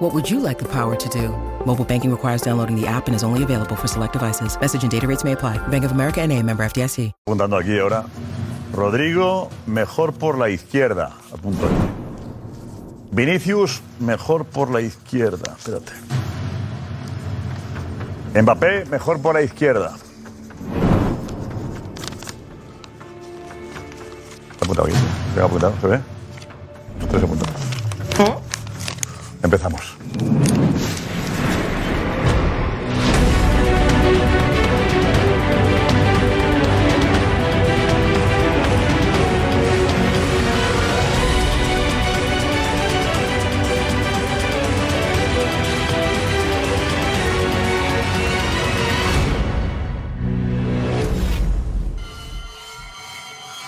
What would you like the power to do? Mobile banking requires downloading the app and is only available for select devices. Message and data rates may apply. Bank of America and a member FDIC. Apuntando aquí ahora. Rodrigo, mejor por la izquierda. Apunto aquí. Vinicius, mejor por la izquierda. Espérate. Mbappé, mejor por la izquierda. Está apuntado aquí. Está apuntado, ¿se ve? Tres apuntados. Empezamos.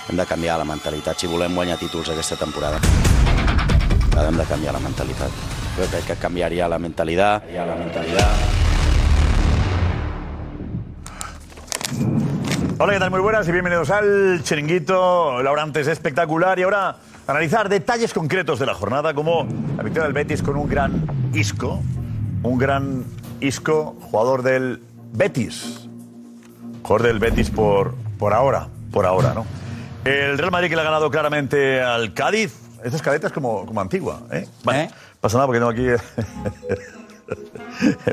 Hem de canviar la mentalitat si volem guanyar títols aquesta temporada. Hem de canviar la mentalitat. Jo crec que canviaria la mentalitat. Canviaria la mentalitat. Hola, ¿qué tal? Muy buenas y bienvenidos al Chiringuito. Laura antes espectacular y ahora analizar detalles concretos de la jornada como la victoria del Betis con un gran Isco, un gran Isco, jugador del Betis. Jugador del Betis por, por ahora, por ahora, ¿no? El Real Madrid que le ha ganado claramente al Cádiz. Esta escaleta es como, como antigua, ¿eh? Vale, pasa nada porque tengo aquí...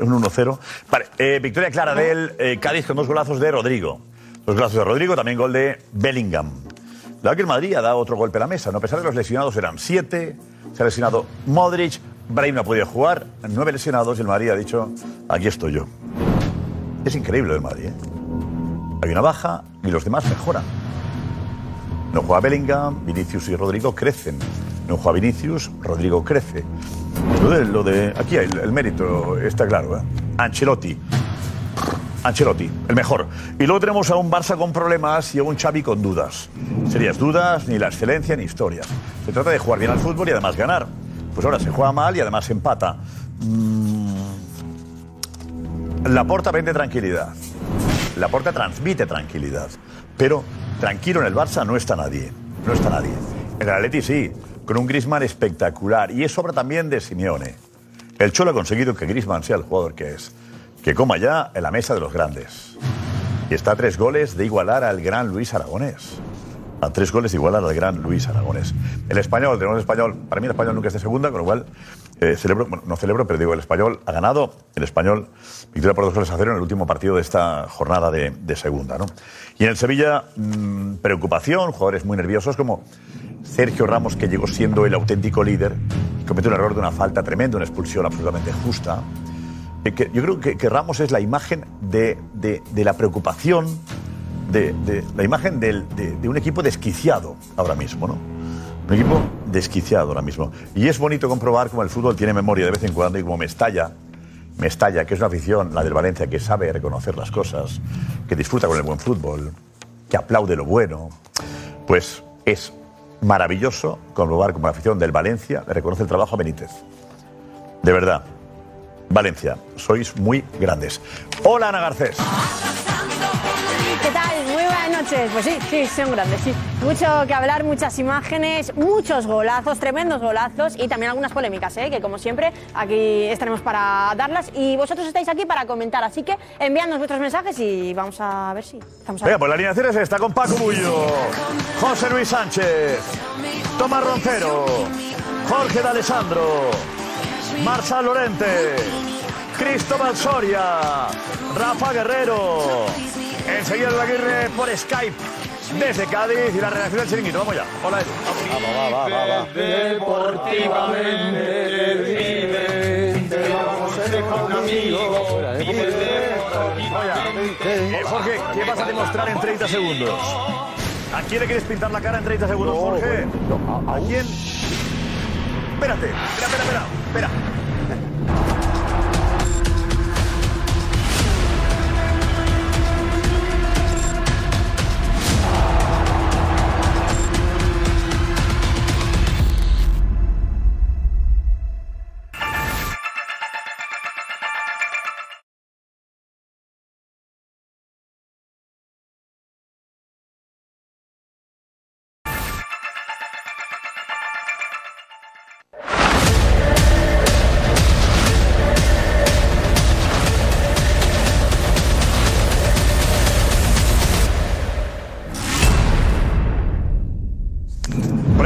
un 1-0. Vale, eh, victoria clara del eh, Cádiz con dos golazos de Rodrigo. Dos golazos de Rodrigo, también gol de Bellingham. La que el Madrid ha dado otro golpe a la mesa, ¿no? A pesar de los lesionados eran siete, se ha lesionado Modric, Brahim no ha podido jugar, nueve lesionados y el Madrid ha dicho, aquí estoy yo. Es increíble el Madrid, ¿eh? Hay una baja y los demás mejoran. No juega Bellingham, Vinicius y Rodrigo crecen. No juega Vinicius, Rodrigo crece. Lo de, lo de aquí el, el mérito está claro. ¿eh? Ancelotti. Ancelotti, el mejor. Y luego tenemos a un Barça con problemas y a un Xavi con dudas. Serias dudas, ni la excelencia ni historias. Se trata de jugar bien al fútbol y además ganar. Pues ahora se juega mal y además se empata. La porta vende tranquilidad. La porta transmite tranquilidad. Pero tranquilo en el Barça no está nadie. No está nadie. En el Atleti sí, con un Grisman espectacular. Y es obra también de Simeone. El Cholo ha conseguido que Grisman sea el jugador que es. Que coma ya en la mesa de los grandes. Y está a tres goles de igualar al gran Luis Aragonés. A tres goles de igualar al gran Luis Aragonés. El español, tenemos el español. Para mí el español nunca es de segunda, con lo cual eh, celebro, bueno, no celebro, pero digo, el español ha ganado. El español, victoria por dos goles a cero en el último partido de esta jornada de, de segunda. ¿no? Y en el Sevilla, mm, preocupación, jugadores muy nerviosos como Sergio Ramos, que llegó siendo el auténtico líder, comete un error de una falta tremenda, una expulsión absolutamente justa. Eh, que- yo creo que, que Ramos es la imagen de, de- de la preocupación, de, de- la imagen del- de, de un equipo desquiciado ahora mismo, ¿no? Un equipo desquiciado ahora mismo. Y es bonito comprobar cómo el fútbol tiene memoria de vez en cuando y cómo Mestalla, Mestalla, que es una afición, la del Valencia, que sabe reconocer las cosas, que disfruta con el buen fútbol, que aplaude lo bueno, pues es maravilloso comprobar cómo la afición del Valencia le reconoce el trabajo a Benítez. De verdad. Valencia, sois muy grandes. Hola Ana Garcés. ¿Qué tal? Muy buenas noches. Pues sí, sí, son grandes, sí. Mucho que hablar, muchas imágenes, muchos golazos, tremendos golazos y también algunas polémicas, ¿eh? que como siempre aquí estaremos para darlas y vosotros estáis aquí para comentar, así que enviadnos vuestros mensajes y vamos a ver si estamos a Venga, pues la alineación es esta con Paco Bullo, José Luis Sánchez, Tomás Roncero, Jorge D'Alessandro, Marza Lorente, Cristóbal Soria, Rafa Guerrero. Enseguida Edu Aguirre por Skype desde Cádiz y la redacción del Chiringuito. Vamos ya. Hola Edu. Vamos, va, va, va, Eh, Jorge, ¿qué vas a demostrar en 30 segundos? ¿A quién le quieres pintar la cara en 30 segundos, Jorge? ¿A quién? Espérate, espera, espera, espera, espera.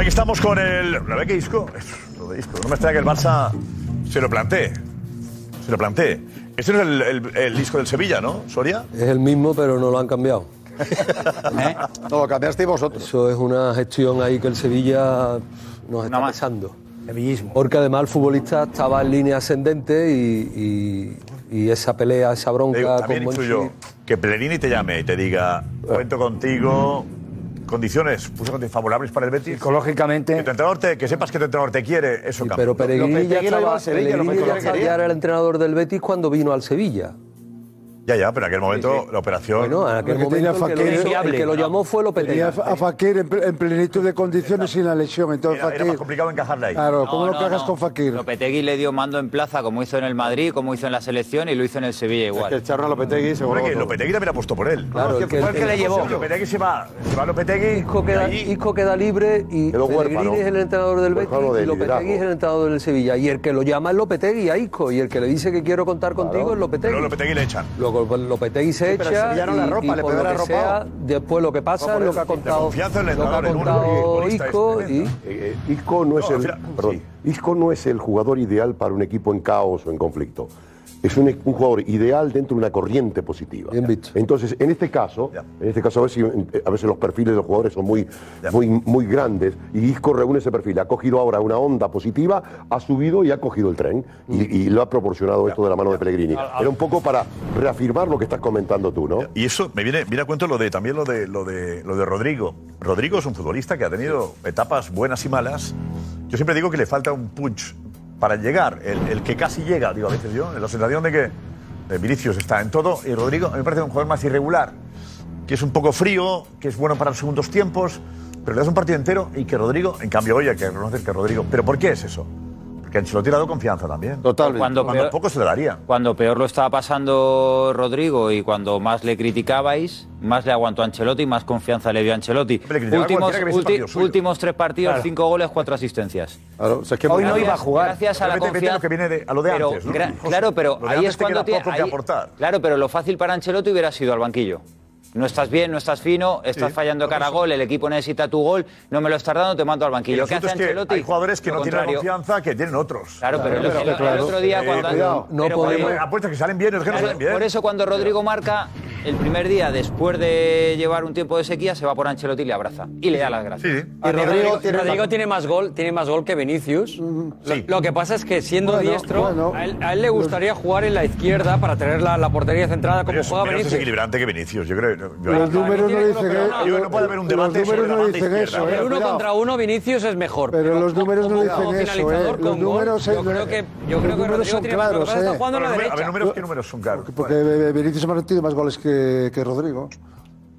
Estamos con el. ¿La ve que Isco? Es lo de Isco. No me extraña que el Barça se lo plantee. Se lo plantee. Este no es el, el, el disco del Sevilla, ¿no, Soria? Es el mismo, pero no lo han cambiado. ¿Eh? No, lo cambiasteis vosotros. Eso es una gestión ahí que el Sevilla nos está pasando. Porque además el futbolista estaba en línea ascendente y, y- y esa pelea, Te esa digo, bronca también he dicho Monchi- yo que Pellegrini te llame y te diga, cuento contigo, condiciones, puso condiciones favorables para el Betis. Psicológicamente. Que, tu entrenador te- que sepas que tu entrenador te quiere, eso cambia. Pero Peregrini ya estaba, Pellegrini ya estaba- ya era Ya, el entrenador del Betis cuando vino al Sevilla. ya, pero en aquel momento la operación... Bueno, en aquel Porque tenía momento el que, lo Fakir- hizo- el que lo llamó fue Lopetegui. Tenía a Fakir en, pl- en plenitud de condiciones sin la lesión. Entonces, Era- era Fakir. más complicado encajarla ahí. Claro, No, ¿cómo lo no, cagas no. con Fakir? Lopetegui le dio mando en plaza, como hizo en el Madrid, como hizo en la selección y lo hizo en el Sevilla igual. que el Charro Lopetegui seguro Porque todo. Lopetegui también apostó por él. Claro, el que- Fue el que le llevó. Lopetegui se va, se va Lopetegui. Isco queda, Isco queda libre y Pellegrini huérfano. es el entrenador del Betis Huérfano de y Lopetegui liderazgo. es el entrenador del Sevilla. Y el que lo llama es Lopetegui a Isco y el que le dice que quiero contar contigo es Lopetegui. Pero Lopetegui le echan. Luego pues, Lopetegui se Sí, pero se echa pillaron y, la ropa, y le por lo pegaron que la ropa. sea, después lo que pasa es lo que ha La contado, confianza en el lo que ha entrenador, en un contado futbolista es Isco y... tremenda. Eh, eh, Isco no, es el, perdón, Isco no es el jugador ideal para un equipo en caos o en conflicto. Es un, un jugador ideal dentro de una corriente positiva. Entonces, en este caso, en este caso a veces, a veces los perfiles de los jugadores son muy, muy, muy grandes y Isco reúne ese perfil. Ha cogido ahora una onda positiva, ha subido y ha cogido el tren y, y lo ha proporcionado esto de la mano de Pellegrini. Era un poco para reafirmar lo que estás comentando tú, ¿no? Y eso me viene, viene a cuento lo de también lo de lo de lo de Rodrigo. Rodrigo es un futbolista que ha tenido etapas buenas y malas. Yo siempre digo que le falta un punch para llegar, el, el que casi llega, digo a veces yo, la sensación de que eh, Vinicius está en todo y Rodrigo me parece un jugador más irregular, que es un poco frío, que es bueno para los segundos tiempos, pero le das un partido entero y que Rodrigo, en cambio hoy hay que reconocer que Rodrigo, pero ¿por qué es eso? Porque Ancelotti le ha dado confianza también. Totalmente. Cuando, Cuando cuando peor- poco se le daría. Cuando peor lo estaba pasando Rodrigo y cuando más le criticabais, más le aguantó Ancelotti y más confianza le dio a Ancelotti. criticaba Últimos, cualquiera que viese ulti- partido suyo. últimos tres partidos, Claro. cinco goles, cuatro asistencias. Hoy no iba a jugar. Gracias a la Vete- vete confianza. lo que viene de- a lo de pero, antes, ¿no? gra- José, Claro, pero lo de ahí antes es te cuando queda tiene. poco que ahí- aportar. Claro, pero lo fácil para Ancelotti hubiera sido al banquillo. No estás bien, no estás fino, estás Sí, fallando cara a gol, el equipo necesita tu gol, no me lo estás dando, te mando al Y banquillo. lo ¿Qué hace cierto es que Ancelotti? hay jugadores que Lo no tienen la contrario. confianza que tienen otros. Claro, pero el- el- el otro día cuando- Eh, cuidado, no pero podemos- cuando- apuestas que salen bien, es que no Claro, pues, salen bien. Por eso cuando Rodrigo marca el primer día después de llevar un tiempo de sequía se va por Ancelotti y le abraza y le da las gracias. Y Rodrigo, Rodrigo tiene más gol, tiene más gol que Vinicius. Lo- Lo, que pasa es que siendo Bueno, diestro, bueno. a, él, a él le gustaría jugar en la izquierda para tener la, la portería centrada como Pero es juega menos Vinicius. desequilibrante que Vinicius, yo creo. yo- Los números no dicen pero no, que- yo- no puede haber un los debate sobre números la no banda dicen izquierda. eso, eh, El uno cuidado. contra uno, Vinicius es mejor. Pero los números no como dicen eso, ¿eh? finalizador con Los gol, números, yo eh, creo que- yo creo los que números son Rodrigo tiene- lo que claros, pasa es que ¿eh? está jugando a la Pero, A ver, derecha. números, ¿qué números son, claro? Porque eh, Vinicius ha metido más goles que, que Rodrigo.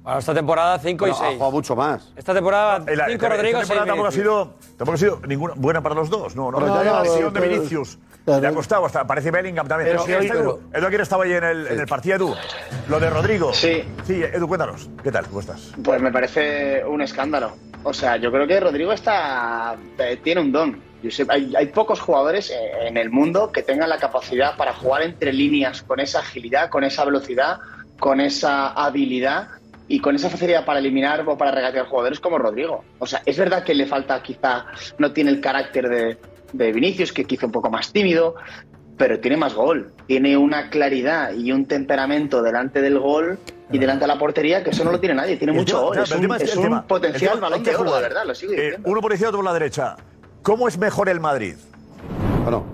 Para esta temporada 5 y 6. mucho más. Esta temporada El- el- 5 esta Rodrigo, temporada 6 Este tampoco ha sido tampoco ha sido ninguna buena para los dos no no, No, la no, lesión de pero- Vinicius le ha costado hasta parece Bellingham también Pero pero, hoy- sí, está Edu Edu ayer estaba ahí en el, en el partido Edu lo de Rodrigo sí sí Edu cuéntanos qué tal cómo estás Pues me parece un escándalo. O sea, yo creo que Rodrigo está eh, tiene un don. Josep, hay, hay pocos jugadores eh, en el mundo que tengan la capacidad para jugar entre líneas con esa agilidad, con esa velocidad, con esa habilidad y con esa facilidad para eliminar o para regatear jugadores como Rodrigo. O sea, es verdad que le falta quizá, no tiene el carácter de, de Vinicius, que quizá un poco más tímido, pero tiene más gol. Tiene una claridad y un temperamento delante del gol y delante de la portería que eso no lo tiene nadie. Tiene El mucho tema- gol. claro, Es pero el un, tema es el un tema- el potencial tema- hay balón que de oro, de jugar. verdad, lo sigo Eh, diciendo. uno por izquierda, otro por la derecha. ¿Cómo es mejor el Madrid? Bueno.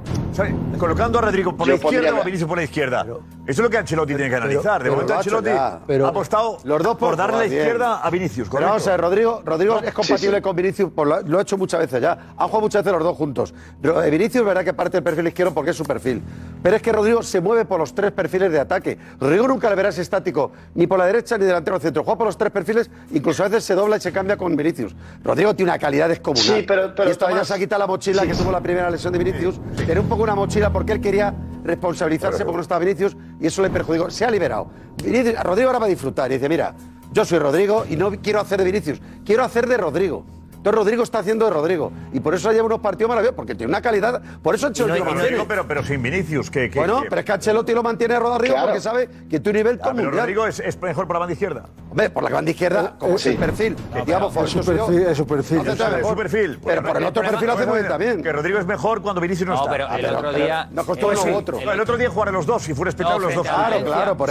Colocando a Rodrigo por Yo la izquierda podría- o a Vinicius por la izquierda. Eso es lo que Ancelotti tiene que analizar. pero- de momento, pero, Ancelotti ya. Pero- ha apostado Los dos por por darle la jugar bien. izquierda a Vinicius. Pero vamos a ver, Rodrigo, Rodrigo No, es compatible sí, sí. con Vinicius, por la- lo ha hecho muchas veces ya. Han jugado muchas veces los dos juntos. Ro- eh, Vinicius verá que parte del perfil izquierdo porque es su perfil. Pero es que Rodrigo se mueve por los tres perfiles de ataque. Rodrigo nunca le verás estático, ni por la derecha ni delantero al centro. Juega por los tres perfiles, incluso a veces se dobla y se cambia con Vinicius. Rodrigo tiene una calidad descomunal. Sí, pero- pero, y esta mañana Tomás- se ha quitado la mochila Sí, que sí. tuvo la primera lesión de Vinicius. Tenía un poco una mochila porque él quería responsabilizarse porque no estaba Vinicius y eso le perjudicó. Se ha liberado. Vinicius- Rodrigo ahora va a disfrutar y dice, mira, yo soy Rodrigo y no quiero hacer de Vinicius, quiero hacer de Rodrigo. Entonces Rodrigo está haciendo de Rodrigo. Y por eso lleva unos partidos maravillosos, porque tiene una calidad. Por eso Ancelotti lo Pero, mantiene. pero, pero sin Vinicius, que. que- bueno, que- pero es que Ancelotti lo mantiene a Rodrigo Claro. porque sabe que tu nivel Ah, con pero mundial. Rodrigo es, es mejor por la banda izquierda. Hombre, por la banda izquierda, como es el perfil. digamos, por por su eso yo- perfil- es su perfil. Hace Es tal su mejor. perfil. Pero por el otro perfil hace muy bien también. Que Rodrigo es mejor cuando Vinicius no, No, está. pero el otro día- Nos costó el- uno u el- otro. el- El otro día jugaron los dos y fue un espectáculo los dos.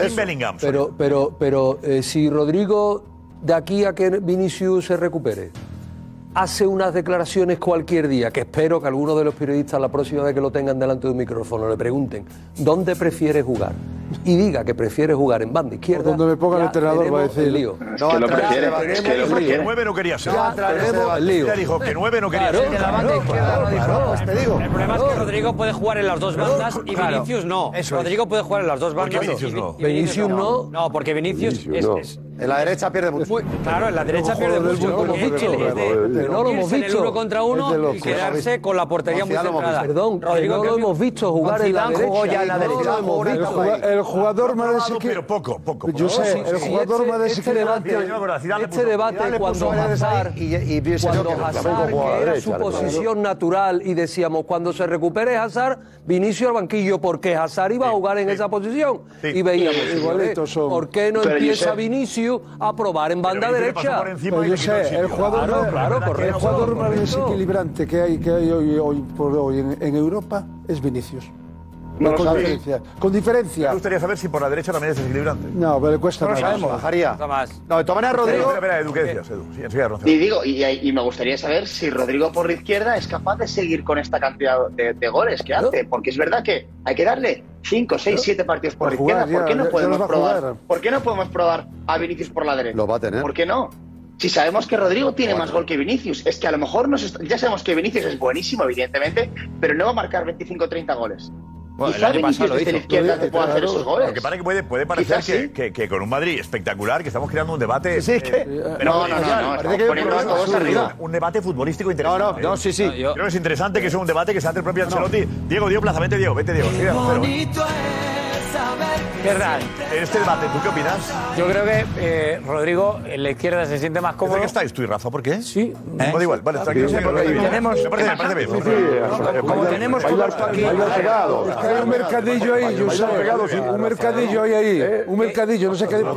Sin Bellingham. Pero, pero, pero eh, si Rodrigo, de aquí a que Vinicius se recupere, hace unas declaraciones cualquier día, que espero que alguno de los periodistas la próxima vez que lo tengan delante de un micrófono le pregunten, ¿dónde prefiere jugar? Y diga que prefiere jugar en banda izquierda. Donde me ponga el ya entrenador va a tenemos decir. el lío. Es que lo ya prefiere, es que tenemos lo el lío. prefiere. Nueve no quería ser. Ya Ella tenemos el lío. dijo que nueve no quería Claro, ser. de la banda izquierda no dijo. te digo. El problema es que Rodrigo puede jugar en las dos bandas y Claro. Vinicius no. Eso es. Rodrigo puede jugar en las dos ¿Por qué bandas. Vinicius y- no? y Vinicius Vinicius no. no. No, porque Vinicius Vinicius es- no. es- En la derecha pierde mucho. Claro, en la derecha pierde Joder, mucho. muy porque bueno, él- él es de- joder. de No lo hemos irse en el visto. uno contra Es de uno y locos. quedarse con la portería muy centrada. Perdón, que Rodrigo, no en lo cambio, hemos visto jugar con en la Zidane derecha. jugó ya en la No lo derecha. hemos El, visto. juga- el jugador más desequilibrado. Pero poco, poco. Yo sé, No, sí, el sí, jugador este- más este desequilibrante. debate- Este debate cuando Hazard, y, y vio ese cuando toque. Hazard, Tampoco jugaba que era derecha, su el Madrid. posición natural, y decíamos, cuando se recupere Hazard, Vinicio al banquillo, porque Hazard iba a jugar en esa posición. Sí. Y veíamos, Sí, sí. igualitos son. ¿por qué no Pero empieza Josep- Vinicius a probar en banda Vinicius le pasó derecha? por encima Pero yo sé, el jugador, Claro, más, claro, el correcto, jugador más correcto. desequilibrante que hay, que hay hoy, hoy por hoy en, en Europa es Vinicius. No lo con, sabéis. diferencia, con diferencia. Me gustaría saber si por la derecha también es desequilibrante. No, pero le cuesta No lo más. sabemos. Bajaría. No, de todas maneras, Rodrigo- Espera, espera, Edu, ¿qué decías, Edu? Sí, enseguida, Ronce. Y digo, y, y me gustaría saber si Rodrigo por la izquierda es capaz de seguir con esta cantidad de, de goles que hace, porque es verdad que hay que darle 5, 6, 7 partidos por Va la a jugar izquierda. ¿Por ya, qué no ya- ya podemos los va a probar? jugar. ¿Por qué no podemos probar a Vinicius por la derecha? Lo va a tener. ¿Por qué no? Si sabemos que Rodrigo tiene más gol que Vinicius, es que a lo mejor nos est- ya sabemos que Vinicius es buenísimo, evidentemente, pero no va a marcar 25 30 goles. Bueno, Quizá Vinicius desde la izquierda te pueda hacer Claro. esos goles. Lo que pasa es que puede, puede parecer que, Quizás sí. que- que con un Madrid espectacular, que estamos creando un debate. eh, Sí, sí, es No, que- no, no, no, estamos poniendo a todos arriba. Un debate futbolístico interesante. ¿eh? No, no, no, sí, sí. Creo que es interesante que sea un debate que se hace el propio Ancelotti. Diego, Diego, plazamente, Diego, vete, Diego. Sí, Diego, pero- Este debate, ¿tú qué opinas? Yo creo que eh, Rodrigo en la izquierda se siente más cómodo. ¿Qué estáis tú y Rafa? ¿Por qué? Sí. No da igual, vale, tranquilo. Sí, sí, porque me parece bien. tenemos- Me parece bien, me parece bien. Como tenemos todo esto aquí. Hay un mercadillo ahí, yo sé. Un mercadillo ahí, ahí. ¿Eh? Un mercadillo, no sé qué pito.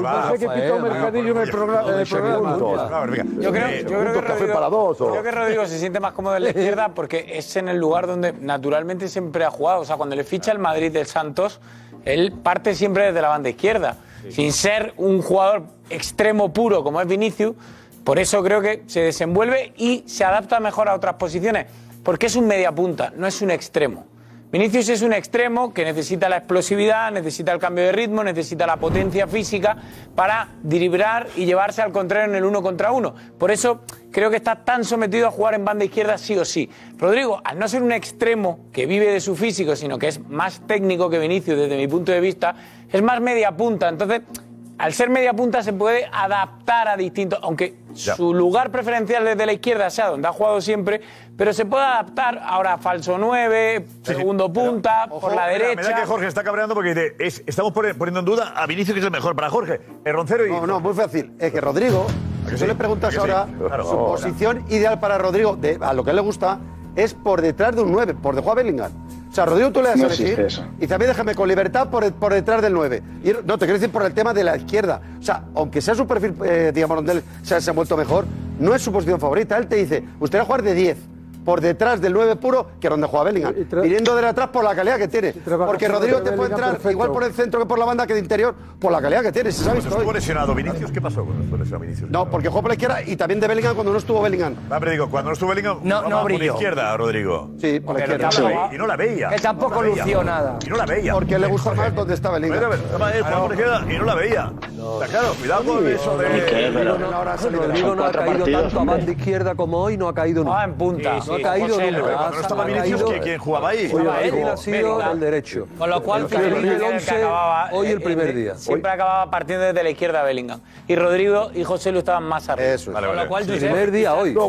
No sé qué pito mercadillo en el progra- en el programa. Yo Eh, creo, yo creo que Rodrigo, creo que Rodrigo se siente más cómodo en la izquierda porque es en el lugar donde naturalmente siempre ha jugado. O sea, cuando le ficha el Madrid del Santos, él parte siempre desde la banda izquierda. Sin ser un jugador extremo puro como es Vinicius, por eso creo que se desenvuelve y se adapta mejor a otras posiciones. Porque es un mediapunta, no es un extremo. Vinicius es un extremo que necesita la explosividad, necesita el cambio de ritmo, necesita la potencia física para driblar y llevarse al contrario en el uno contra uno. Por eso creo que está tan sometido a jugar en banda izquierda sí o sí. Rodrigo, al no ser un extremo que vive de su físico, sino que es más técnico que Vinicius desde mi punto de vista, es más media punta. Entonces, al ser media punta se puede adaptar a distintos, aunque Ya. su lugar preferencial desde la izquierda sea donde ha jugado siempre, pero se puede adaptar ahora a falso 9, segundo punta, por la Mira, derecha. Me da que Jorge está cabreando porque dice, es- estamos poni- poniendo en duda a Vinicius, que es el mejor para Jorge. El roncero y. No, no, muy fácil. Es que Rodrigo, ¿A si que tú sí? le ¿A preguntas que sí? ahora, Claro. su posición ideal para Rodrigo, de- a lo que a él le gusta, es por detrás de un 9, por debajo a Bellingham. O sea, Rodrigo tú le das No a elegir existe eso. y también déjame con libertad por, por detrás del 9. Y, no, te quiero decir por el tema de la izquierda. O sea, aunque sea su perfil, eh, digamos, donde él se ha desenvuelto mejor, no es su posición favorita. Él te dice, usted va a jugar de 10. Por detrás del 9 puro, que es donde juega Bellingham. Viniendo de atrás por la calidad que tiene. Porque sobre Rodrigo te puede Bellingham, entrar perfecto. igual por el centro que por la banda que de interior, por la calidad que tiene. Si sabes Cuando pues estuvo lesionado Vinicius, ¿qué pasó cuando estuvo lesionado Vinicius? no, porque jugó por la izquierda y también de Bellingham cuando no estuvo Bellingham. Ah, pero digo, cuando no estuvo Bellingham, No, jugaba no por la brilló. izquierda, Rodrigo. Sí, por la Pero izquierda. tampoco- Y no la veía. Que tampoco No la veía. lució nada. Y no la veía. Porque le gusta más donde está Bellingham. Pero, pero, estaba él jugando por la izquierda y no la veía. Está claro, cuidado con eso de. Rodrigo no, Rodrigo no ha caído tanto a banda izquierda como hoy, no ha caído nunca. Ah, en punta. Sí, no ha sí, caído José, nunca. pero cuando no estaba Ha Vinicius, caído- ¿quién- quién jugaba ahí? Hoy Estaba él, ha sido Bellingham. el derecho. Con lo cual, El que Bellingham venía era el que 11, acababa, hoy eh, el primer eh, día. Siempre acababa partiendo desde la izquierda Bellingham. Y Rodrigo y José Lu estaban más arriba. Eso Con lo cual, El Josep, primer día hoy. eh, Mbappé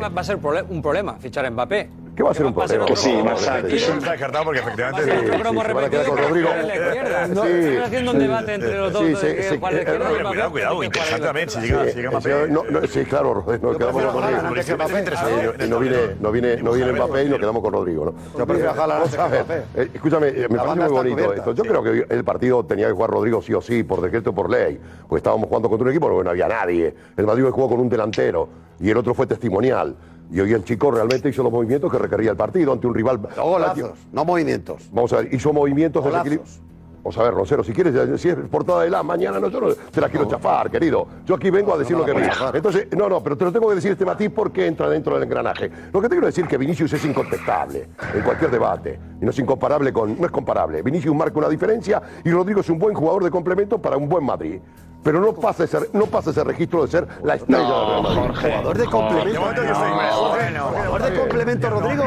va va a ser prole- un problema fichar a Mbappé. ¿Qué va a ser un problema? Que sí, No, Marcelo. déjate. Eso está descartado porque efectivamente. Sí, sí, se van a quedar con Rodrigo. No, Sí, están haciendo un sí. debate entre los dos, Sí, de sí, que sí, cuál es eh, que no, eh, y Mbappé, cuidado, interesante también, si llega- Sí, si llega Mbappé. eh, no, no, sí, claro, Rodri- nos quedamos con Rodrigo. Haaland antes que Mbappé, Sí, no- no viene, no viene, no viene Mbappé y nos quedamos con Rodrigo. ¿no? Yo prefiero a Haaland Vamos a antes que ver, Mbappé. eh, escúchame, eh, me La parece banda muy está bonito cubierta. esto. Yo creo que el partido tenía que jugar Rodrigo sí o sí, por decreto, por ley. Porque estábamos jugando contra un equipo que no había nadie. El Madrid jugó con un delantero y el otro fue testimonial. Y hoy el chico realmente hizo los movimientos que requería el partido ante un rival. Golazos, no movimientos. Vamos a ver, hizo movimientos desequilibrados. Vamos a ver, Rosero, si quieres, ya- si es portada de la mañana, no, yo no te la quiero chafar, querido. Yo aquí vengo a decir no lo que la vi. voy a chafar. Entonces, no, no, pero te lo tengo que decir este matiz porque entra dentro del engranaje. Lo que te quiero decir es que Vinicius es incontestable en cualquier debate. Y no es incomparable con. No es comparable. Vinicius marca una diferencia y Rodrigo es un buen jugador de complemento para un buen Madrid. Pero no pasa ese, no pasa ese registro de ser la estrella del Real Madrid. Jugador de complemento. Jugador de complemento, Rodrigo.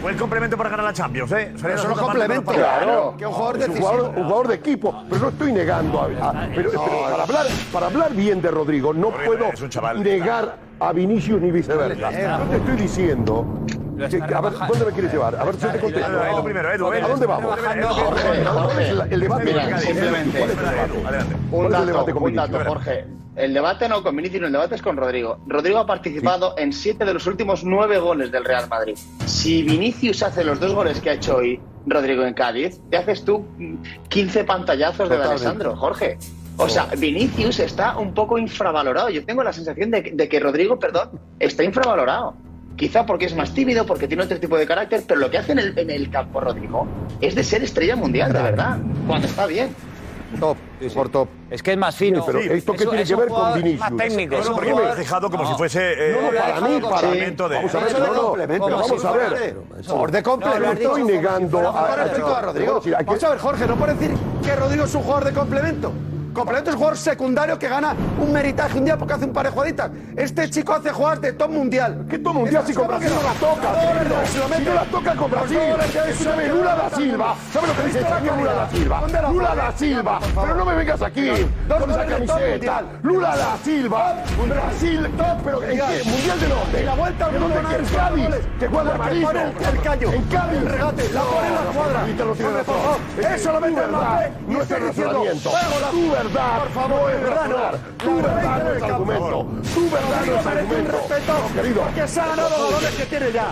Fue el complemento para ganar la Champions, ¿eh? Salieron Eso no los dos partidos complementa. para- Claro, Que un jugador es un decisivo. jugador, un jugador de equipo, pero no estoy negando. a- a- pero- pero para, hablar, para hablar bien de Rodrigo, no puedo negar a Vinicius ni viceversa. Yo te estoy diciendo. que- que- a ver, ¿dónde me quieres llevar? A ver, yo te contesto. Edu, Edu, primero, Edu, ¿A Edu. dónde vamos? Edu, Jorge, ¿cuál es el- el debate? Mira, simplemente. ¿Cuál es el debate? ¿Cuál Un es el dato, debate con un Vinicius? dato, Jorge. El debate no con Vinicius, el debate es con Rodrigo. Rodrigo ha participado en siete de los últimos nueve goles del Real Madrid. Si Vinicius hace los dos goles que ha hecho hoy Rodrigo en Cádiz, te haces tú mm, 15 pantallazos de Totalmente. Alessandro, Jorge. O sea, Vinicius está un poco infravalorado. Yo tengo la sensación de, que- de que Rodrigo, perdón, está infravalorado. Quizá porque es más tímido, porque tiene otro tipo de carácter, pero lo que hace en el, en el campo Rodrigo es de ser estrella mundial, de verdad, cuando está bien. Top, por top. Es que es más fino. pero ¿esto qué tiene que ver con Vinicius? Más técnico. No, es no, un porque me jugador- has dejado como No. si fuese, eh, No, no, para mí, para mí. complemento de- Vamos a ver, Eso no, de no, complemento, pero vamos como a si ver. fuera de- Por de complemento. No estoy negando a, Ahora explico a Rodrigo. decir, hay que- Vamos a ver, Jorge, no puedes decir que Rodrigo es un jugador de complemento. Complemento es un jugador secundario que gana un meritaje un día porque hace un par de jugaditas. Este chico hace jugadas de top mundial. ¿Qué top mundial si con Brasil no la toca? querido? Si no la toca con Brasil. Escúchame, Lula da Silva. ¿Sabes lo que dice Saque Lula da Silva? Lula da Silva. Pero no me vengas aquí con esa camiseta. Lula da Silva. Brasil top, pero ¿en qué? Mundial de norte. La vuelta al ¿En mundo dónde? no ¿En es Cádiz? goles. Que juega La que amarillo. pone el- el callo. En Cádiz. El regate, la No, pone en la no, cuadra. Peter lo tiene Hombre, por razón. favor, eso lo mete Tu verdad Mbappé y No es estoy el diciendo, razonamiento. juega Tu verdad, por favor, es razonar. Tu verdad no es argumento. Tu verdad no es argumento. No, querido. Porque se ha ganado los valores que tiene ya.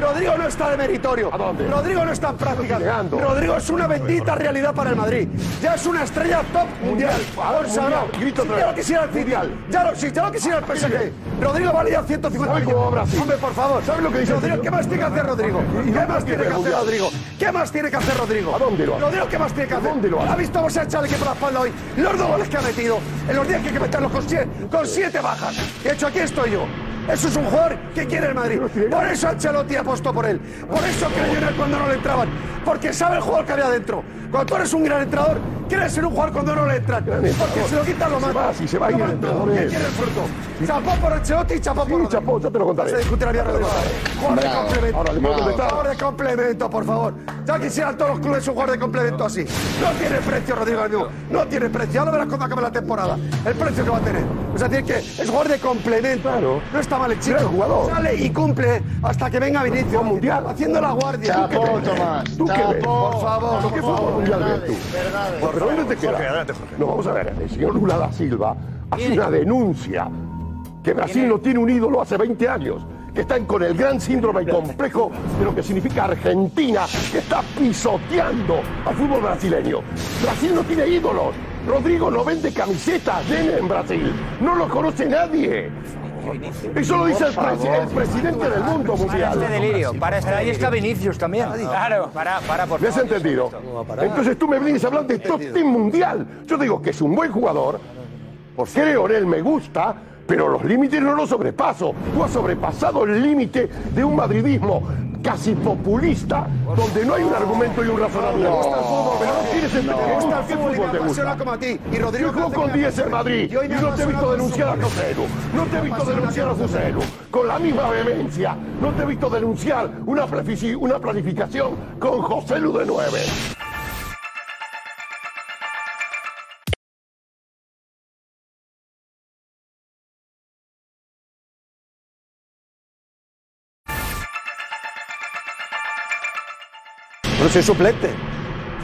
Rodrigo no está de meritorio. Rodrigo no está en práctica. negando. Rodrigo es una bendita realidad para el Madrid. Ya es una estrella top mundial. Ahora, Consagrado. mundial. Grito Si otra ya vez. lo quisiera el City. Mundial. Ya lo, si ya lo quisiera el PSG. Rodrigo vale ya 150 ¿Sabe cómo millones. va Brasil? Hombre, por favor. ¿Sabe lo que dice el Rodrigo, señor? ¿qué más tiene que hacer Rodrigo? Y ¿Qué no más tiene que hacer mundial. Rodrigo? ¿Qué más tiene que hacer Rodrigo? ¿A dónde lo hace? Rodrigo, ¿qué más tiene que hacer? dónde lo hace? ¿Ha visto cómo se ha echado el equipo a la espalda hoy? Los dos goles que ha metido. En los días que hay que meterlos con siete, con siete bajas. De hecho, aquí estoy yo. Eso es un jugador que quiere el Madrid. Por eso Ancelotti apostó por él. Por eso creyó en él cuando no le entraban. Porque sabe el jugador que había dentro. Cuando tú eres un gran entrenador, quieres ser un jugador cuando no le entran. Porque entrenador. si lo quitan, lo Se matan. va, si se va a ir el entrenador ¿Qué es. quiere el fruto? Chapó por Ancelotti y chapó por... Rodrigo. Chapo, ya te lo No contaré. se discute la vida de Rodrigo. Jugador de Bravo. complemento. Ahora le puedo contestar. Jugador de complemento, por favor. Ya quisieran todos los clubes un jugador de complemento así. No tiene precio, Rodrigo Albiú. No tiene precio. Ahora verás cuando acabe la temporada. El precio que va a tener. O sea, tiene que. Es jugador de complemento. No está mal el chico. Gran jugador. Sale y cumple hasta que venga Vinicius. mundial. Haciendo la guardia. Chapo, ¿Tú qué ves? Tomás. ¿Tú qué ves? Chapo. Por favor. ¿Por qué fútbol mundial ves tú? Por favor, ¿dónde te Jorge, quedas? adelante, Jorge. No, vamos a ver, el señor Lula da Silva hace una denuncia que Brasil no tiene un ídolo hace 20 años, que están con el gran síndrome y complejo de lo que significa Argentina, que está pisoteando al fútbol brasileño. Brasil no tiene ídolos. Rodrigo no vende camisetas llenas en Brasil. No lo conoce nadie. Eso lo dice el, Por presi- favor. el presidente del mundo Para mundial. este delirio, para este Pero ahí está delirio. Vinicius también. Claro. Para, para, por ¿Me has favor. entendido? Entonces tú me vienes a hablar de top team mundial. Yo digo que es un buen jugador, creo en él, me gusta, pero los límites no los sobrepaso. Tú has sobrepasado el límite de un madridismo casi populista, donde no hay un argumento y un razonamiento. Me gusta el fútbol, pero ¿verdad? no tienes el Me gusta el ¿Qué fútbol y me te apasiona gusta? como a ti. Y Yo Rodrigo juego García con me 10 en apasiona. Madrid Y hoy y me no te he apasiona visto con denunciar a su mujer. Rosero. No te he Me visto apasiona denunciar a con su mujer. Rosero con la misma vehemencia. No te he visto denunciar una, planifici- una planificación con José Lu de 9. Pero soy suplente.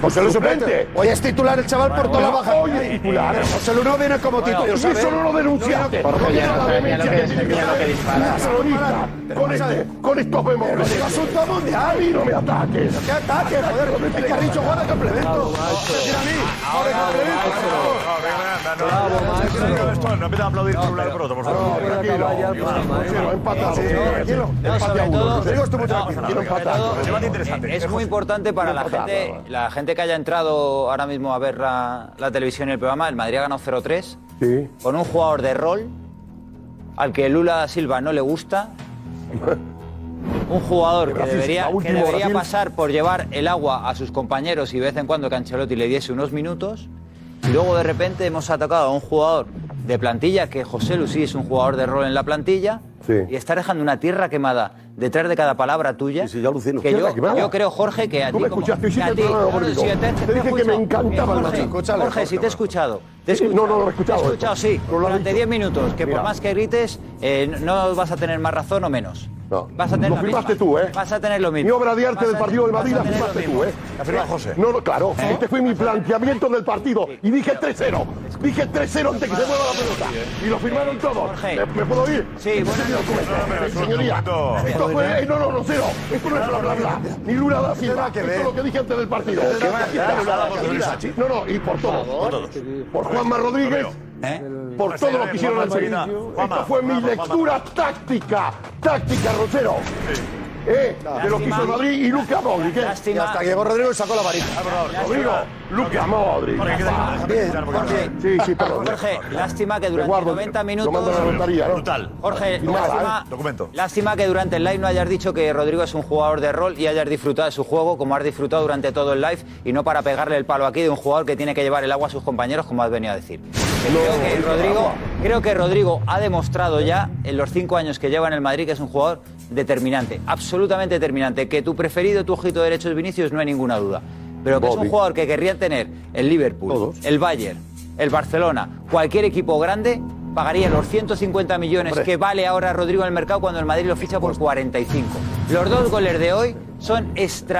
José Lu es Suplente. suplente. Hoy es titular el chaval por toda la baja. Hoy es titular. José Lu no viene como Bueno, titular. y eso no lo denunciaste. No, no, No mira lo lo que- mira lo que- denunciaste. mira lo que dispara. Terrorista. Con este- Con estos bemoles. Pero si asultamos de A mí no me ataques. ¿Qué ataque, joder? Es que ha dicho Juan de complemento. No empieza a aplaudir por un lado y por otro, por favor. No, sobre todo, no, sobre todo, interesante. Es muy importante para la gente, la gente que haya entrado ahora mismo a ver la, la televisión y el programa. El Madrid ha ganado 0-3 Sí. con un jugador de rol al que Lula da Silva no le gusta. Un jugador que Brasil, debería, la que última, debería Brasil. pasar por llevar el agua a sus compañeros y de vez en cuando que Ancelotti le diese unos minutos. Y luego de repente hemos atacado a un jugador de plantilla que José Luis es un jugador de rol en la plantilla y está dejando una tierra quemada detrás de cada palabra tuya. Que Tierra yo, quemada. yo creo, Jorge, que a Tú ti me como- escuchaste, que hiciste a el ti- programa no, no, conmigo. si te- te- Te te dije he que me escuchado. encantaba el Jorge, macho. Escúchale, Jorge, Jorge, si te he escuchado. Te he Sí, escuchado, no, no, lo he escuchado Te he esto. escuchado, sí. No lo has Durante dicho. 10 minutos, que Mira. por más que grites, eh, no vas a tener más razón o menos. No. Vas a tener Lo la firmaste misma. tú, ¿eh? Vas a tener lo mismo. Mi obra de arte Vas a del partido del tener- Madrid la vas a tener firmaste lo tú, mismo. ¿eh? La firma José. No, no, claro. Este fue mi planteamiento del partido. Y dije 3-0. Dije 3-0 antes que se mueva la pelota. Y lo firmaron todos. ¿Me, me puedo ir? Sí, bueno. Señoría, esto fue... eh, No, no, no, cero. Esto no es bla, bla, bla. Ni Lula da Silva. Esto es lo que dije antes del partido. ¿Qué va a dar Lula da por Luis Sachi? No, no, y por Por todos. todos. Por Juanma Rodríguez. ¿Eh? Por todo lo que hicieron al Madrid. Juanma, Esto fue mi Juanma, lectura táctica. Táctica, Rosero. ¿Eh? De lo que hizo el Madrid y Luca Modric. ¿eh? Y hasta que llegó Rodrigo y sacó la varita. Rodrigo, Luca Modric. papá. Bien. Sí, sí, perdón. Jorge, lástima que Me durante guardo, 90 Lo mando a la minutos. notaría, ¿no? Jorge, Sin nada, lástima, ¿eh? lástima que durante el live no hayas dicho que Rodrigo es un jugador de rol y hayas disfrutado de su juego como has disfrutado durante todo el live y no para pegarle el palo aquí de un jugador que tiene que llevar el agua a sus compañeros como has venido a decir. Que creo, que Rodrigo, creo que Rodrigo ha demostrado ya en los cinco años que lleva en el Madrid que es un jugador determinante, absolutamente determinante, que tu preferido, tu ojito derecho es Vinicius, no hay ninguna duda. Pero que es un Bobby. jugador que querrían tener el Liverpool, el Bayern, el Barcelona, cualquier equipo grande pagaría los 150 millones Hombre. que vale ahora Rodrigo en el mercado cuando el Madrid lo ficha por 45. Los dos goles de hoy son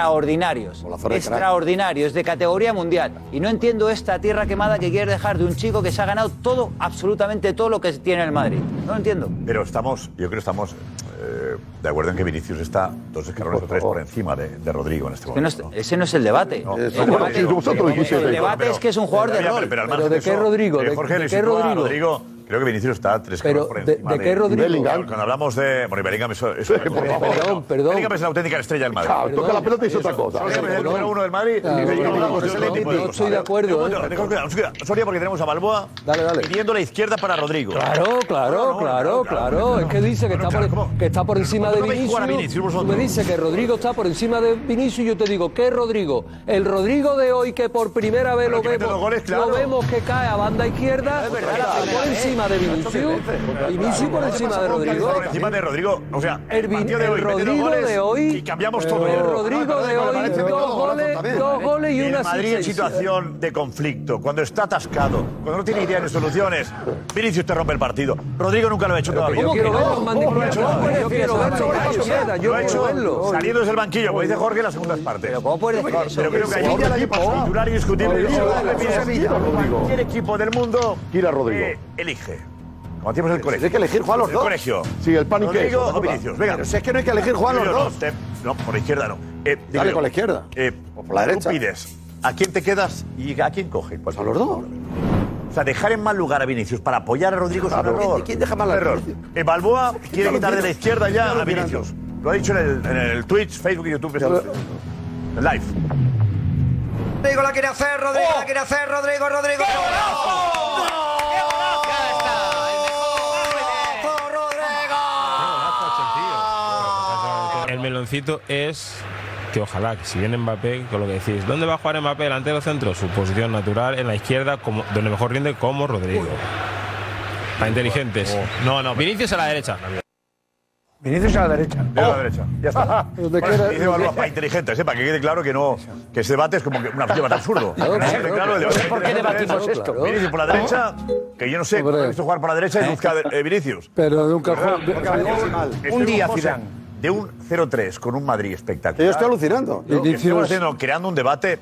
extraordinarios, de crack. extraordinarios, de categoría mundial. Y no entiendo esta tierra quemada que quiere dejar de un chico que se ha ganado todo, absolutamente todo lo que tiene el Madrid. No lo entiendo. Pero estamos, yo creo que estamos eh, de acuerdo en que Vinicius está dos escalones o tres por encima de, de Rodrigo en este Que no momento. es- ese no es el debate. El no, bueno, debate- sí, vosotros el dijisteis eso. debate es que es un jugador de Pero, rol. Pero, al margen de eso, eh, Jorge le sitúa a Rodrigo. Creo que Vinicius está tres escalones por encima. de qué Rodrigo? Bellingham. Cuando hablamos de. Bueno, y Bellingham, eso. eso Por favor. Perdón, perdón. Bellingham es la auténtica estrella del Madrid. Claro, toca la pelota y es otra cosa. Bellingham es el número uno del Madrid. Claro, y Bellingham no, hablamos de no, ese no, tipo de no cosas. estoy de acuerdo, Un ¿eh? momento, dejad que- nos queda- Soria, porque tenemos a Balboa pidiendo la izquierda para Rodrigo. Claro, claro, claro, claro. Es que dice que, está, por, que está por encima de ¿cómo veis Vinicius. jugar a Vinicius Tú vosotros? me dices que Rodrigo está por encima de Vinicius y yo te digo, ¿qué Rodrigo? El Rodrigo de hoy que por primera vez Pero lo que mete vemos, dos goles, claro. lo vemos que cae a banda izquierda, está por encima de Vinicius. Vinicius por encima de Rodrigo. Por encima de Rodrigo. O sea, El, Vin- partido de el hoy, mete dos Rodrigo goles de hoy. Y cambiamos todo. El ya. Eh, Rodrigo de hoy, dos goles, dos goles y una El Madrid en situación de conflicto, cuando está atascado, cuando no tiene idea de soluciones. Vinicius te rompe el partido. Rodrigo nunca lo ha hecho todavía. ¿Cómo que no? ¿Cómo lo ha hecho ¿Cómo todavía? puedes decir eso? Lo ha Nacho, hecho, mierda, yo lo ha quiero hecho verlo. saliendo desde el banquillo, como dice Jorge en las segundas partes. Pero ¿cómo puedes decir Pero creo que aquí ya la equipo titular indiscutible. Rodrigo, Yo Rodrigo, le pido a Sevilla, Rodrigo. Cualquier equipo del mundo Gira Rodrigo. eh, elige. Como hacíamos en el colegio. hay que elegir, Juan, los El dos. colegio. Sí, el pan y Rodrigo queso, ¿verdad? o Vinicius. Venga. Pero si es que no hay que elegir, Juan, los Yo no, dos. te- No, por la izquierda no. Eh, digo Dale yo, con la izquierda. eh, por la derecha. Tú pides a quién te quedas y a quién coges. Pues a los dos. O sea, dejar en mal lugar a Vinicius para apoyar a Rodrigo es un error. ¿Quién deja mal error? Eh, Balboa quiere quitar de la izquierda ya a Vinicius. Lo ha dicho en el, en el Twitch, Facebook y YouTube. en Live. Rodrigo la quiere hacer, Rodrigo la quiere hacer, Rodrigo, Rodrigo. ¡Qué golazo! ¡Qué golazo! Ya está, el mejor. ¡Golazo, El meloncito es que ojalá que si viene Mbappé, con lo que decís, ¿dónde va a jugar Mbappé? Delantero centro, su posición natural en la izquierda, como, donde mejor rinde como Rodrigo. Para inteligentes. Oh. No, no. Vinicius a la derecha. Vinicius a la derecha. Oh. Yo a la derecha. Ya está. Donde Bueno, quiera- dice Balboa, para inteligentes, ¿eh? para que quede claro que no que ese debate es como que una más absurdo. Claro, Que claro, quede claro. el debate ¿Por qué entre la debatimos derecha, esto? Vinicius por la derecha, que yo no sé, cuando he visto jugar por la derecha y busca eh, Vinicius. Pero nunca Verdad, jugó- porque Estoy con- estoy con José. de un 0-3 con un Madrid espectacular. Yo estoy alucinando. Yo- Y dices- estamos haciendo- creando un debate.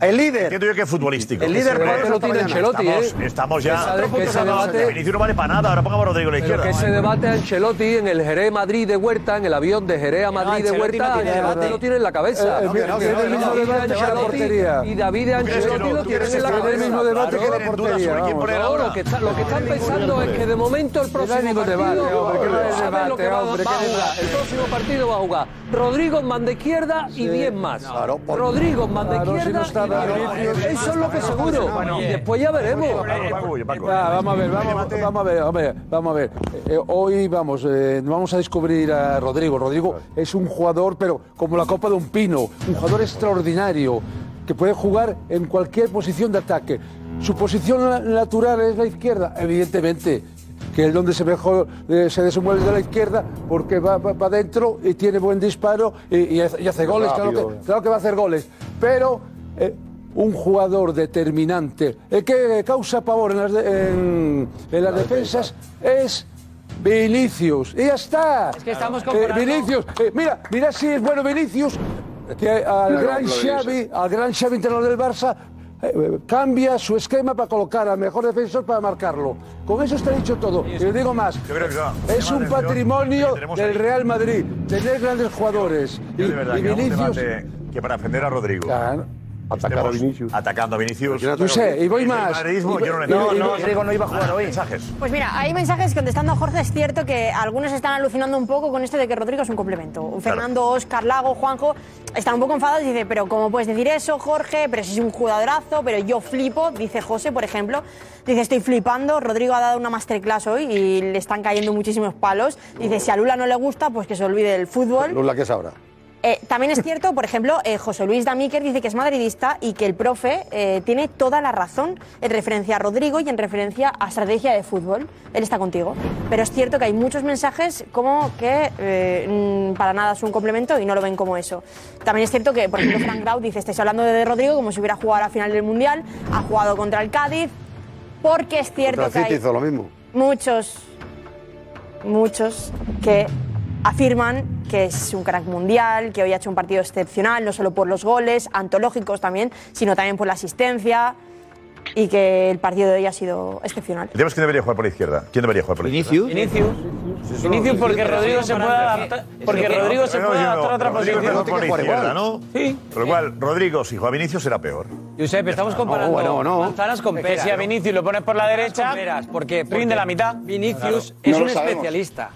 El líder. Entiendo yo que futbolístico. El líder Pero por eso estamos- tiene Ancelotti, estamos, ¿eh? estamos Que ya. esa- que ese debate- Vinicius no vale para nada. Ahora pongamos a Rodrigo a la Pero izquierda. que ese debate Ancelotti en el Jerez Madrid de Huerta, en el avión de Jerez a Madrid de Ancelotti no Huerta, tiene Ancelotti debate. lo tiene en la cabeza. Eh, eh, mira, tiene el mismo David debate que la Ancelotti- portería. Y David ¿Tú crees que no? Ancelotti lo ¿Tú tiene creres en la que cabeza. tiene el mismo debate que la Claro. portería, No, vamos. no, lo que, está- lo que están pensando es que de momento el próximo ningún partido debate, hombre, ¿qué va a debate, saber lo que va, hombre, va a qué jugar. El próximo partido va a jugar Rodrigo en manda izquierda y 10 más. Rodrigo en manda izquierda y 10 más. Eso es lo que seguro. Y después ya veremos. Ah, vamos a ver, vamos, vamos a ver, vamos a ver, vamos a ver. Eh, eh, hoy vamos, eh, no vamos a descubrir a Rodrigo. Rodrigo es un jugador, pero como la copa de un pino, un jugador extraordinario que puede jugar en cualquier posición de ataque. Su posición na- natural es la izquierda, evidentemente, que es donde se mejor eh, se desenvuelve de la izquierda, porque va para adentro y tiene buen disparo y, y hace y hace goles, claro Rápido. que, Claro que va a hacer goles, pero eh, un jugador determinante, el que causa pavor en las, de- en- en las defensas es Vinicius. Y ya está. que estamos Eh, comparando- Vinicius, eh, mira, mira si es bueno Vinicius, que al Mira gran cómo aplaudirse. Xavi, al gran Xavi entrenador del Barça, eh, eh, cambia su esquema para colocar al mejor defensor para marcarlo. Con eso está dicho todo. Y le digo más. Yo creo que va. Es un patrimonio tenemos del ahí. Real Madrid, tener grandes jugadores. Yo de verdad y que hago un Vinicius- debate que para defender a Rodrigo. Atacar a Vinicius. Atacando a Vinicius. No sé, y voy más. El madridismo, yo no Y lo voy- entiendo. y voy- Ah, Mensajes. Pues mira, hay mensajes contestando a Jorge. Es cierto que algunos están alucinando un poco con esto de que Rodrigo es un complemento. Fernando, Oscar, Lago, Juanjo están un poco enfadados y dicen, pero ¿cómo puedes decir eso, Jorge? Pero si es un jugadorazo, pero yo flipo, dice José, por ejemplo. Dice, estoy flipando. Rodrigo ha dado una masterclass hoy y le están cayendo muchísimos palos. Dice, si a Lula no le gusta, pues que se olvide del fútbol. Lula, ¿qué sabrá? Eh, también es cierto, por ejemplo, eh, José Luis Damíquer dice que es madridista y que el profe eh, tiene toda la razón en referencia a Rodrigo y en referencia a estrategia de fútbol. Él está contigo. Pero es cierto que hay muchos mensajes como que eh, mm, para nada es un complemento y no lo ven como eso. También es cierto que, por ejemplo, Frank Grau dice, estáis hablando de Rodrigo como si hubiera jugado a la final del Mundial, ha jugado contra el Cádiz, porque es Contra cierto el que City hay hizo lo mismo. muchos, muchos que afirman que es un crack mundial, que hoy ha hecho un partido excepcional, no solo por los goles, antológicos también, sino también por la asistencia y que el partido de hoy ha sido excepcional. El tema es quién debería jugar por la izquierda. ¿Quién debería jugar por la izquierda? Vinicius. Vinicius porque Rodrigo se puede adaptar, porque Rodrigo se puede adaptar a otra Rodrigo es posición. mejor por la izquierda, ¿no? Sí. Por lo cual, Rodrigo, si juega Vinicius, será peor. Josep, estamos comparando bueno, no. manzanas con Es que peras. si a Vinicius lo pones por la derecha, Peras, ¿por qué? rinde la mitad. Vinicius Claro. es No lo un sabemos. especialista.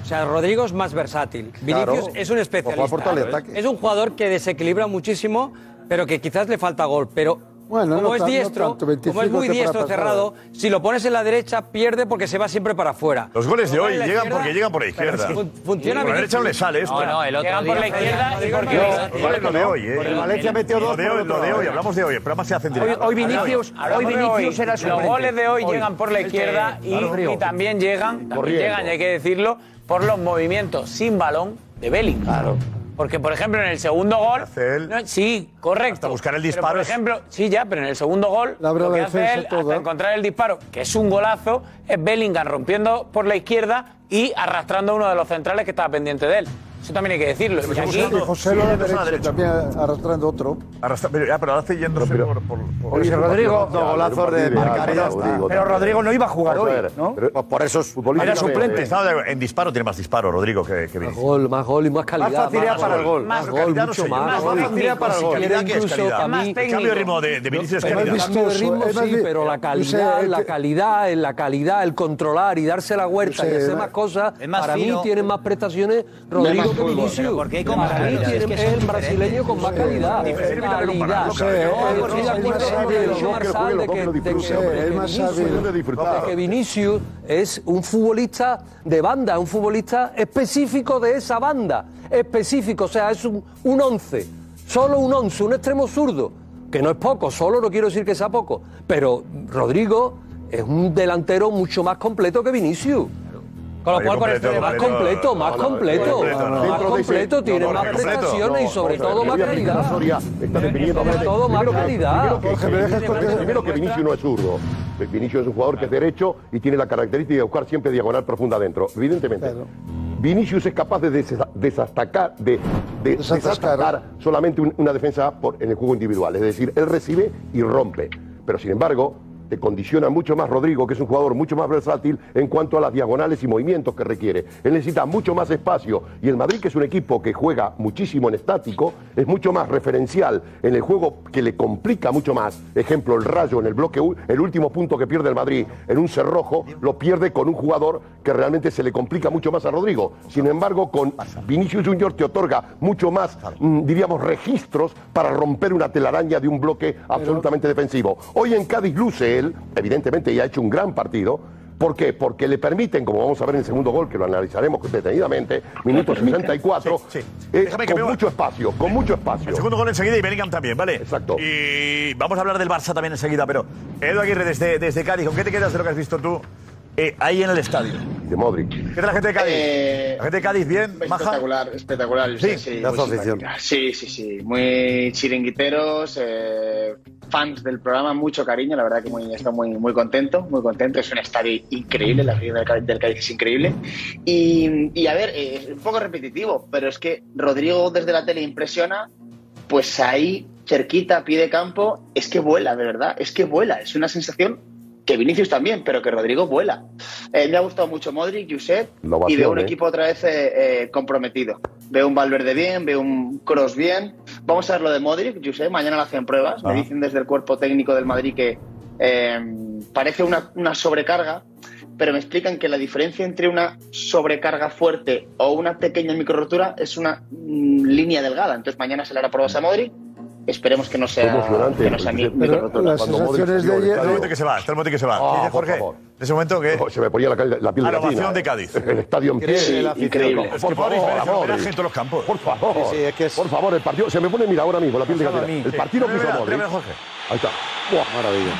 O sea, Rodrigo es más versátil. Vinicius es un especialista. Ojo, aporta al ataque. es un jugador que desequilibra muchísimo, pero que quizás le falta gol. Pero Bueno, como no es tan- no diestro, tanto, como es 25 muy temporada diestro pasada. cerrado, si lo pones en la derecha pierde porque se va siempre para afuera. Los goles de Lo hoy cual en la llegan izquierda- porque llegan por la izquierda. Pero fun- funciona por la Vinicius. derecha no le sale esto. No, no, el otro Llegan por día la fue- izquierda y porque Los goles, lo de hoy, ¿eh? Por el Valencia metió Lo dos de por hoy, otro lo de lado. hoy. Hablamos de hoy. El programa se hace en directo. hoy Vinicius- Ahora, hoy. Vinicius era Los suplente. goles de hoy Hoy. llegan por la El que- izquierda y, Claro. y también llegan, también Corriendo. llegan, y hay que decirlo, por los movimientos sin balón de Bellingham. Porque, por ejemplo, en el segundo gol. No, sí, correcto. buscar el disparo por es- ejemplo, sí, ya, pero en el segundo gol. La lo que brava hace defensa ¿eh? él, toda. hasta encontrar el disparo, que es un golazo, es Bellingham rompiendo por la izquierda y arrastrando a uno de los centrales que estaba pendiente de él. Eso también hay que decirlo. Y aquí- Y José lo de derecha, también arrastrando otro. Arrastra- pero, ya, pero ahora está yéndose por, por, por- Oye, Rodrigo, Dos golazos de marcar, ya está. Pero Rodrigo no iba a jugar Vamos a hoy, ver, ¿no? Pues por eso es Era suplente. Estaba de acuerdo, En disparo tiene más disparo, Rodrigo, que, que Vinicius. Gol, más gol y más calidad. facilidad para el gol. Más Más gol, calidad, mucho no sé yo. más. Más facilidad para el gol. Calidad Calidad que es incluso calidad. para Más mí. técnico. Cambio de ritmo de- de Vinicius es Pero calidad. el cambio de ritmo Es más sí, vi- pero la Yo calidad, sé, es la que- calidad, en la calidad, el controlar y darse la Yo huerta sé, y hacer es- más cosas, es más para mí fino. tienen más prestaciones Rodrigo más fútbol. que Vinicius. Pero porque hay para mí comparativas, tienen- es que es son el brasileño con más calidad. Calidad. Yo sé, No, es- estoy es de acuerdo más con lo que hábil, dijo yo que juegue, lo Marsal, de que- pongo, lo de que- disfruto, de hombre, que es más Vinicius- hábil. Yo lo disfrutaba. de que Vinicius es un futbolista de banda, un futbolista específico de esa banda, específico, o sea, es un, un once, solo un once, un extremo zurdo, que no es poco, solo no quiero decir que sea poco, pero Rodrigo es un delantero mucho más completo que Vinicius. Con lo Oye, cual, con completo, este- más completo, completo, más no, no, completo, completo, no. más Dentro de ese- completo, tiene no, no, más completo, prestaciones y no, sobre vamos a ver, todo le más voy a aplicar calidad. Soria está definiendo a Sobre Medellín. todo más Primero que- calidad. primero que- Primero que Vinicius no es zurdo. Vinicius es un jugador que es derecho y tiene la característica de buscar siempre diagonal profunda adentro. Evidentemente. Vinicius es capaz de desa- desastacar, de, de desatascar solamente un- una defensa por- en el juego individual. Es decir, él recibe y rompe. Pero sin embargo, te condiciona mucho más Rodrigo, que es un jugador mucho más versátil en cuanto a las diagonales y movimientos que requiere. Él necesita mucho más espacio y el Madrid, que es un equipo que juega muchísimo en estático, es mucho más referencial en el juego que le complica mucho más. Ejemplo, el rayo en el bloque, u- el último punto que pierde el Madrid en un cerrojo, lo pierde con un jugador que realmente se le complica mucho más a Rodrigo. Sin embargo, con Vinicius Junior te otorga mucho más, mm, diríamos, registros para romper una telaraña de un bloque absolutamente defensivo. Hoy en Cádiz luce él, evidentemente, y ha hecho un gran partido. ¿Por qué? Porque le permiten, como vamos a ver en el segundo gol, que lo analizaremos detenidamente, minuto 64, eh, con mucho espacio, con mucho espacio. El segundo gol enseguida y Bellingham también, ¿vale? Exacto. Y vamos a hablar del Barça también enseguida, pero Edu Aguirre desde, desde Cádiz, ¿con qué te quedas de lo que has visto tú eh, ahí en el estadio? De Modric. ¿Qué tal la gente de Cádiz? ¿La gente de Cádiz bien? ¿Maja? Eh, Espectacular, espectacular. Sí, Sí, sí, pedazo muy de afición. simpática. Sí, sí, sí. Muy chiringuiteros, eh, fans del programa, mucho cariño. La verdad que muy, está muy, muy contento, muy contento. Es un estadio increíble, la afición del, Cádiz- del Cádiz es increíble. Y, y a ver, eh, es un poco repetitivo, pero es que Rodrigo desde la tele impresiona, pues ahí, cerquita, a pie de campo, es que vuela, de verdad, es que vuela. Es una sensación que Vinicius también, pero que Rodrigo vuela. Eh, me ha gustado mucho Modric, Josep, Lo y vació, veo un ¿eh? equipo otra vez eh, eh, comprometido. Veo un Valverde bien, veo un Cross bien. Vamos a ver lo de Modric, Josep, mañana lo hacen pruebas. Ah. Me Ajá. dicen desde el cuerpo técnico del Madrid que eh, parece una, una sobrecarga, pero me explican que la diferencia entre una sobrecarga fuerte o una pequeña micro rotura es una mm, línea delgada. Entonces mañana se le hará pruebas a Modric. Esperemos que no sea, emocionante. que no sea mi- Pero microrotura. las Cuando Modric sensaciones de ayer- Hasta el momento que se va, hasta el momento que se va. Ah, Dice por Jorge, favor. de ese momento que... Se me ponía la, cal- la piel A la gelatina. ovación de Cádiz. El estadio en pie. Sí, la afición. Increíble. Es que Por favor, Modric merece un Modric. homenaje en todos los campos. Por favor. Sí, sí, Por favor, el partido. Se me pone, mira, ahora mismo la piel de Pasaba gelatina. a mí. El Sí. partido que hizo Tráemela, Modric. tráemela, Jorge. Ahí está. Maravilla.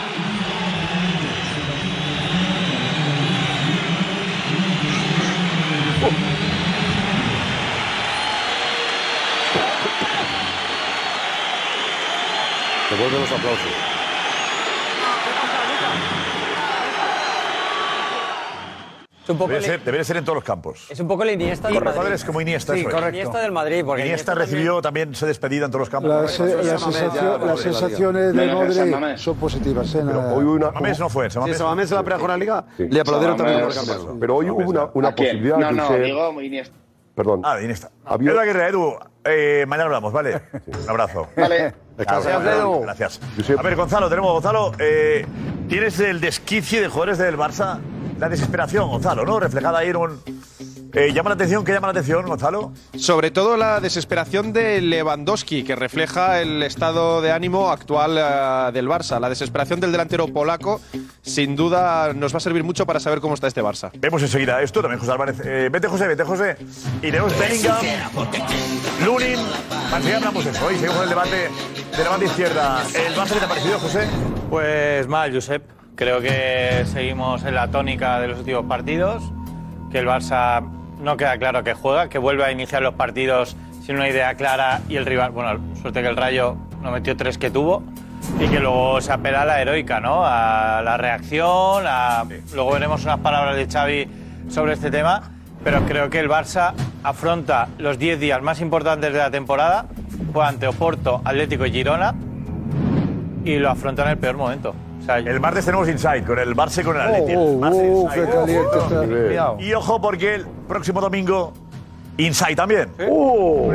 Devuelve los aplausos. Debe ser, debe ser en todos los campos. Es un poco la Iniesta Y del Rafa Madrid. es como Iniesta. Sí, eso es. correcto. Iniesta del Madrid, porque Iniesta Iniesta también- recibió también se despedida en todos los campos. La se- la sensación- las sensaciones de Modric son positivas. ¿eh? Nada- Mamés no fue. Samamés, Sí, Samamés en la preajornaliga Sí. le aplaudieron también por Samamés. campeonato. Pero hoy hubo una, una posibilidad No, de no, usted- digo Iniesta. Perdón. Ah, de Iniesta. Había- Edu Aguirre, Edu, eh, mañana hablamos, ¿vale? Un abrazo. Vale. Gracias, Gracias, Edu. Gracias. A ver, Gonzalo, tenemos Gonzalo. eh, Tienes el desquicie de jugadores del Barça, la desesperación, Gonzalo, ¿no? Reflejada ahí en un. eh, llama la atención, ¿qué llama la atención, Gonzalo? Sobre todo la desesperación de Lewandowski, que refleja el estado de ánimo actual eh, del Barça. La desesperación del delantero polaco, sin duda, nos va a servir mucho para saber cómo está este Barça. Vemos enseguida esto también, José Álvarez. Eh, vete, José, vete, José. Y tenemos Bellingham, Lunin. Enseguida hablamos de eso. Hoy seguimos con el debate de la banda izquierda. ¿El Barça qué te ha parecido, José? Pues mal, Josep. Creo que seguimos en la tónica de los últimos partidos, que el Barça no queda claro que juega, que vuelve a iniciar los partidos sin una idea clara y el rival, bueno, suerte que el Rayo no metió tres que tuvo y que luego se apela a la heroica, ¿no? A la reacción, a... luego veremos unas palabras de Xavi sobre este tema, pero creo que el Barça afronta los 10 días más importantes de la temporada, juega ante Oporto, Atlético y Girona, y lo afronta en el peor momento. el martes tenemos Inside con el Barça y con el Atleti. Oh, El Barça oh, Inside. qué caliente Ojo, está. cuidado. Cuidado. Y ojo porque el próximo domingo Inside también. Uh. Oh,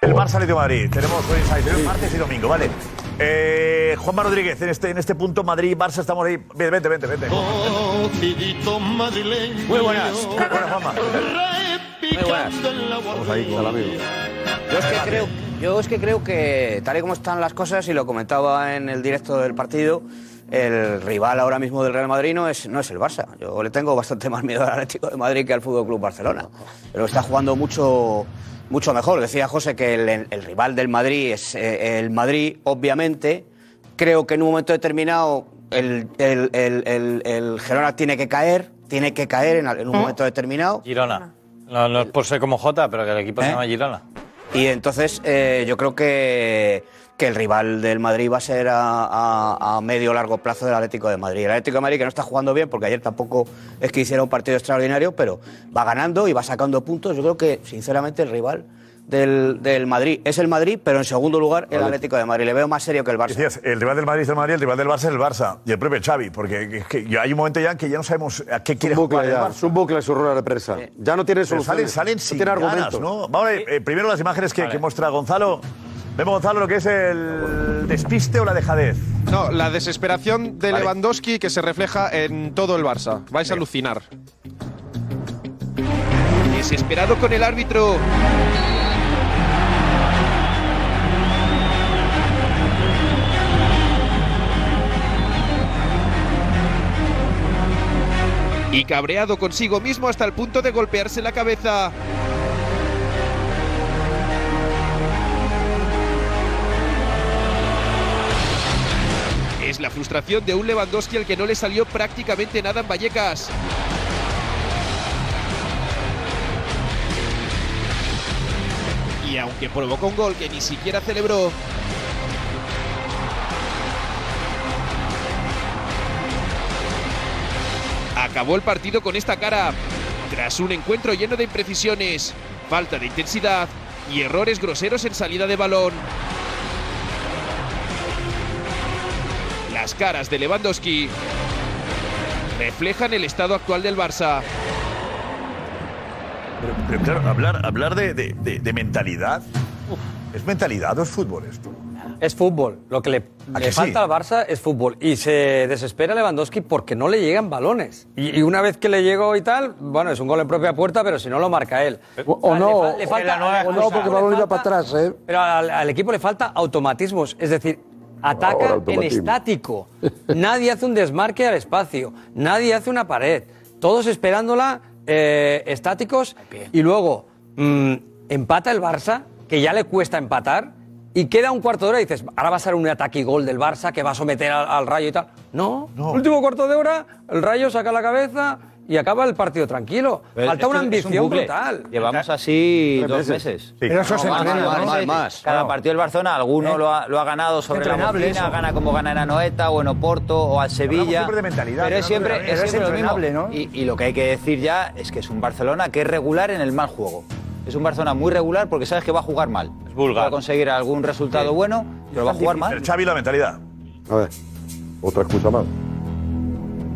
El Barça Atlético de Madrid. Tenemos hoy Inside. Tenemos martes y domingo, ¿vale? Eh, Juanma Rodríguez, en este, en este punto Madrid-Barça estamos ahí. Vente, vente, vente. vente. Muy buenas. Muy buenas, Juanma. Muy buenas. Estamos Pues, ahí con el amigo. Yo es que creo, yo es que creo que tal y como están las cosas y lo comentaba en el directo del partido, el rival ahora mismo del Real Madrid no es, no es el Barça. Yo le tengo bastante más miedo al Atlético de Madrid que al Fútbol Club Barcelona. Pero está jugando mucho mucho mejor. Decía José que el, el rival del Madrid es eh, el Madrid, obviamente. Creo que en un momento determinado el, el, el- el- el Girona tiene que caer, tiene que caer en, al- en un momento determinado. Girona. No, no es por ser como Jota, pero que el ¿Eh? equipo se llama Girona. Y entonces eh, yo creo que, que el rival del Madrid va a ser a, a- a medio o largo plazo del Atlético de Madrid. El Atlético de Madrid que no está jugando bien, porque ayer tampoco es que hiciera un partido extraordinario, pero va ganando y va sacando puntos. Yo creo que, sinceramente, el rival del, del Madrid es el Madrid, pero en segundo lugar el Atlético de Madrid. Le veo más serio que el Barça. Decías, el rival del Madrid es el Madrid, el rival del Barça es el Barça y el propio Xavi, porque es que ya hay un momento ya en que ya no sabemos a qué quiere jugar el ya, Barça. es un bucle su rueda de prensa. Ya no tiene Pero salen, soluciones. salen no sin tiene ganas, argumentos. ¿no? Vamos a ver, eh, primero las imágenes que, que muestra Gonzalo. Vemos, Gonzalo, lo que es el despiste o la dejadez. No, la desesperación de Lewandowski que se refleja en todo el Barça. Vais a alucinar. Desesperado con el árbitro. Y cabreado consigo mismo hasta el punto de golpearse la cabeza. Es la frustración de un Lewandowski al que no le salió prácticamente nada en Vallecas. Y aunque provocó un gol que ni siquiera celebró, acabó el partido con esta cara. Tras un encuentro lleno de imprecisiones, falta de intensidad y errores groseros en salida de balón. Las caras de Lewandowski reflejan el estado actual del Barça. Pero, pero claro, hablar, hablar de, de- de- de mentalidad. ¿Es mentalidad o es fútbol esto? Es fútbol. Lo que le, ¿A le que sí? falta al Barça es fútbol. Y se desespera Lewandowski porque no le llegan balones. Y, y una vez que le llegó y tal, bueno, es un gol en propia puerta, pero si no lo marca él. O, o no, le fa- le falta- o no, o no, porque porque el balón iba para atrás, ¿eh? Pero al, al equipo le falta automatismos. Es decir, ataca en automatismo. estático. Nadie hace un desmarque al espacio. Nadie hace una pared. Todos esperándola eh, estáticos. Y luego mm, empata el Barça, que ya le cuesta empatar. Y queda un cuarto de hora y dices, ahora va a ser un ataque y gol del Barça que va a someter al, al Rayo y tal. No. Último cuarto de hora, el Rayo saca la cabeza y acaba el partido tranquilo. Pero Falta esto una es un ambición bucle. brutal. Llevamos así Tres dos meses. meses. Sí. Pero eso ¿eh? No, se más, entrena, más, ¿no? más, Sí. más. Cada partido del Barcelona, alguno lo, ha, lo ha ganado sobre la Entrenable Morfina, eso. gana como gana en Anoeta o en Oporto o al Sevilla. siempre de mentalidad, Pero es ¿no? siempre, Pero es es siempre lo entrenable, mismo. Y, y lo que hay que decir ya es que es un Barcelona que es regular en el mal juego. Es un Barcelona muy regular porque sabes que va a jugar mal. Es vulgar. Va a conseguir algún resultado bueno, pero va a jugar mal. El Xavi la mentalidad. A ver, otra excusa más.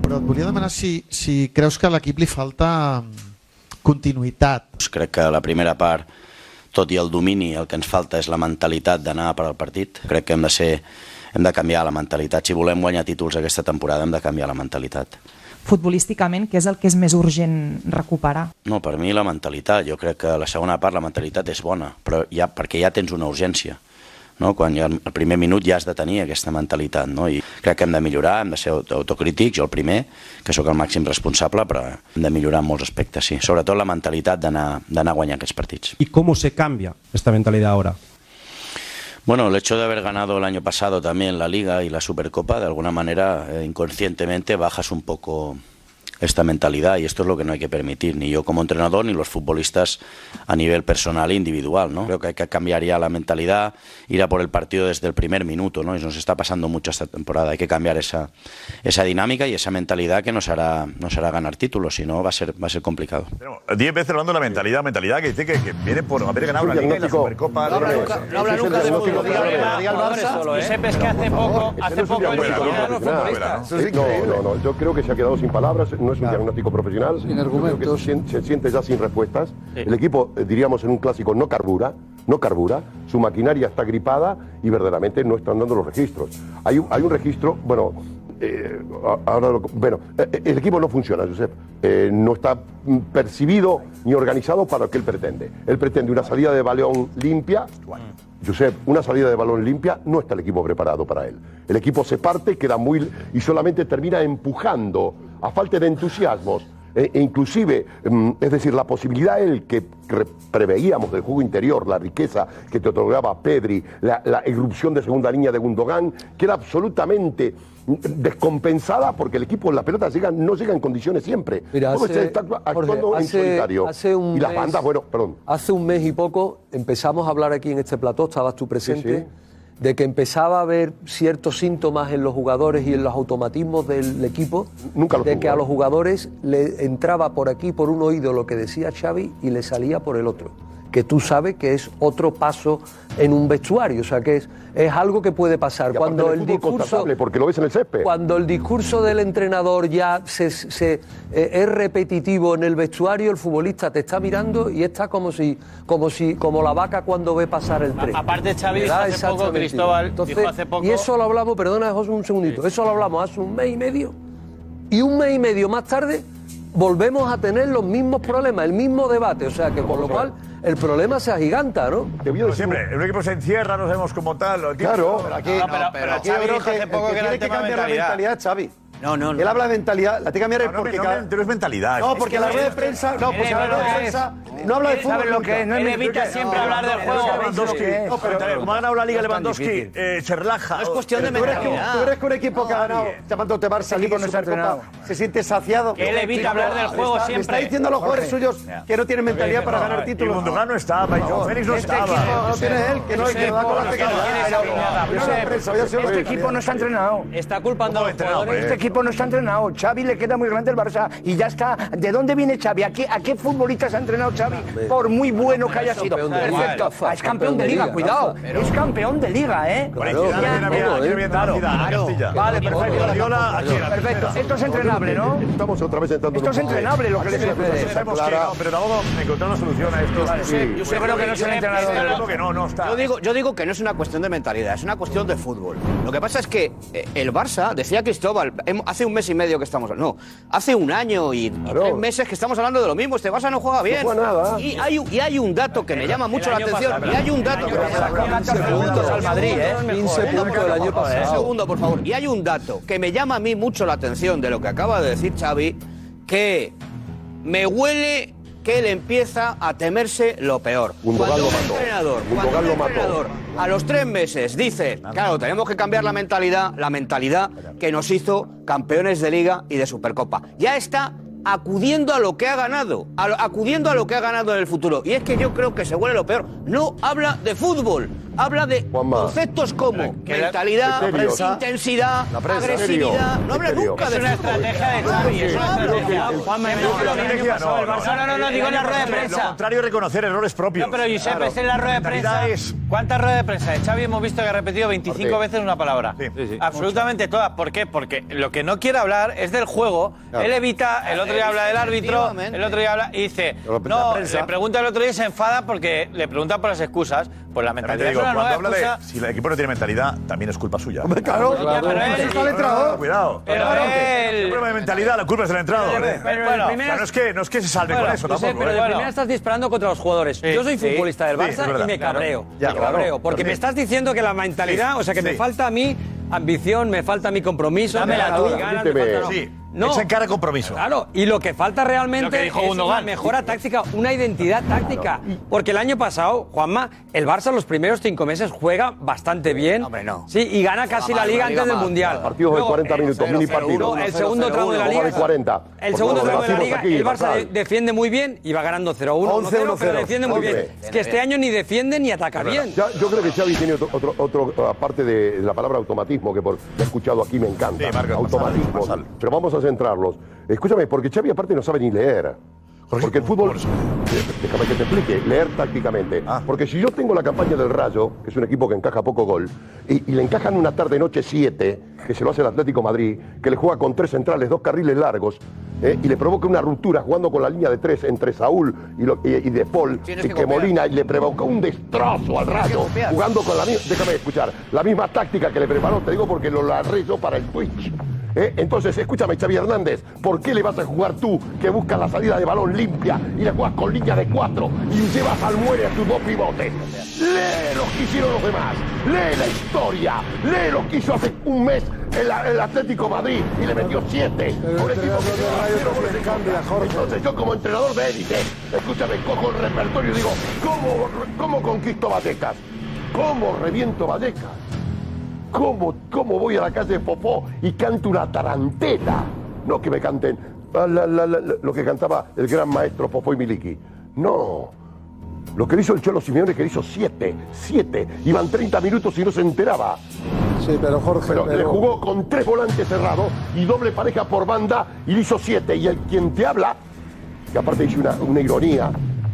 Però et volia demanar si, si creus que a l'equip li falta mm, continuïtat. Doncs crec que la primera part, tot i el domini, el que ens falta és la mentalitat d'anar per al partit. Crec que hem de ser hem de canviar la mentalitat. Si volem guanyar títols aquesta temporada, hem de canviar la mentalitat. futbolísticament, que és el que és més urgent recuperar. No, per mi la mentalitat. Jo crec que la segona part, la mentalitat és bona, però ja, perquè ja tens una urgència. No? Quan ja, el primer minut ja has de tenir aquesta mentalitat. No? I crec que hem de millorar, hem de ser aut- autocrítics, jo el primer, que sóc el màxim responsable, però hem de millorar en molts aspectes, sí. Sobretot la mentalitat d'anar d'anar a guanyar aquests partits. ¿Y cómo se cambia esta mentalidad ahora? Bueno, el hecho de haber ganado el año pasado también la Liga y la Supercopa, de alguna manera, eh, inconscientemente bajas un poco esta mentalidad y esto es lo que no hay que permitir, ni yo como entrenador ni los futbolistas a nivel personal e individual, ¿no? Creo que hay que cambiar ya la mentalidad, ir a por el partido desde el primer minuto, ¿no? Y nos está pasando mucho esta temporada, hay que cambiar esa, esa dinámica y esa mentalidad que nos hará, nos hará ganar títulos, si no va a ser, va a ser complicado. Tenemos Diez veces hablando de la mentalidad, mentalidad que dice que, que viene por haber ganado la Liga y la Supercopa. No, habla nunca de fútbol. Giuseppe, es que hace poco, hace poco el Eso es increíble. No, no, no. Yo creo que se ha quedado sin palabras. No es un diagnóstico profesional. Sin argumentos. Se, sien- se siente ya sin respuestas. El equipo, eh, diríamos en un clásico, no carbura. No carbura. Su maquinaria está gripada y verdaderamente no están dando los registros. Hay un, hay un registro, bueno, eh, a- ahora lo- bueno, eh, el equipo no funciona, Josep. Eh, no está mm, percibido ni organizado para lo que él pretende. Él pretende una salida de balón limpia. Josep, una salida de balón limpia no está el equipo preparado para él. El equipo se parte, queda muy y solamente termina empujando a falta de entusiasmos. E- e inclusive, mm, es decir, la posibilidad el que cre- preveíamos del juego interior, la riqueza que te otorgaba Pedri, la, la irrupción de segunda línea de Gundogan, queda absolutamente mm, descompensada porque el equipo, la pelota llega, no llega en condiciones siempre. Mira, Todo hace- se está actua- Jorge, actuando en hace- solitario. hace un y las mes- bandas, bueno, perdón. Hace un mes y poco empezamos a hablar aquí en este plató, estabas tú presente, de que empezaba a haber ciertos síntomas en los jugadores y en los automatismos del equipo. Nunca ¿eh? De que a los jugadores le entraba por aquí, por un oído, lo que decía Xavi y le salía por el otro. Que tú sabes que es otro paso en un vestuario, o sea que es, es algo que puede pasar. Y aparte Cuando en el fútbol discurso. constatable, porque lo ves en el césped. Cuando el discurso del entrenador ya se, se- eh, es repetitivo en el vestuario, el futbolista te está mirando y está como si, como si, como la vaca cuando ve pasar el tren. aparte, Xavi Me dijo da hace exactamente poco, igual. Cristóbal, Entonces, dijo hace poco- Y eso lo hablamos, perdona, José, un segundito. Eso lo hablamos hace un mes y medio. Y un mes y medio más tarde volvemos a tener los mismos problemas, el mismo debate. O sea que con lo cual el problema se agiganta, ¿no? Pero siempre, el equipo se encierra, no sabemos cómo tal. lo típico. Claro. pero aquí, No, pero- pero aquí yo creo que el que tiene que cambiar la mentalidad es Xavi. No, no, Él habla de mentalidad, la tiene que cambiar es porque... no, cada- no, pero es mentalidad. No, Es porque que la no rueda de es- prensa... No, porque la rueda de prensa no habla de fútbol nunca. Lewandowski. No, pero como ha ganado la Liga Lewandowski, eh, se relaja. No es cuestión de mentalidad. ¿Tú crees que un equipo que ha ganado llamándote Barça Liga equipo en no su está Supercopa se siente saciado? Que él evita hablar del juego Le está- Le está siempre. diciendo a los jugadores Jorge. suyos que no tienen mentalidad para ganar títulos. Y Gundogan no estaba, y Joao Félix no este estaba. equipo no tiene él, que no es que no da con la Este equipo no está entrenado. Está culpando a los Pero jugadores. Este equipo no está entrenado. Xavi le queda muy grande el Barça y ya está. ¿De dónde viene Xavi? ¿A qué, a qué futbolistas ha entrenado Xavi? Por muy bueno que haya es sido. campeón de liga. Perfecto. Rafa, Es campeón de liga, cuidado. Pero- Es campeón de liga, ¿eh? Bueno, Zidane viene bien, viene bien Claro, Zidane, claro. Castilla. Vale, perfecto. Guardiola, aquí, la Perfecto. tercera. Esto es entrenable, ¿no? Estamos otra vez entrando Esto es entrenable lo que le sucede. Sabemos que no, pero tampoco encontrar una solución a esto. Yo sé, creo que no es el entrenador. Yo creo que no, no está. Yo digo, yo digo que no es una cuestión de mentalidad, es una cuestión de fútbol. Lo que pasa es que eh, el Barça, decía Cristóbal, hem- hace un mes y medio que estamos. No, hace un año y tres meses que estamos hablando de lo mismo. Este Barça no juega bien. juega nada. Y, hay, un- y hay un dato que me llama mucho la año atención. pasado, y hay un dato que me llama. 15 puntos al Madrid, ¿eh? 15 puntos el año pasado. Un segundo, por favor. Y hay un dato que me llama a mí mucho la atención de lo que acaba de decir Xavi, que me huele que él empieza a temerse lo peor. Gundogan Cuando lo un mató. entrenador, Gundogan cuando un lo mató. entrenador a los tres meses dice, claro, tenemos que cambiar la mentalidad, la mentalidad que nos hizo campeones de liga y de Supercopa. Ya está acudiendo a lo que ha ganado, a lo- acudiendo a lo que ha ganado en el futuro. Y es que yo creo que se huele lo peor. No habla de fútbol, habla de conceptos como mentalidad, criterios. intensidad, La prensa. agresividad. Criterio, No habla criterio. nunca Es de una fútbol. estrategia de Xavi, es una estrategia. Juanma, hemos hablado del año pasado del Barça. No, no, no, digo en la rueda de prensa. Lo contrario es reconocer errores propios. No, pero Josep, Claro. es en la rueda de prensa. Mentalidad es- ¿Cuántas ruedas de prensa de Xavi hemos visto que ha repetido 25 Ortega. veces una palabra? Absolutamente todas. ¿Por qué? Porque lo que no quiere hablar es del juego. Claro. Él evita, el otro día habla del árbitro, el otro día habla y dice, Pero la no, prensa- le pregunta el otro día y se enfada porque le pregunta por las excusas. Pues la También mentalidad te digo, es una cuando nueva habla de. excusa. Si el equipo no tiene mentalidad, también es culpa suya. claro. Ya, Claro. pero Pero él- está el entrenador. No, no, no, Cuidado. Pero él- El problema de mentalidad, la culpa es del entrenador. Pero- ¿eh? pero el Bueno, primer- o sea, no es que- no es que se salve Bueno, con eso yo sé, tampoco. pero ¿eh? de primera estás disparando contra los jugadores. Sí, yo soy sí. futbolista del Sí, Barça es verdad, y me claro. cabreo. Ya, me claro. cabreo. Porque Sí. me estás diciendo que la mentalidad, Sí, o sea, que me sí. falta a mí ambición, me falta mi compromiso. Dámela me falta tú. las ganas, me falta lo- Sí, No. esa encara compromiso. Claro, y lo que falta Lo que realmente dijo es una Gundogan. mejora táctica, una identidad táctica. Porque el año pasado, Juanma, el Barça los primeros cinco meses juega bastante bien. Sí, y gana casi Juega la mal, la liga liga antes del mal. Mundial. Partidos de Luego, eh, 40 el minutos, 0-0-1, mini partido. El segundo tramo de la liga. De 40. El segundo Porque lo tramo de la Pues debatimos liga, aquí, el Barça total. de- defiende muy bien y va ganando 0-1, 11-1, 1-0, pero defiende muy bien. Hombre. Es que este año ni defiende ni ataca bien. Ya, yo creo que Xavi tiene otro, otro, otro- eh, aparte de la palabra automatismo, que por, he escuchado aquí me encanta. automatismo. Pero vamos a centrarlos. Escúchame, porque Xavi aparte no sabe ni leer. Porque el fútbol. Eh, Déjame que te explique, leer tácticamente. Porque si yo tengo la campaña del Rayo, que es un equipo que encaja poco gol, y, y le encajan una tarde-noche 7, que se lo hace el Atlético Madrid, que le juega con tres centrales, dos carriles largos, eh, y le provoca una ruptura jugando con la línea de tres entre Saúl y, lo- y- y De Paul, y Tienes que, que copiar. Molina, y le provoca un destrozo al Tienes que Rayo, copiar. jugando con la misma, déjame escuchar, la misma táctica que le preparó, te digo porque lo largué yo para el Twitch. ¿eh? Entonces, escúchame, Xavi Hernández, ¿por qué le vas a jugar tú que buscas la salida de balón limpia y la juegas con línea de cuatro y llevas al muere a tus dos pivotes? Lee lo que hicieron los demás, lee la historia, lee lo que hizo hace un mes el, el Atlético Madrid y le metió siete. Un equipo que lleva cero goles en contra. Entonces yo como entrenador de élite, escúchame, cojo el repertorio y digo, ¿cómo, cómo conquisto Vallecas? ¿Cómo reviento Vallecas? ¿Cómo, ¿Cómo voy a la calle de Popó y canto una tarantela? No que me canten la, la, la, la, lo que cantaba el gran maestro Popó y Miliki. No. Lo que le hizo el Cholo Simeone, que le hizo siete, siete. Iban 30 minutos y no se enteraba. Sí, pero Jorge. Pero, le pero- jugó con tres volantes cerrados y doble pareja por banda y le hizo siete. Y el quien te habla, que aparte hizo una, una ironía,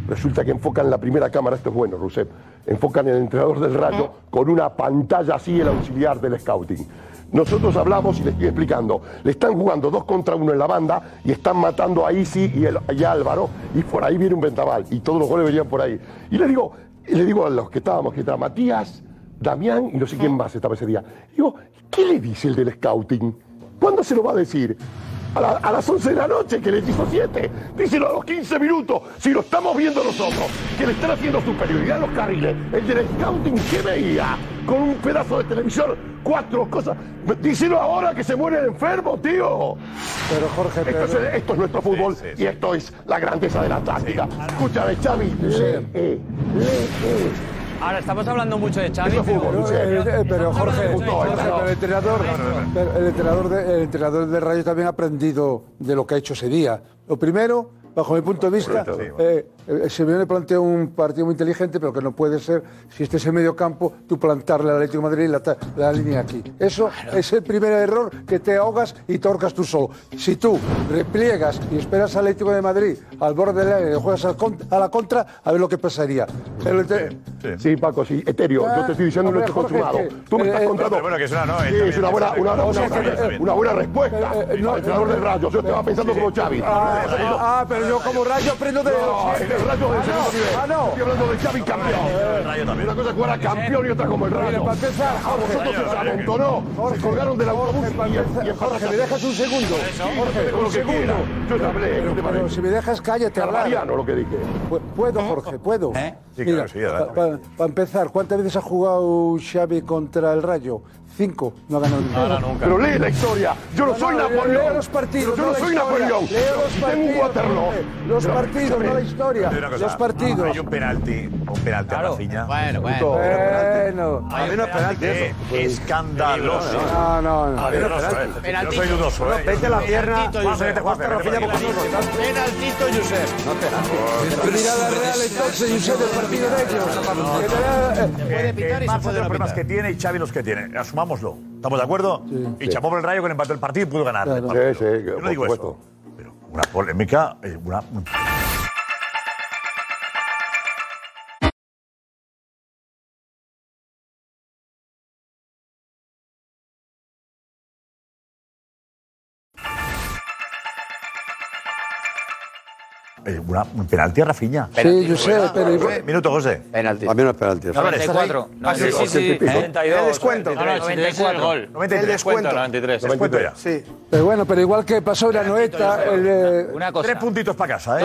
resulta que enfocan la primera cámara, esto es bueno, Rusep, enfocan el entrenador del rayo con una pantalla así el auxiliar del scouting. Nosotros hablamos y le estoy explicando. Le están jugando dos contra uno en la banda y están matando a Isi y, el- y a Álvaro y por ahí viene un vendaval y todos los goles venían por ahí. Y le digo, y le digo a los que estábamos, que estaba Matías, Damián y no sé quién más estaba ese día. Digo, ¿qué le dice el del scouting? ¿Cuándo se lo va a decir? A, la- a las 11 de la noche, que les dijo 7. Díselo a los 15 minutos, si lo estamos viendo nosotros, que le están haciendo superioridad a los carriles. El del scouting que veía con un pedazo de televisión, cuatro cosas. Díselo ahora que se muere el enfermo, tío. Pero Jorge, Entonces, esto es nuestro fútbol y esto es la grandeza de la táctica. Escúchame, Xavi. lee, eh, lee, eh. Ahora, estamos hablando mucho de Xavi. Eso es fútbol, pero- Josep. Eh, eh, pero Jorge, Jorge, pero el entrenador, pero el entrenador, de- el entrenador del Rayo también ha aprendido de lo que ha hecho ese día. Lo primero, bajo mi punto de vista, Correcto, sí, eh, eh, Simeone plantea un partido muy inteligente, pero que no puede ser, si estés en medio campo, tú plantarle al Atlético de Madrid la, ta- la línea aquí. Eso es el primer error que te ahogas y te ahorcas tú solo. Si tú repliegas y esperas al Atlético de Madrid al borde del área y le juegas al con- a la contra, a ver lo que pasaría. El entre- Sí, Paco, sí, etéreo. Yo te estoy diciendo Ah, un hombre, hecho Jorge, consumado. que- Tú me eh, estás eh, contando. pero bueno, que es una- no, está Sí, es bien, una buena, está bien. una, una- O sea, una- que- una- una buena respuesta. al entrenador del Rayo. Yo estaba pensando como Xavi. Ah, ah, ah, pero yo como Rayo aprendo de No, el del Rayo del segundo nivel. Ah, no. Estoy hablando de Xavi campeón. Una cosa es jugar a campeón y otra como el Rayo. para empezar, A vosotros se os amontonó. Se colgaron del autobús y- y en Jorge, me dejas un segundo. Jorge, Jorge, con lo un que segundo. quiera. Yo te hablé. ¿qué te Pero parece? si me dejas, cállate. hablar. Carvajaliano lo que dije. Pu- Puedo, Jorge, puedo. Sí, Mira, claro, sí, adelante. para empezar, ¿cuántas veces ha jugado Xavi contra el Rayo? Cinco. No ha ganado Ahora ninguno. Pero lee la historia. Yo no, soy Napoleón. Leo los partidos. Pero yo no la soy historia. Napoleón. Leo los Si partidos. tengo un Waterloo. Jorge, Los Pero, partidos, no la escúchame, historia. te digo una cosa. Los partidos. Hay un penalti, un penalti a Rafinha. Bueno, Bueno. Hay un penalti. eh, Escandaloso. No, no, no. Escandaloso, eh. Yo soy dudoso, eh. Vete la pierna. Vamos a verte jugar, Rafinha, porque no nos dan. Penaltito, Josep. No, penalti. Mira la Real entonces, Josep, el partido de ellos. Eh, eh, Barça tiene los problemas que tiene y Xavi los que tiene. Asumámoslo. ¿Estamos de acuerdo? Y Sí. chapó por el Rayo que le empató el partido y pudo ganar. el partido. Sí, sí, Yo no por digo supuesto. eso. Pero una polémica, eh, una Eh, una- un penalti a Rafinha. Penalti, yo sé, José. pero- José, Minuto, José. Penalti. A mí no es penalti. Álvarez, ¿estás ahí? 94. Ah, sí, sí, sí. ¿Eh? 92, El descuento. 93. No, no, 94. el gol. 93. El descuento. 93. Descuento ya. Sí. Pero bueno, pero igual que pasó en la noeta, el, eh, Tres puntitos para casa, ¿eh?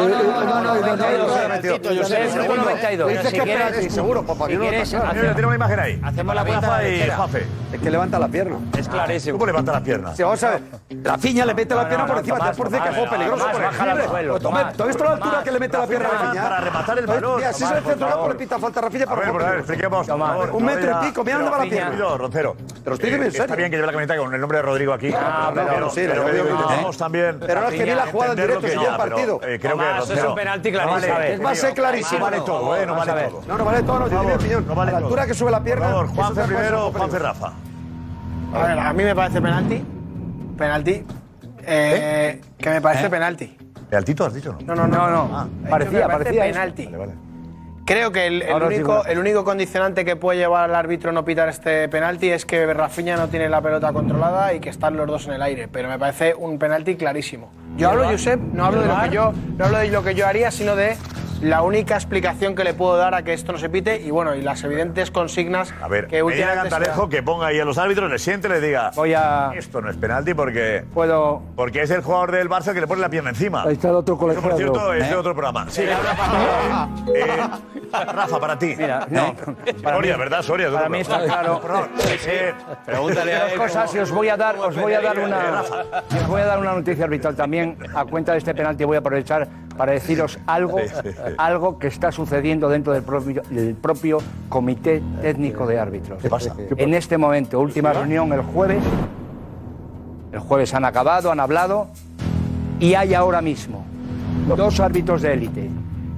Dices que es penalti, seguro, papá. Yo no lo tengo. Mira, Tiene una imagen ahí. Hacemos la pinta Rafa y entera. Jafe. Es que levanta la pierna. Es clarísimo. ¿Cómo levanta las piernas? Sí, vamos a ver. La fiña le mete la pierna por encima, tres por que es peligroso por el libre. Tomé, ¿tú has visto la altura que le mete la pierna a Rafinha? Para rematar el balón. Mira, si es Tomás, el por centro favor. le pita falta a Rafinha A por ver, favor. por favor, expliquemos. por favor. Un metro No, y pico, mira pero, dónde va la Rafinha, pierna. cuidado, Roncero. Te lo estoy diciendo en Eh, Está serio. bien que lleve la camiseta con el nombre de Rodrigo aquí. Ah, pero sí, la llevo bien. Vamos también. Pero no, es que vi la jugada en entender directo, lo que- se vio el no, pero, partido. eh, Creo que Tomás, eso es Roncero- un penalti no vale, clarísimo. Es más, tío, es clarísimo. No eh. vale todo, ¿eh? No Vamos a vale ver. todo. No, no vale todo, no, Por tiene favor, opinión. no vale A la todo. altura que sube la pierna, Por favor, eso Juanfe no puede ser primero, penalti. Juanfe Rafa. A ver, a mí me parece penalti. Penalti. Eh, Que me parece ¿Eh? penalti. ¿Altito has dicho no? Ah, No, no, no. no. Parecía, Me parece parecía eso. penalti. Vale, vale. Creo que el, el Ahora sí, único, bueno. el único condicionante que puede llevar al árbitro a no pitar este penalti es que Rafinha no tiene la pelota controlada y que están los dos en el aire. Pero me parece un penalti clarísimo. Yo hablo, Josep, no hablo de lo que yo, no hablo de lo que yo haría, sino de la única explicación que le puedo dar a que esto no se pite y bueno, y las evidentes consignas A ver, que pedir a últimamente se Cantalejo que ponga ahí a los árbitros, le siente y le diga esto no es penalti porque puedo porque es el jugador del Barça que le pone la pierna encima. Ahí está el otro Eso, por colegiado. cierto, es ¿Eh? de otro programa. Sí. Eh, Rafa, para ti. ¿Eh? no, Soria, ¿verdad? Soria. Para mí está claro. Eh, Pregúntale a Dos él cosas cómo- y os voy a dar, cómo os voy a dar aprendería, una, eh, os voy a dar una noticia arbitral también a cuenta de este penalti. Voy a aprovechar para deciros algo, Sí, sí, sí. algo que está sucediendo dentro del propio, del propio comité técnico de árbitros. ¿Qué pasa? ¿Qué En pasa? este momento, última reunión el jueves. El jueves han acabado, han hablado y hay ahora mismo dos árbitros de élite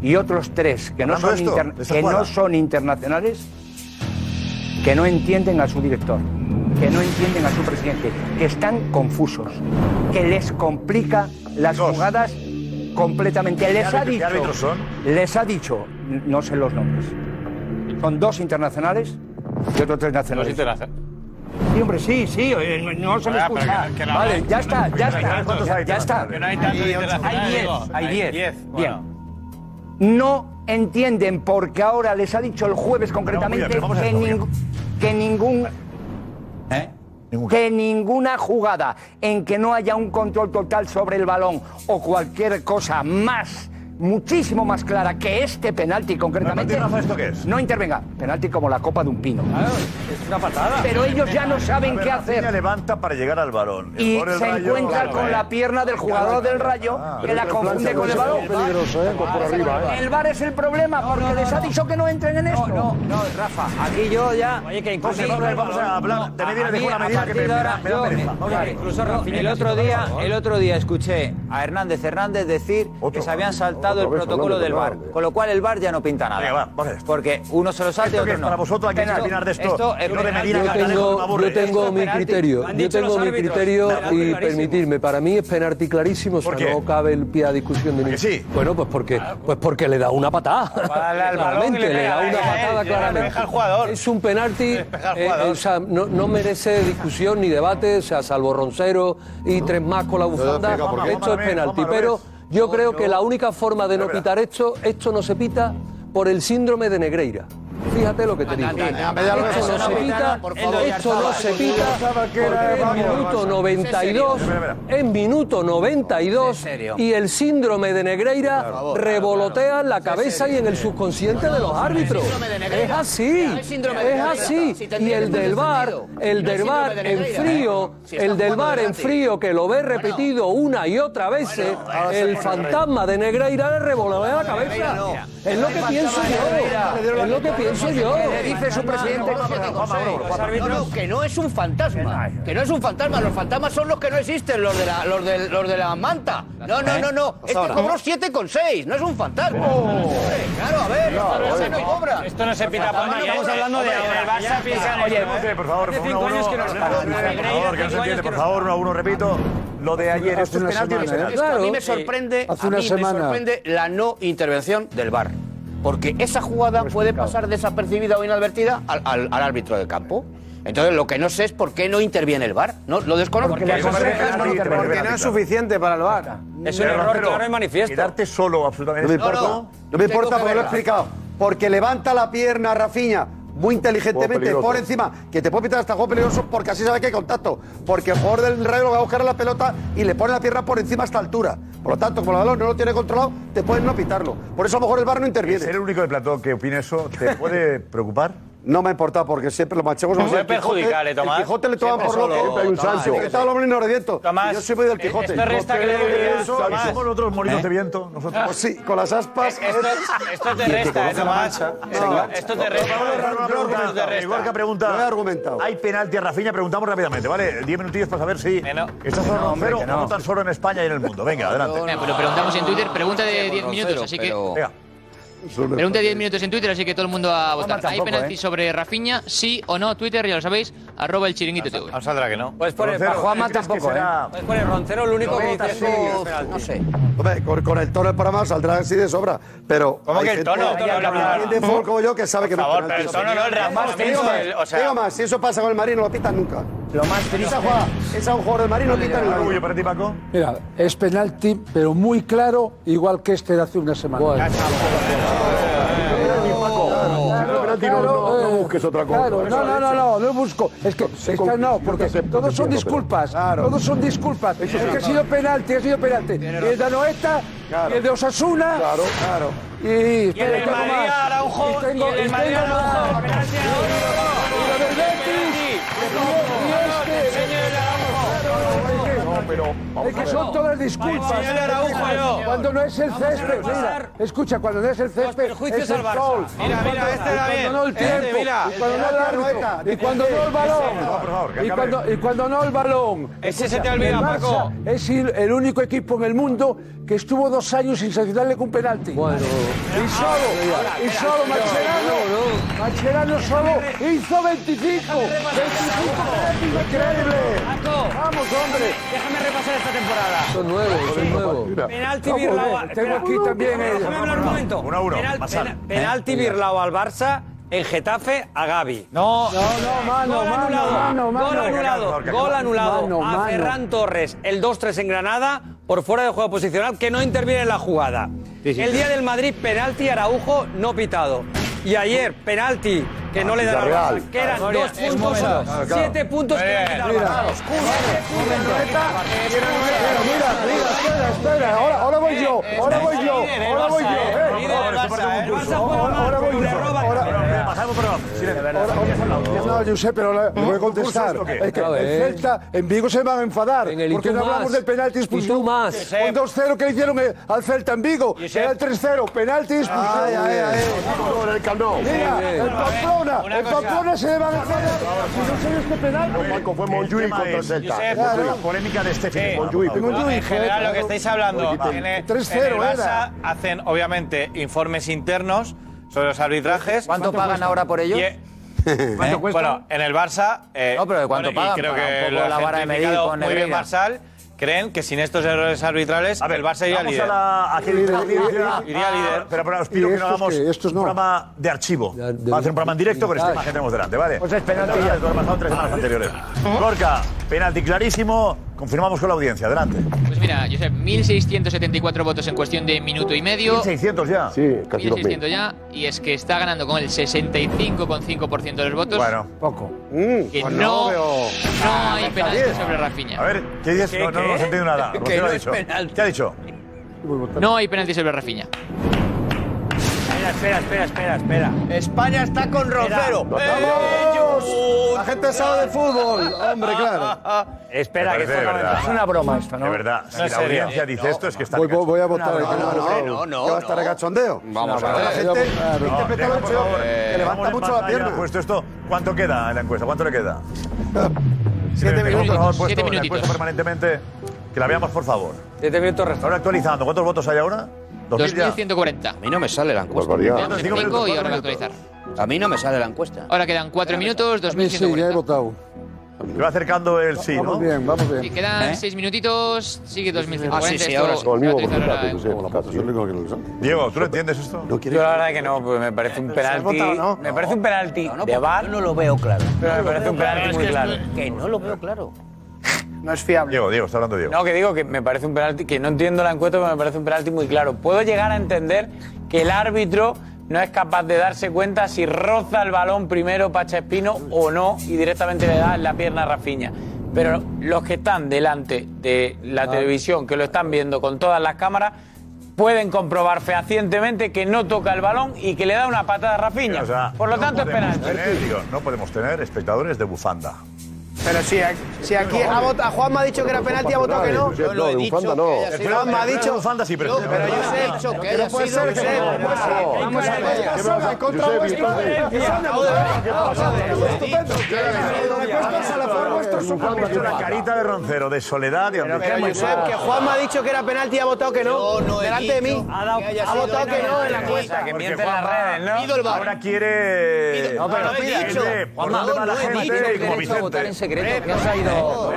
y otros tres que no Hablando son, de esto, interna- de esa que jugada. no son internacionales que no entienden a su director, que no entienden a su presidente, que están confusos, que les complica las jugadas completamente. ¿Qué Les ha árbitro- qué dicho, árbitros son? les ha dicho, n- no sé los nombres, son dos internacionales y otros tres nacionales. Sí, hombre, sí, sí, eh, no- no se me Ah, pero escucha. que- que no- vale, ya está, ya está, ¿Cuántos ya, hay ya está. internacionales? Que no hay tantos internacionales, Hay diez, digo. hay Hay diez. diez, Bien. bueno. No entienden porque ahora les ha dicho el jueves concretamente pero vamos a que, ver, ning- que ningún ¿Eh? que ninguna jugada en que no haya un control total sobre el balón o cualquier cosa más, muchísimo más clara que este penalti concretamente, no intervenga. Penalti como la copa de un pino. Es una patada. Pero ellos ya no A saben ver, qué Rafinha hacer. levanta para llegar al balón. El Y jugador del se Rayo- eh. encuentra con la pierna del jugador del Rayo que la confunde con el balón. eh, pues ¿eh? El VAR es el problema porque les ha dicho que no entren en esto. No, no, Rafa, aquí yo ya- Oye, que incluso- Vamos a ver, vamos a hablar. También viene de una medida que me- me da- me da pereza. Vamos a ver. Incluso el otro día, el otro día escuché a Hernández Hernández decir que se habían saltado otra el vez protocolo hablando de del bar, Hernández. con lo cual el bar ya no pinta nada. Venga, va, vamos a ver. Porque uno se lo salta y ¿Esto qué otro es? no. Para vosotros, ¿a quién se opinar de esto? es Yo tengo- penalti. Mira, yo tengo, yo tengo mi criterio, yo tengo mi criterio y permitirme, para mí es penalti clarísimo, o sea, no cabe el pie a discusión de ningún. Bueno, pues porque, pues porque le da una patada. Claramente, le eh, da una patada claramente. Es un penalti, eh, o sea, no, no merece discusión ni debate, o sea, salvo Roncero y tres más con la bufanda, explica por qué. esto es penalti, pero yo creo que la única forma de no pitar esto, esto no se pita por el síndrome de Negreira. Fíjate lo que te digo. Esto no se pita, esto no se pita, porque en minuto 92, en minuto 92, y el síndrome de Negreira revolotea en la cabeza y en el subconsciente de los árbitros. Es así, es así. Y el del bar, el del bar en frío, el del bar en frío que lo ve repetido una y otra vez, eh, el fantasma de Negreira le revolotea la cabeza. Es lo que pienso yo, es lo que pienso yo. Le dice su presidente. No, no, que no es un fantasma. Que no es un fantasma. Los fantasmas son los que no existen, los de la, los de, los de la manta. No, no, no, no. Este cobró 7,6, no es un fantasma. Hombre, Claro, a ver, los fantasmas no cobran. Esto no se pita por nada. Estamos hablando de el Barça piensa en Oye, esto, ¿eh? por favor, Hace por cinco uno, años uno, que no se por favor, por favor, que no se entiende, por favor, uno a uno, repito, lo de ayer, esto es penalti, o no es penalti. ¿eh? Esto a mí me ¿eh? sorprende, ¿eh? Hace a una mí semana. me sorprende la no intervención del VAR. Porque esa jugada puede pasar desapercibida o inadvertida al, al- al árbitro del campo. Entonces, lo que no sé es por qué no interviene el VAR. No, lo desconozco. Porque las asejas no intervienen. Porque no es suficiente para el VAR. Es un error claro y manifiesto. Quedarte solo, absolutamente. No me importa, No, no, no. me Tengo importa que porque lo he verla. explicado. Porque levanta la pierna Rafiña muy Juego inteligentemente peligroso. por encima, que te puede pitar hasta juego peligroso porque así sabe que hay contacto. Porque el jugador del Rayo lo va a buscar a la pelota y le pone la pierna por encima a esta altura. Por lo tanto, como el balón no lo tiene controlado, te pueden no pitarlo. Por eso a lo mejor el bar no interviene. Ser el único de plató que opine eso, ¿te puede preocupar? No me importa porque siempre los manchegos No somos puede el Quijote. perjudicarle, Tomás. El Quijote le toman Siempre por loco. solo, Siempre hay un Tomás, Sancho. Está el hombre inordieto. Tomás, Y Yo soy muy del eh, Quijote. esto resta Quijote, credibilidad, eso, Tomás. somos los otros molinos de viento. Nosotros. ¿Eh? Pues sí, con las aspas. Esto- esto te resta, ¿eh, Tomás? Esto te resta. Pregunta, Igual que pregunta. Hay penalti a Rafinha, preguntamos rápidamente, ¿vale? Diez minutillos para saber si estás Que no, solo hombre, cero que o no. no tan solo en España y en el mundo. Venga, adelante. Bueno, lo preguntamos en Twitter, pregunta de 10 minutos, así que. Venga. Pregunta de 10 minutos en Twitter, así que todo el mundo a votar. tampoco, ¿Hay penalti ¿eh? sobre Rafiña? Sí o no, Twitter, ya lo sabéis, arroba el chiringuito TV. Os saldrá que no. Pues por el- Roncero, para Juanma ¿crees que ¿eh? tampoco, será- Pues por el Roncero, lo único que dice es que- No sé. Hombre, con, con el tono del programa saldrá así de sobra. Pero. ¿Cómo hay que el gente- tono? El hay tono, gente no, no, de no. fútbol como yo que sabe Por que no es favor, penalti. pero el tono no, el Además, Rafa, te digo el- más, o sea- te digo más, si eso pasa con el Madrid no lo pitan nunca. Lo más Esa jugada, esa un jugador de Madrid no quita el orgullo para ti, Paco. Mira, es penalti, pero muy claro, igual que este de hace una semana. Eh, no, no busques otra cosa. Claro, no, no, no, no, no busco. Es que, es que no, porque todos son disculpas. Todos son disculpas. Es que ha sido penalti, ha sido penalti. Y el de Anoeta, y el de Osasuna. Claro, claro. Y, Y el del Madrid Araujo, Y tengo- y el del y Madrid tengo más. Araujo. Penalti a Araujo. Y lo del Betis. Y este. Es que son todas disculpas. Señor Araujo, yo. Cuando no es el césped, mira. Escucha, cuando no es el césped, es el sol. Mira, mira, este era bien. Cuando no el Este, tiempo, mira. Este, eh, y cuando no el árbitro, y cuando no el balón, y cuando, y cuando no el balón. Ese Escucha, se te olvida, el Barça Paco. Es il- el único equipo en el mundo que estuvo dos años sin sancionarle con penalti. Y este, solo, y solo Mascherano, Mascherano solo hizo 25. 25 penaltis, increíble. Vamos, hombre. Déjame repasar esta temporada. Son nuevos, son nuevos. Penalti Vamos, Birlao. eh, Tengo aquí también el. Déjame hablar un momento. Uno a uno, Penal- pasar. pena- penalti Eh. Birlao al Barça, en Getafe a Gaby. No, No, no, mano, gol mano, anulado, mano, mano. Gol anulado, Mano, gol mano. anulado Mano, a mano. Ferran Torres, el 2-3 en Granada, por fuera de juego posicional, que no interviene en la jugada. sí. El día del Madrid, penalti Araujo no pitado. Y ayer, penalti que no le dan al Ah, Villarreal. Barça, que eran Claro, dos es puntos, momento. Claro, claro. siete puntos que Muy le bien. dan al Mira. Barça. Espera, espera, ahora, ahora voy yo, ahora voy yo, ahora voy yo. eh. Ahora ahora voy yo. Ahora- Ahora- ahora- No, Josep, pero la- le voy a contestar. ¿Justo esto qué? Es que A ver. el Celta en Vigo se van a enfadar. Venga, y Porque tú no hablamos más. del penalti Y expulsión. tú más. Un 2-0 que le hicieron eh, al Celta en Vigo. Era el 3-0, penalti Ah, expulsión. Ay, ay, ay. Con el Camp Nou. Mira, el Pamplona, el Pamplona se le van a enfadar. Si no se este penalti. Paco, fue Monjuy Monjuy contra el Celta. Josep, Monjuy. la polémica de este fin. Eh, Monjuy, Monjuy, figura. Monjuy. En general, lo que estáis hablando, Oye, en el, 3-0 en el Barça era. hacen obviamente informes internos sobre los arbitrajes. ¿Cuánto pagan ahora por ellos? Y, eh, Bueno, en el Barça. eh, No, pero ¿de cuánto bueno, y pagan? creo Para un que poco lo ha la vara de medir ejemplificado con muy bien Negreira. Marsal. Creen que sin estos errores arbitrales, el Barça iría Vamos líder. a la. a que- Iría a- líder. a- Iría líder. Pero, pero os pido ¿Y que no estos hagamos qué? un programa de archivo. Vamos a hacer un programa en directo con esta imagen que tenemos delante, ¿vale? Pues es penalti ya. Lo he pasado tres semanas anteriores. Gorka, penalti clarísimo. Confirmamos con la audiencia. Adelante. Pues mira, Josep, 1.674 votos en cuestión de minuto y medio. 600 ya. Sí, casi los 1.600 ya, y es que está ganando con el 65,5% de los votos. Bueno, poco. Que pues no no, veo. no Ah, hay está penalti bien. sobre Rafinha. A ver, ¿qué dices? No, no hemos entendido nada. Que Rocío no lo ha es dicho. ¿Qué ha dicho? No hay penalti sobre Rafinha. Espera, espera, espera, espera. España está con Rocero. La gente sabe de fútbol, hombre, Ah, claro. Espera, Me que parece esto de no me- verdad. es una broma esto, ¿no? De verdad, si No es la serio. audiencia dice esto es que está. Voy, voy, voy a votar. No, no, no, no, no. ¿Qué va a estar a cachondeo? Vamos a ver. La gente interpreta deja, mucho, por favor, que levanta vamos en mucho la pantalla, pierna. Puesto esto, ¿Cuánto queda en la encuesta? ¿Cuánto le queda? Siete Por favor, minutitos, puesto siete en la minutitos. encuesta permanentemente. Que la veamos, por favor. Siete minutos Ahora actualizando. ¿Cuántos votos hay ahora? 2000 ya. 2.140. A mí no me sale la encuesta. Barbaridad. Quedan Cinco cinco minutos, y ahora cuatro voy a actualizar. A mí no me sale la encuesta. Ahora quedan 4 minutos, A mí sí, 2.140. ya he votado. Se va acercando el sí, Vamos bien, vamos bien. Y quedan ¿Eh? 6 minutitos, sigue 2.140. Ah, esto- Con el mismo esto ahora- porcentaje, Josep, casi. Diego, ¿tú lo entiendes esto? Yo la verdad que no, porque me parece un penalti. votado, no? Me parece un penalti de porque bar. yo no lo veo claro. Pero me No lo parece veo un penalti claro, es muy que claro. estoy- Que no lo veo claro. No es fiable. Diego, Diego, está hablando Diego. No, que digo que me parece un penalti, que no entiendo la encuesta, pero me parece un penalti muy claro. Puedo llegar a entender que el árbitro no es capaz de darse cuenta si roza el balón primero Pacha Espino o no y directamente le da en la pierna a Rafiña. Pero los que están delante de la televisión, que lo están viendo con todas las cámaras, pueden comprobar fehacientemente que no toca el balón y que le da una patada a Rafiña. Por lo tanto, es podemos penalti. tener, digo, no podemos tener espectadores de bufanda. Pero si, a- si aquí a, vot- a Juan me ha dicho que era penalti, ha votado que no. Yo lo he dicho Bufanda no. Juan me ha dicho. Bufanda sí, pero. Pero yo sé que no puede ser que no puede ser. Vamos a ver. Estás en contra vuestra. La carita de Roncero, de soledad y Pero Josep, que Juan me ha dicho que era penalti y ha votado que no. Delante de mí. Ha, dado- ha votado que no en la encuesta. Que miente las redes, ¿no? este, Ahora quiere. No, pero Ahora he quiere- dicho. Por dónde va la gente y como Vicente. secreto. No se ha ido.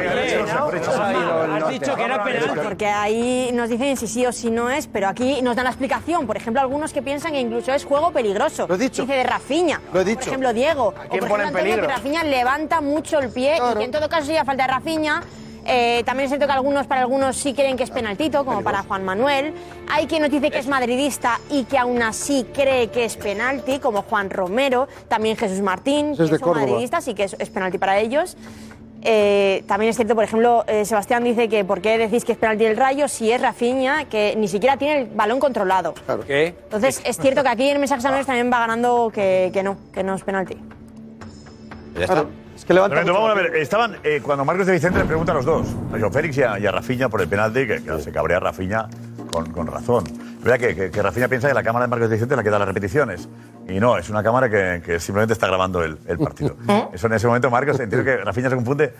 Has dicho que era penalti. Porque ahí nos dicen si sí o si no es, pero aquí nos dan la explicación. Por ejemplo, algunos que piensan que incluso es juego peligroso. Lo he dicho. Dice de Rafiña. Lo he dicho. Por ejemplo, Diego. quién o por pone ejemplo, en Antonio, peligro? que Rafiña levanta mucho el pie y que en todo caso sería falta de Rafiña. Eh, también es cierto que algunos, para algunos sí creen que es penaltito, como para Juan Manuel. Hay quien nos dice que es madridista y que aún así cree que es penalti, como Juan Romero, también Jesús Martín, Es que de son Córdoba. madridistas y que es, es penalti para ellos. Eh, también es cierto, por ejemplo, eh, Sebastián dice que ¿por qué decís que es penalti el rayo si es Rafiña que ni siquiera tiene el balón controlado? ¿Qué? Entonces es cierto que aquí en mensajes anónimos también va ganando que, que no, que no es penalti. Es que levanta vamos a ver, estaban, eh, cuando Marcos de Vicente le pregunta a los dos, a Joao Félix y a, y a Rafinha por el penalti, que, que se cabrea Rafinha con, con razón. Es verdad que, que, que Rafinha piensa que la cámara de Marcos de Vicente es la que da las repeticiones. Y no, es una cámara que, que simplemente está grabando el, el partido. Eso en ese momento, Marcos, entiendo que Rafinha se confunde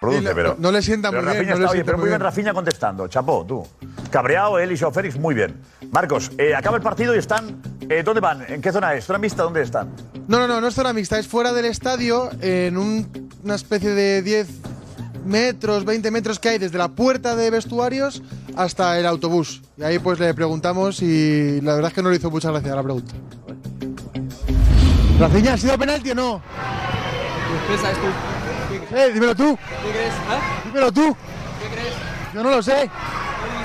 Produce, pero. no le sienta pero muy bien, Rafinha no le está- oye, sienta pero muy muy bien, bien. Rafinha contestando. Chapo, tú. Cabreado, él y Joao Félix, muy bien. Marcos, eh, acaba el partido y están. eh, ¿Dónde van? ¿En qué zona es? ¿Zona mixta? ¿Dónde están? No, no, no, no es zona mixta, es fuera del estadio, en un- una especie de 10 metros, 20 metros que hay desde la puerta de vestuarios hasta el autobús. Y ahí pues le preguntamos y la verdad es que no le hizo mucha gracia la pregunta. Rafiña, ¿ha sido penalti o no? ¿Qué sabes tú? Eh, dímelo tú. ¿Qué crees? ¿Ah? Dímelo tú. ¿Qué crees? Yo no lo sé. Uy,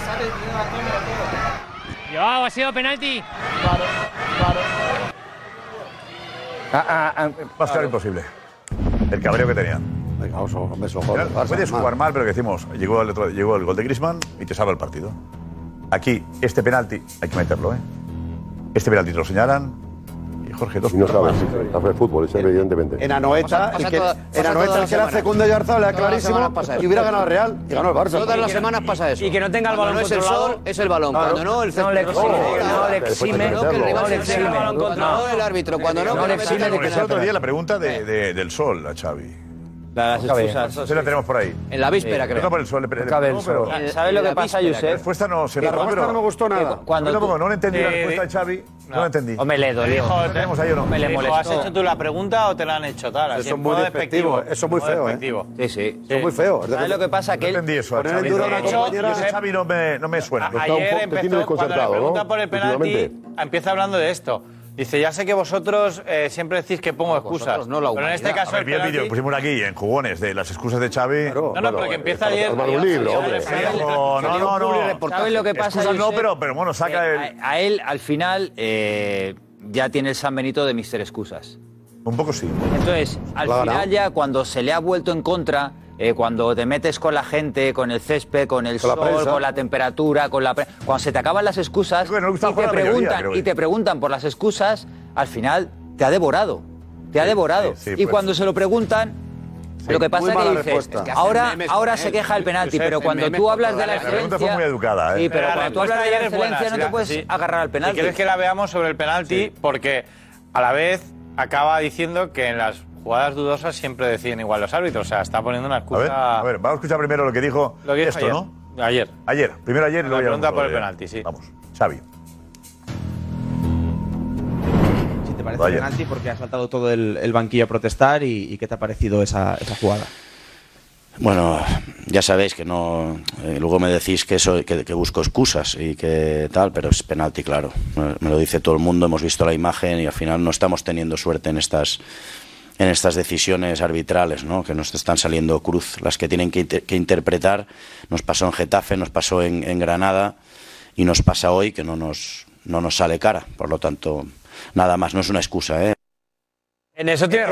sabes, tiene la cámara todo. Joao, ha sido penalti. Va a ser imposible. El cabreo que tenían. Venga, vamos, vamos, Puedes jugar mal, pero que decimos, llegó el, otro- llegó el gol de Griezmann y te salva el partido. Aquí, este penalti, hay que meterlo, ¿eh? Este penalti te lo señalan. Y Jorge, dos Y no puntos sabes, más. sabe fútbol, eso evidentemente. En Anoeta, el que, en Anoeta, el que era segundo y Arzabal, era clarísimo. Y hubiera ganado el Real y ganó el Barça. Todas las semanas pasa eso. Y que no tenga el balón Cuando no es el controlado. sol, es el balón. Claro. Cuando no, el No le exime, no le exime. No, que el rival No se le entregue el exime. balón controlado No. el árbitro. Cuando no, que meta el Porque es el otro penalti. día la pregunta de- de- del sol a Xavi. La de las excusas. Sí, la tenemos por ahí. Eh, En la víspera, creo. No está por el sol. le- le- No cabe el no, sol. pero- ¿Sabes lo que pasa, Josep? La respuesta no se Que la cuando- pero- no me gustó nada. Que Eh, Cuando Yo tampoco, tú- no le entendí la Eh, respuesta de Xavi. No, la entendí. Hombre, le dolió. Dijo, ¿la tenemos ahí o no? Me le Dijo, molestó. ¿has hecho tú la pregunta o te la han hecho tal? Así, en modo despectivo, en modo despectivo. Sí, sí. Eso es muy feo. ¿Sabes lo que pasa? Que No entendí él eso. a poner en Xavi, duda no. una De hecho, compañera- yo sé, Xavi no me, no me suena. A- Ayer empezó, cuando le pregunta por el penalti, Últimamente. empieza hablando de esto. Dice, ya sé que vosotros eh, siempre decís que pongo excusas. Vosotros, no, la pero en humanidad. este caso A ver, el vi el vídeo que penalti... pusimos aquí en jugones de las excusas de Xavi. No, no, porque empieza ayer... un libro, hombre. No, no, no, no. ¿Sabes lo que pasa? Excusas no, Josep? pero, pero bueno, saca el. Eh, A, a él, al final, eh, ya tiene el San Benito de Mister Excusas. Un poco sí. Entonces, al Lo ha final ganado. ya cuando se le ha vuelto en contra, eh, cuando te metes con la gente, con el césped, con el Con la sol, prensa. con la temperatura, con la pre- cuando se te acaban las excusas y, te jugar la mayoría, preguntan, creo y yo. te preguntan por las excusas, al final te ha devorado. Te ha devorado. sí, sí, y pues. cuando se lo preguntan, Sí, lo muy que pasa es mala que dices, respuesta. Es que hacen ahora, memes ahora con se él. queja el penalti, Josep, pero cuando memes tú con hablas toda de la la- La pregunta excelencia... fue muy educada, ¿eh? Sí, pero La cuando tú respuesta hablas de la ayer es buena, excelencia sí, no la- te puedes sí. agarrar al penalti. Si quieres que la veamos sobre el penalti? Porque a la vez acaba diciendo que en las jugadas dudosas siempre deciden igual los árbitros. O sea, está poniendo una A ver, excusa. a ver, vamos a escuchar primero lo que dijo Lo que dijo esto, ayer. ¿no? Ayer. Ayer, primero ayer y La luego ya pregunta vamos por el a ver. penalti, sí. Vamos, Xavi. Si te parece Vaya. penalti porque ha saltado todo el, el banquillo a protestar y, y qué te ha parecido esa, esa jugada. Bueno, ya sabéis que no. eh, luego me decís que, soy, que, que busco excusas y que tal, pero es penalti, claro. Me- Me lo dice todo el mundo, hemos visto la imagen y al final no estamos teniendo suerte en estas en estas decisiones arbitrales, ¿no? que nos están saliendo cruz, las que tienen que, inter- que interpretar. Nos pasó en Getafe, nos pasó en, en Granada y nos pasa hoy que no nos, no nos sale cara. Por lo tanto, nada más, no es una excusa. ¿eh? En eso tiene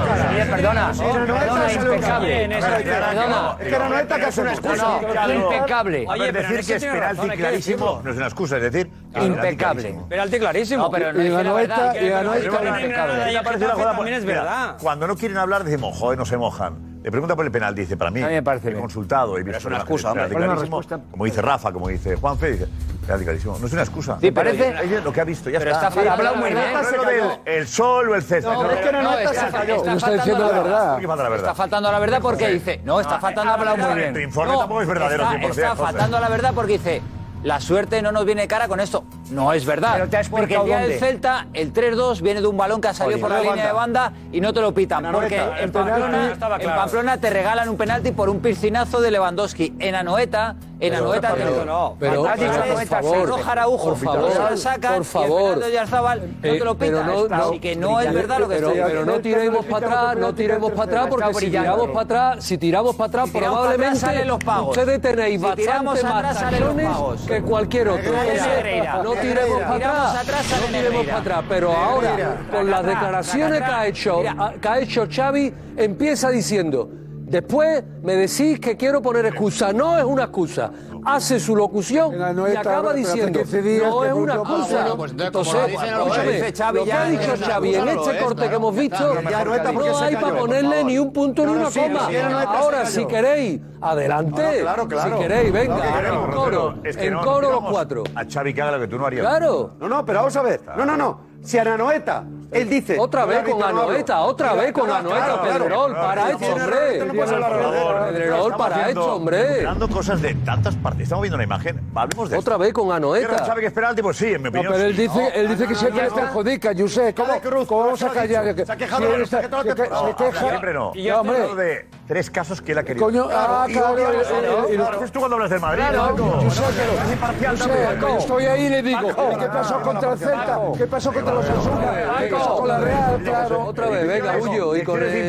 Perdona, perdona, impecable. Perdona. Es que no es que es una excusa. Impecable. A ver, decir que es penalti clarísimo no es una excusa, es decir, Impecable. Penalti clarísimo. No, pero no Y es que la ganó verdad, esta, que y es ganó verdad, esta. que es Pero impecable. me parece una Getafe jugada también es buena. Mira, verdad. Cuando no quieren hablar decimos, joder, no se mojan. Le pregunta por el penal, dice, para mí, he consultado, he visto es una imágenes, excusa, hombre. radicalísimo. Es una respuesta. Como dice Rafa, como dice Juanfe, dice, radicalísimo. No es una excusa. Sí, Me pero- ella es lo que ha visto, ya Pero está. está faltando Sí, ha hablado muy bien. No es lo Se cayó. del el sol o el césped. No, es que no, no, está- es- se cayó. está Está faltando diciendo la verdad. ¿Qué falta la verdad? Está faltando a la verdad porque dice. No, está No, faltando a la eh, verdad habla muy bien. bien. Tu informe No, tampoco es verdadero está- 100%, Está José. faltando a la verdad porque dice. La suerte no nos viene cara con esto. No es verdad. Pero te ha porque el explicado día del dónde. Celta, el 3-2 viene de un balón que ha salido Jolín. por la No línea de banda y no te lo pitan. Anoeta. Porque El en penalti- Pamplona, No estaba en claro. Pamplona te regalan un penalti por un piscinazo de Lewandowski. En Anoeta, en Anoeta pero- te no. pero- Has dicho por Anoeta, favor, se roja Araujo, por favor, se la sacan, y por el favor. penalti de Oyarzabal no Eh, te lo pero pitan. no- no- Así que no es verdad lo que pero, estoy diciendo. pero no tiremos para atrás, no tiremos para atrás, porque si tiramos para atrás, si tiramos para atrás, Si tiramos para atrás, probablemente salen los pagos. ustedes tenéis Si tiramos bastante atrás, más salen los tachones pagos. que cualquier otro. Negreira, Entonces, Negreira, No Negreira. tiremos para Tiramos atrás, atrás, no salen tiremos Negreira. para atrás. Pero ahora, con las declaraciones que ha hecho, que ha hecho Xavi, empieza diciendo. Después me decís que quiero poner excusa. No es una excusa. Hace su locución y Anoeta, acaba ahora, pero hace diciendo, 15 días no que es una Pucho- Ah, excusa. bueno, pues entonces, como lo Entonces, dice, no lo escúchame, dice Xavi, lo que ya ha dicho es una Xavi en excusa, este lo es, corte que claro. hemos visto, Ya está, ya no está, porque no se hay cayó, para por ponerle favor. ni un punto ni No, no, una sí, coma. no, sí, no, está, Ahora, se si cayó. queréis, adelante. No, claro, claro. Si queréis, venga, Claro que queremos, en coro, Rocero. Es que en no- coro los digamos cuatro. A Xavi que haga lo que tú no harías. No, no, pero vamos a ver. No, no, no. Si a Nanoeta, él dice. Otra vez con Anoeta, otra vez con Anoeta, Pedrerol, para Claro, esto, claro, hombre. no pasa nada, por favor. Pedrerol, Estamos para viendo- esto, hombre. Dando cosas de tantas partes. Estamos viendo una imagen. Hablemos de Otra vez con Anoeta. ¿Sabe que es penalti? Pues sí, en No, mi opinión. pero él sí, dice, ¿no? él dice que Ah, siempre ya le está. perjudica, Josep. ¿Cómo, cómo vamos a callar? Se ha quejado Si de él los- está- se ha quejado de se los- queja- se no, queja- Siempre no. No, hombre. Hablo de tres casos que él ha querido. Coño, ah, Y claro, el- odiamos, ¿no? el- Claro, es tú cuando hablas del Madrid. Claro, Paco. yo sé, pero- Es imparcial Josep, también, yo Paco. estoy ahí y le digo, Paco. ¿qué pasó contra el Celta? ¿Qué pasó contra los Osasuna? ¿Qué pasó con la Real? Claro. Otra vez, venga, huyo y con Eres de el...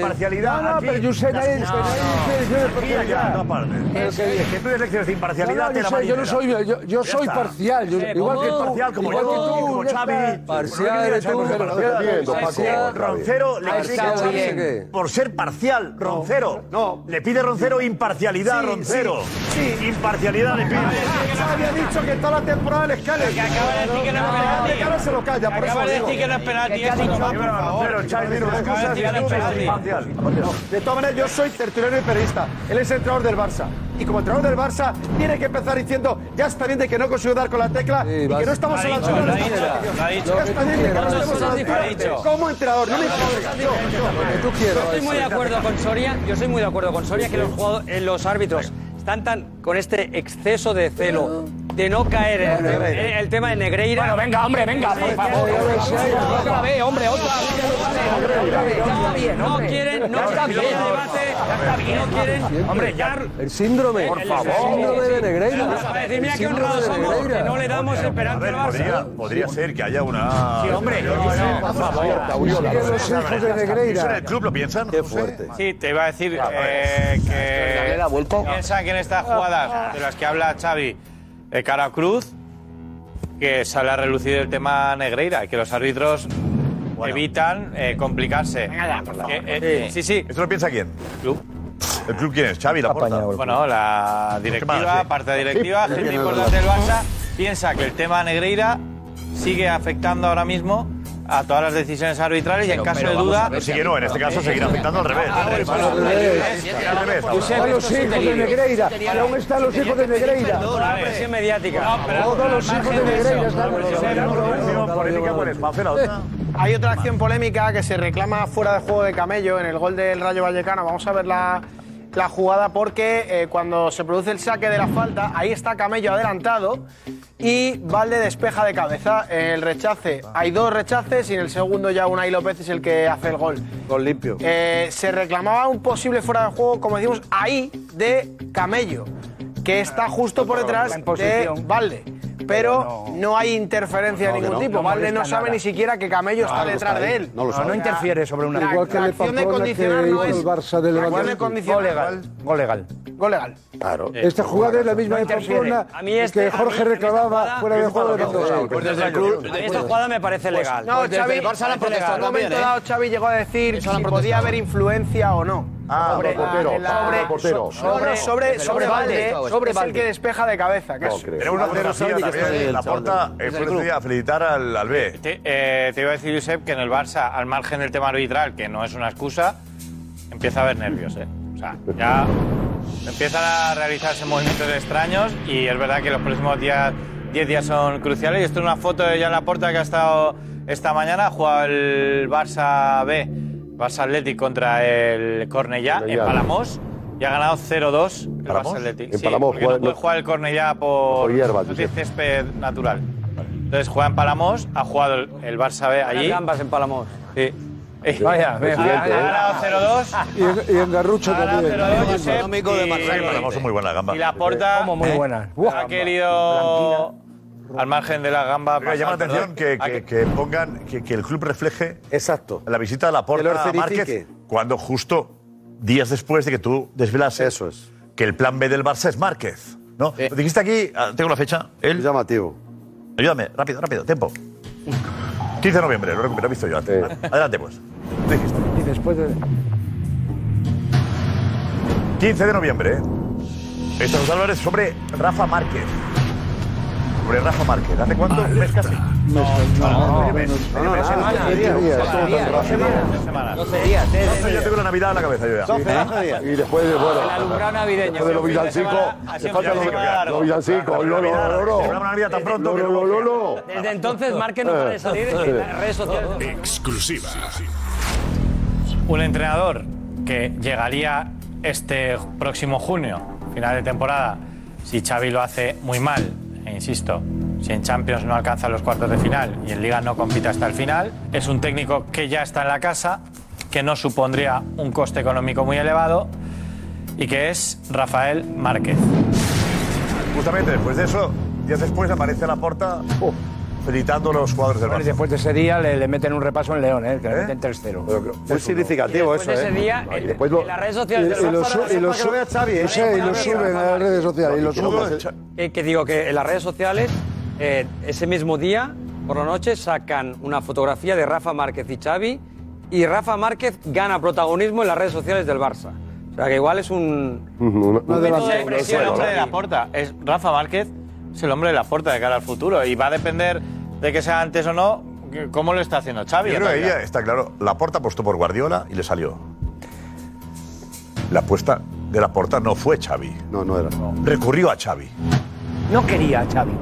No, imparcialidad. no, aquí. pero Josep, nadie- No, que nadie dice lecciones de Aquí y allá, imparcialidad. no aparte. Que tú des lecciones de No, imparcialidad no, te la Josep, yo no soy- yo- yo- yo Ya soy está. parcial, yo- Eh, igual como que- tú, parcial como igual yo, que tú, como ya Xavi. está. Parcial Bueno, eres ya tú, sabemos pero que está bien, Roncero- parcial. Roncero le Ah, critica está a Xavi bien. en- por ser parcial. Roncero. No. Le pide Roncero imparcialidad, Roncero. Sí. Imparcialidad le pide. había dicho que toda la temporada les cale. Que acaba de decir que no es penalti. Que ahora se lo calla, por eso Acaba de digo. decir que no es penalti, Que te ha eso dicho, no, ah, por por favor, favor, Xavi, Xavi, no, acaba de excusas, decir que no es tú, penalti. imparcial. De todas maneras, yo soy tertuliano y periodista. Él es entrenador del Barça. Y como entrenador del Barça, tiene que empezar diciendo, ya está bien de que no consigo dar con la tecla y que no estamos a la altura de los partidos. Ya está bien de que no estemos a la altura. Como entrenador, no me importa. Yo estoy muy de acuerdo con Soria, yo soy muy de acuerdo con Soria que los, jugadores- eh, los árbitros están tan con este exceso de celo de no caer en el, en el tema de Negreira. Bueno, venga, hombre, venga, por favor. Otra vez, hombre, otra vez. No quieren, no está bien el debate, no quieren. Hombre, ya El síndrome. Por favor. El síndrome de Negreira. Vamos a decir, mira El qué síndrome honrados de somos, Negreira. que no le damos el penalti al Podría, Barça. podría ser que haya una. Sí, hombre, No, yo qué sé, no, por no, favor. no, no, Sí, no, no, los no, hijos no, no, de no, no, Negreira. ¿Eso en el club lo piensan? Qué fuerte. Sí, te iba a decir eh, que piensa que en estas jugadas de las que habla Xavi de cara a Cruz, que sale a relucir el tema Negreira, que los árbitros evitan eh, complicarse. Que, eh, Sí, sí. ¿Eso lo piensa quién? ¿El club quién es? ¿Xavi, la porta? Bueno, la directiva, parte directiva, Sí, gente tiene importante del razón. Barça, piensa que el tema Negreira sigue afectando ahora mismo a todas las decisiones arbitrales y en Pero- caso pero de vamos a duda... ver, sí que no, en este caso seguirá afectando al revés. Ah, bueno, Al bueno, revés. sí, sí, Al Josep, revés, ahora. esto es Los un hijos de delirio. Negreira. Y aún están los hijos de Negreira. La presión mediática. pero- Todos los hijos de Negreira están Hay otra acción polémica que se reclama fuera de juego de Camello en el gol del Rayo Vallecano. Vamos a ver la, la jugada porque eh, cuando se produce el saque de la falta, ahí está Camello adelantado y Valde despeja de cabeza el rechace. Hay dos rechaces y en el segundo ya Unai López es el que hace el gol. Con limpio. Eh, se reclamaba un posible fuera de juego, como decimos, ahí de Camello, que está justo por detrás de posición. Valde. Pero no hay interferencia de ningún no, tipo. no Valde no molesta sabe nada. ni siquiera que Camello está detrás de él. No, no interfiere sobre una. Igual que la el de acción de Pamplona que condicionar no hizo es- el Barça de la acción Lewandowski. de condicionar- Gol legal, Gol legal. Gol legal. Claro. Eh, Esta jugada es la misma de interfiere. Pamplona A mí este- que Jorge reclamaba jugada- fuera de juego de Mendoza. Pues desde el club, esta jugada me parece legal. Pues, Pues, No, Xavi, en un momento ¿eh? dado Xavi llegó a decir si podía haber influencia o no. Ah, sobre el portero. la- sobre el portero. so- no, no, sobre, sobre Valde, Sobre sobre es el Valde. que despeja de cabeza. Que No es, creo. Tenemos una fotografía también. La porta, el Desde el club decía felicitar al, al B. Te, eh, te iba a decir, Josep, que en el Barça, al margen del tema arbitral, que no es una excusa, empieza a haber nervios, ¿eh? O sea, ya empiezan a realizarse movimientos extraños y es verdad que los próximos días, 10 días son cruciales. Y esto es una foto de Jan Laporta que ha estado esta mañana, ha jugado el Barça B, Barça Athletic contra el Cornellá en Cornellá. Palamós. Y ha ganado 0-2 el ¿Palamós? Barça Athletic. En Palamós, porque juega- no puede no- jugar el Cornellá por, Por hierba, no tiene césped natural. Entonces juega en Palamos, ha jugado el, el Barça B allí. gambas en Palamos. Sí. Vaya, ha, vea. ha ¿eh? ganado 0-2. Y en, y en Garrucho también. Económico de Palamos son muy buenas gambas. Y la porta Como muy ¿eh? buenas. ha querido, al margen de la gamba, Oiga, llama la pasar, atención que, perdón, a que- que pongan, que, que el club refleje Exacto. la visita de la Que porta lo a Márquez escenifique. cuando justo días después de que tú desvelases que el plan B del Barça es Márquez. ¿no? Eh. Lo dijiste aquí, ah, tengo la fecha. El llamativo. Ayúdame, rápido, rápido, tiempo. 15 de noviembre, lo recupero, lo he visto yo antes. Adelante, pues. Y después de... 15 de noviembre, ¿eh? Esto nos Álvarez sobre Rafa Márquez. Sobre Rafa Márquez. ¿Hace cuánto? ¿Un mes casi? No, no, no. Doce días, eh, Doce, eh, ya tengo la Navidad en la cabeza yo ya. Doce, Sí. doce días. Y después de, bueno, El alumbrado navideño. después de los Siempre se villancicos, va- le siempre faltan se los, va largo. los villancicos, no, no, no, no. Celebramos la Navidad tan pronto No, que no, no, no, no. Desde entonces Márquez Eh, no para de salir en las redes sociales. Exclusiva. Un entrenador que llegaría este próximo junio, final de temporada, si Xavi lo hace muy mal, e insisto, si en Champions no alcanza los cuartos de final y en Liga no compite hasta el final, es un técnico que ya está en la casa, que no supondría un coste económico muy elevado y que es Rafael Márquez. Justamente después de eso, días después aparece la porta felicitando a los jugadores del Bueno, y Barça. después de ese día le, le meten un repaso en León, ¿eh? que le meten 3-0. Muy significativo después eso, de ese ¿eh? día, en, las redes Y, y lo, su- y lo, su- ¿eh? o sea, y lo suben a las redes sociales. Y lo suben. Que, que digo que en las redes sociales, eh, ese mismo día, por la noche, sacan una fotografía de Rafa Márquez y Xavi y Rafa Márquez gana protagonismo en las redes sociales del Barça. O sea que igual es un... No de las- es el hombre de la porta. Es Rafa Márquez es el hombre de la puerta de cara al futuro. Y va a depender de que sea antes o no, que- cómo lo está haciendo Xavi. Yo en creo que realidad. ella está claro. La porta apostó por Guardiola y le salió. La apuesta de la porta no fue Xavi. No, no era. Recurrió a Xavi. No quería a Xavi.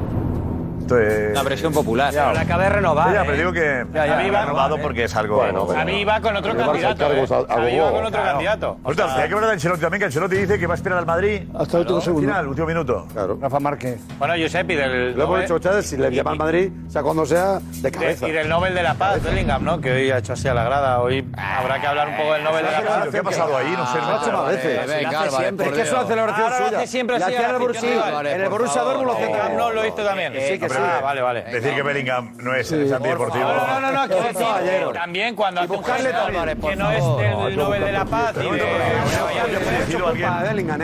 Entonces, La presión popular. Ya, Pero la acaba de renovar, Ya, ¿eh? pero digo que Ya, ya, Xavi la va ha renovado porque es algo. Bueno, pero- Xavi va con otro Le va a candidato. sacar ¿eh? cosas a Xavi va Bobo. con otro Claro. candidato. O Ostras, sea, hay que hablar de Ancelotti también, que Ancelotti dice que va a esperar al Madrid. Hasta el último segundo. Final, último minuto. Claro. Rafa Márquez. Bueno, Josep, y del. Lo hemos Nobel- hecho ustedes, si le llaman Madrid, o sea, cuando sea, de de- cabeza. y del Nobel de la Paz, Bellingham, ¿no? Que hoy ha hecho así a la grada. Hoy habrá que hablar un poco del Nobel de la Paz. ¿Qué ha pasado ahí? No sé, Ah, macho. eh, venga, Álvarez, siempre. por Es que es una Dios. celebración Ahora lo suya. hace siempre La así, hacía en el ahora Borussia. sí, Álvarez, En el por Borussia favor. Dortmund lo Eh, hacía. Camp Nou lo hizo también. Sí, que Hombre, sí. Ah, vale, vale. Decir que Bellingham no es es antideportivo. No, no, no, no, quiero decir, Caballero. también cuando hace un buscarle gesto Álvarez, por que no es favor. del Nobel de la Paz y de... Decirlo a alguien-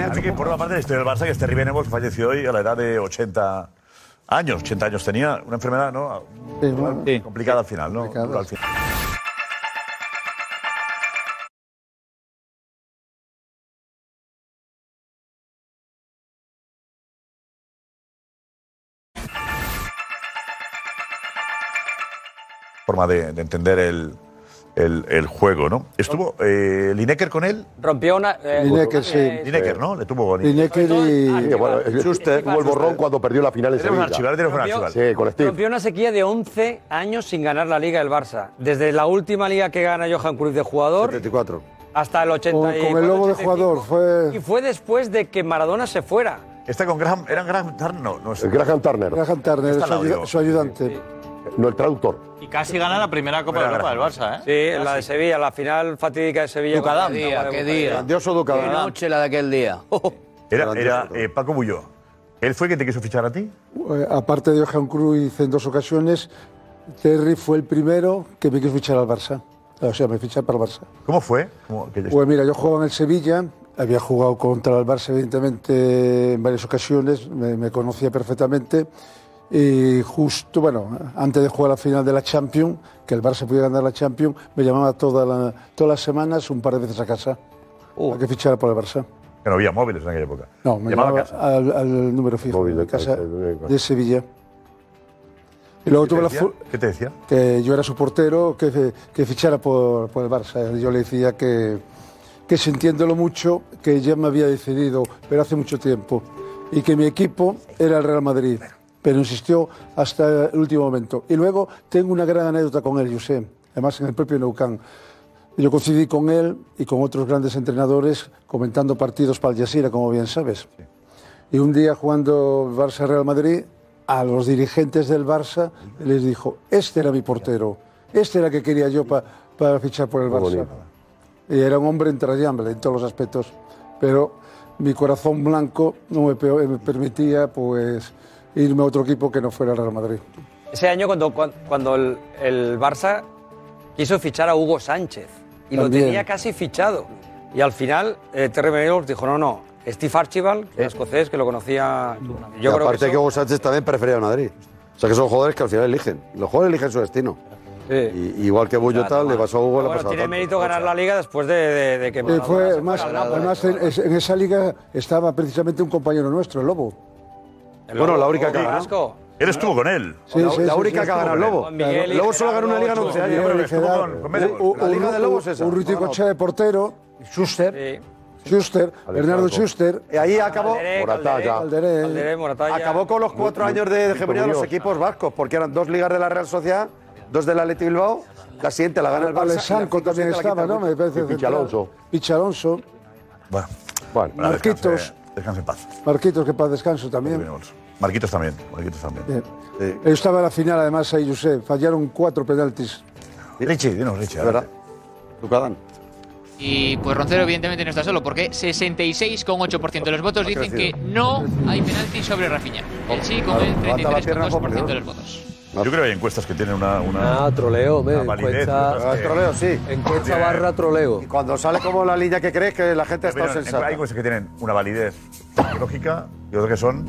a mí que por una parte de historia del Barça que este Ribenevo falleció hoy a la edad de 80 años. 80 años tenía una enfermedad, ¿no? Complicada al final, ¿no? Dura al final. forma de, de entender el, el- el juego, ¿no? Estuvo eh, Lineker con él. Rompió una... eh, Lineker, sí. eh, Lineker, ¿no? Le tuvo Lineker y- Bueno, el- Schuster. tuvo el borrón cuando perdió la final en Tenemos Sevilla. un archival, tenemos un Rompió- Sí, con Steve. Rompió una sequía de 11 años sin ganar la Liga del Barça. Desde la última Liga que gana Johan Cruyff de jugador... 74. Hasta el 80 y- Con el este logo de jugador fue. Y fue después de que Maradona se fuera. Está con Graham, eran Graham Turner, no, no sé. Graham Turner. Graham Turner, Está su, al lado, ayu- digo. su ayudante. No, el traductor. Y casi gana la primera Copa de Europa del Barça, ¿eh? Sí, en la de Sevilla, la final fatídica de Sevilla. Ducadam. Con- Qué día, qué Ducadam. día. Grandioso Ducadam. Qué noche la de aquel día. Eh, Era, era eh, Paco Bulló. ¿Él fue que te quiso fichar a ti? Eh, aparte de Johan Cruyff en dos ocasiones, Terry fue el primero que me quiso fichar al Barça. O sea, me ficha para el Barça. ¿Cómo fue? ¿Cómo que- Pues mira, yo jugaba en el Sevilla, había jugado contra el Barça, evidentemente, en varias ocasiones, me, me conocía perfectamente. Y justo, bueno, antes de jugar la final de la Champions, que el Barça pudiera ganar la Champions, me llamaba toda la- todas las semanas, un par de veces a casa, Uh. para que fichara por el Barça. Que no había móviles en aquella época. No, me Llamaba llamaba a casa. al, al número fijo de casa de Sevilla. Y luego ¿Qué te tuve la decía? fu- ¿Qué te decía? que yo era su portero, que, que fichara por, por el Barça. Yo le decía que, que sintiéndolo mucho, que ya me había decidido, pero hace mucho tiempo, y que mi equipo era el Real Madrid, pero insistió hasta el último momento. Y luego tengo una gran anécdota con él, José, además en el propio Neucán. Yo coincidí con él y con otros grandes entrenadores comentando partidos para el Jazeera, como bien sabes. Y un día jugando Barça-Real Madrid, a los dirigentes del Barça les dijo, este era mi portero, este era el que quería yo pa- para fichar por el Muy Barça. bonito. Y era un hombre entrañable en todos los aspectos, pero mi corazón blanco no me, pe- me permitía pues, irme a otro equipo que no fuera el Real Madrid. Ese año cuando, cuan- cuando el, el Barça quiso fichar a Hugo Sánchez y También. lo tenía casi fichado. Y al final eh, Terry Venables dijo, no, no, Steve Archibald, que era escocés, que lo conocía... Yo Yo creo Eh. aparte que que, Hugo Sánchez también prefería a Madrid. O sea que son jugadores que al final eligen. Los jugadores eligen su destino. Y- igual que Bullo Ah, tal, toma. le pasó a Hugo, le ha Bueno, pasado tiene tanto. mérito ganar la Liga después de, de- de que Eh, Maradona se fue fuera, más, ¿no? además, en, es- en esa liga estaba precisamente un compañero nuestro, el Lobo. Bueno, la única que ha Lobo ganado. Vasco. Él estuvo con él. Sí, la, sí, la sí, única sí, que ha ganado el estuvo. Lobo. Juan Miguel y Lobo solo ganó Gerardo una liga en 11 años, pero que estuvo con, con Medellín. La liga de Lobo es esa. Urruti No, no. Cochea de portero, Schuster, Schuster, Bernardo Schuster. Y ahí acabó. Calderé. Acabó con los cuatro años de hegemonía de los Murillo. equipos vascos, porque eran dos ligas de la Real Sociedad, dos del Atleti Bilbao. La siguiente la gana el Barça. y la Alessanco cinco, también siete la estaba, quita ¿no? Me el Madrid. parece. central. Pichalonso. Bueno, bueno descanse- Marquitos. descanse en paz. Marquitos, que para descanso también. Marquitos también. Marquitos también. Eh, Bien. Yo estaba en la final, además, ahí, Josep. Fallaron cuatro penaltis. Richie, dinos, Richie. ¿Verdad? Lucadán. Y pues Roncero evidentemente no está solo porque 66,8% de los votos dicen que no hay penalti sobre Rafinha. Oh, Él sí con el Levanta la pierna, 33,2% de Juan, los votos. Yo creo que hay encuestas que tienen una. una Ah, troleo, ve, una validez, encuesta- otras que- Ah, troleo, sí. Encuesta barra troleo. Y cuando sale como la línea que crees que la gente está Pero en- sensata. Hay cosas que tienen una validez lógica y otras que son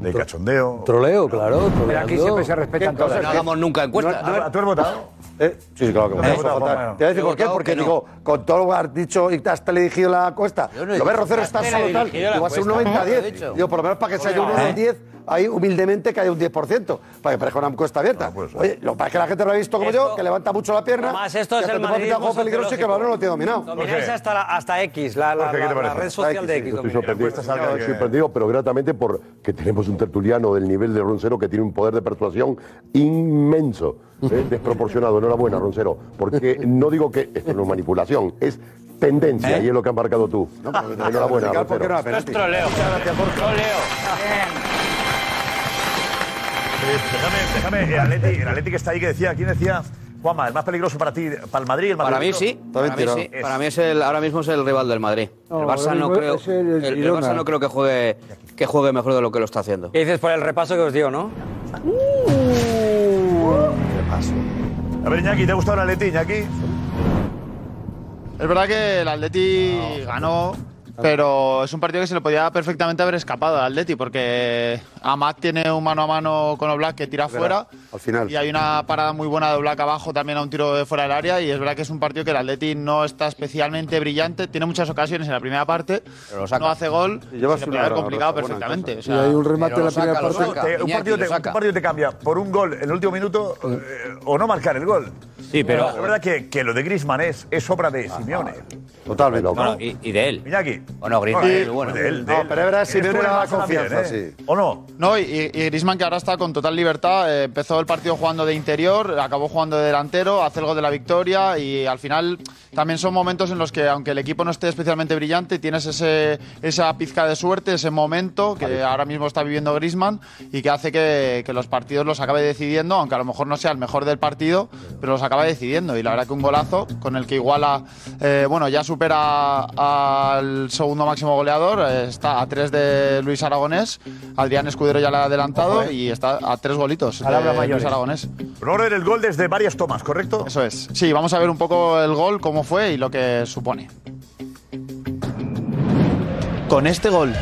de cachondeo. Troleo, claro. Pero aquí siempre se respetan todas. No hagamos nunca Ah, encuestas. ¿Tú has votado? Eh, Sí, sí, claro que No me he gusta votado, votar. Juanma. Te voy a decir Yo he por qué, votado porque que no. digo, con todo lo que has dicho y te has elegido la cuesta. no he lo ves, dicho- Rocero, Te estás has solo tal. teledirigido la Tú vas a un encuesta. Te 90-10. lo he dicho. ¿eh? Digo, por lo menos para que sea un Oiga, 1-10, ahí humildemente que haya un 10%, para que parezca una encuesta abierta. Oye, lo que pasa es que la gente lo ha visto como yo, que levanta mucho la pierna. Además, esto que es hasta el te puede meter Madrid. un juego peligroso y que el balón lo tiene dominado. Domináis hasta, la- hasta X, la, la- Eh, Jorge, ¿qué te la- la parece? red social Yo de X. estoy domináis. sorprendido, salga estoy que- sorprendido, pero gratamente porque tenemos un tertuliano del nivel de Roncero que tiene un poder de persuasión inmenso, ¿eh? desproporcionado. Enhorabuena, Roncero, porque no digo que esto no es manipulación, es tendencia y es lo que has marcado tú. Enhorabuena, explicar por qué Roncero. no era penalti. Troleo. Troleo. Déjame, déjame, el Atleti, el Atleti que está ahí que decía, ¿quién decía? Juanma, el más peligroso para ti, para el Madrid, el Madrid. Para mí sí, para mí, sí. Para mí es el, ahora mismo es el rival del Madrid. No, el ahora Barça no mismo creo, es el el- el Girona. Barça no creo que juegue que juegue mejor de lo que lo está haciendo. ¿Qué dices por el repaso que os dio, no? Uh, A ver, Iñaki, ¿te ha gustado el Atleti, Iñaki? Es verdad que el Atleti ganó, pero es un partido que se le podía perfectamente haber escapado al Atleti, porque Amat tiene un mano a mano con Oblak que tira Es verdad, fuera. Al final. Y hay una parada muy buena de Black abajo también a un tiro de fuera del área y es verdad que es un partido que el Atleti no está especialmente brillante, tiene muchas ocasiones en la primera parte, no hace gol, se Y llevas le una podía haber gran complicado racha, buena perfectamente. o cosa. sea, Y hay un remate pero en la lo saca, primera lo parte. saca. Te- un, partido te, un partido te cambia por un gol en el último minuto eh, o no marcar el gol. Sí, pero- La verdad que, que lo de Griezmann es, es obra de Simeone. Totalmente. Bueno, y, de él. Iñaki. O no, Griezmann, Sí. bueno. De él, de No, él. pero es verdad, Eres si me tú una en el la Barça también, confianza, ¿eh? sí. ¿O no? No, y, y Griezmann que ahora está con total libertad, eh, empezó el partido jugando de interior, acabó jugando de delantero, hace el gol de la victoria y al final también son momentos en los que aunque el equipo no esté especialmente brillante, tienes ese, esa pizca de suerte, ese momento que ahora mismo está viviendo Griezmann y que hace que, que los partidos los acabe decidiendo, aunque a lo mejor no sea el mejor del partido, pero los acaba decidiendo y la verdad que un golazo con el que iguala, eh, bueno, ya supera al segundo máximo goleador, eh, está a tres de Luis Aragonés, Adrián Escudero ya le ha adelantado Ojo, eh. y está a tres golitos de Palabra Luis mayores. Aragonés. Vamos a ver el gol desde varias tomas, ¿correcto? Eso es. Sí, vamos a ver un poco el gol, cómo fue y lo que supone. Con este gol,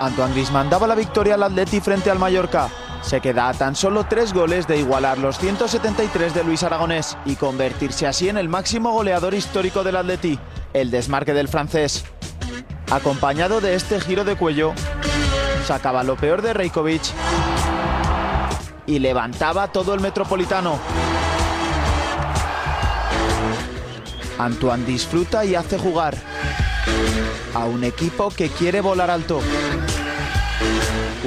Antoine Griezmann daba la victoria al Atleti frente al Mallorca. Se queda a tan solo tres goles de igualar los 173 de Luis Aragonés y convertirse así en el máximo goleador histórico del Atleti, el desmarque del francés. Acompañado de este giro de cuello, sacaba lo peor de Reykjavik y levantaba todo el Metropolitano. Antoine disfruta y hace jugar a un equipo que quiere volar alto.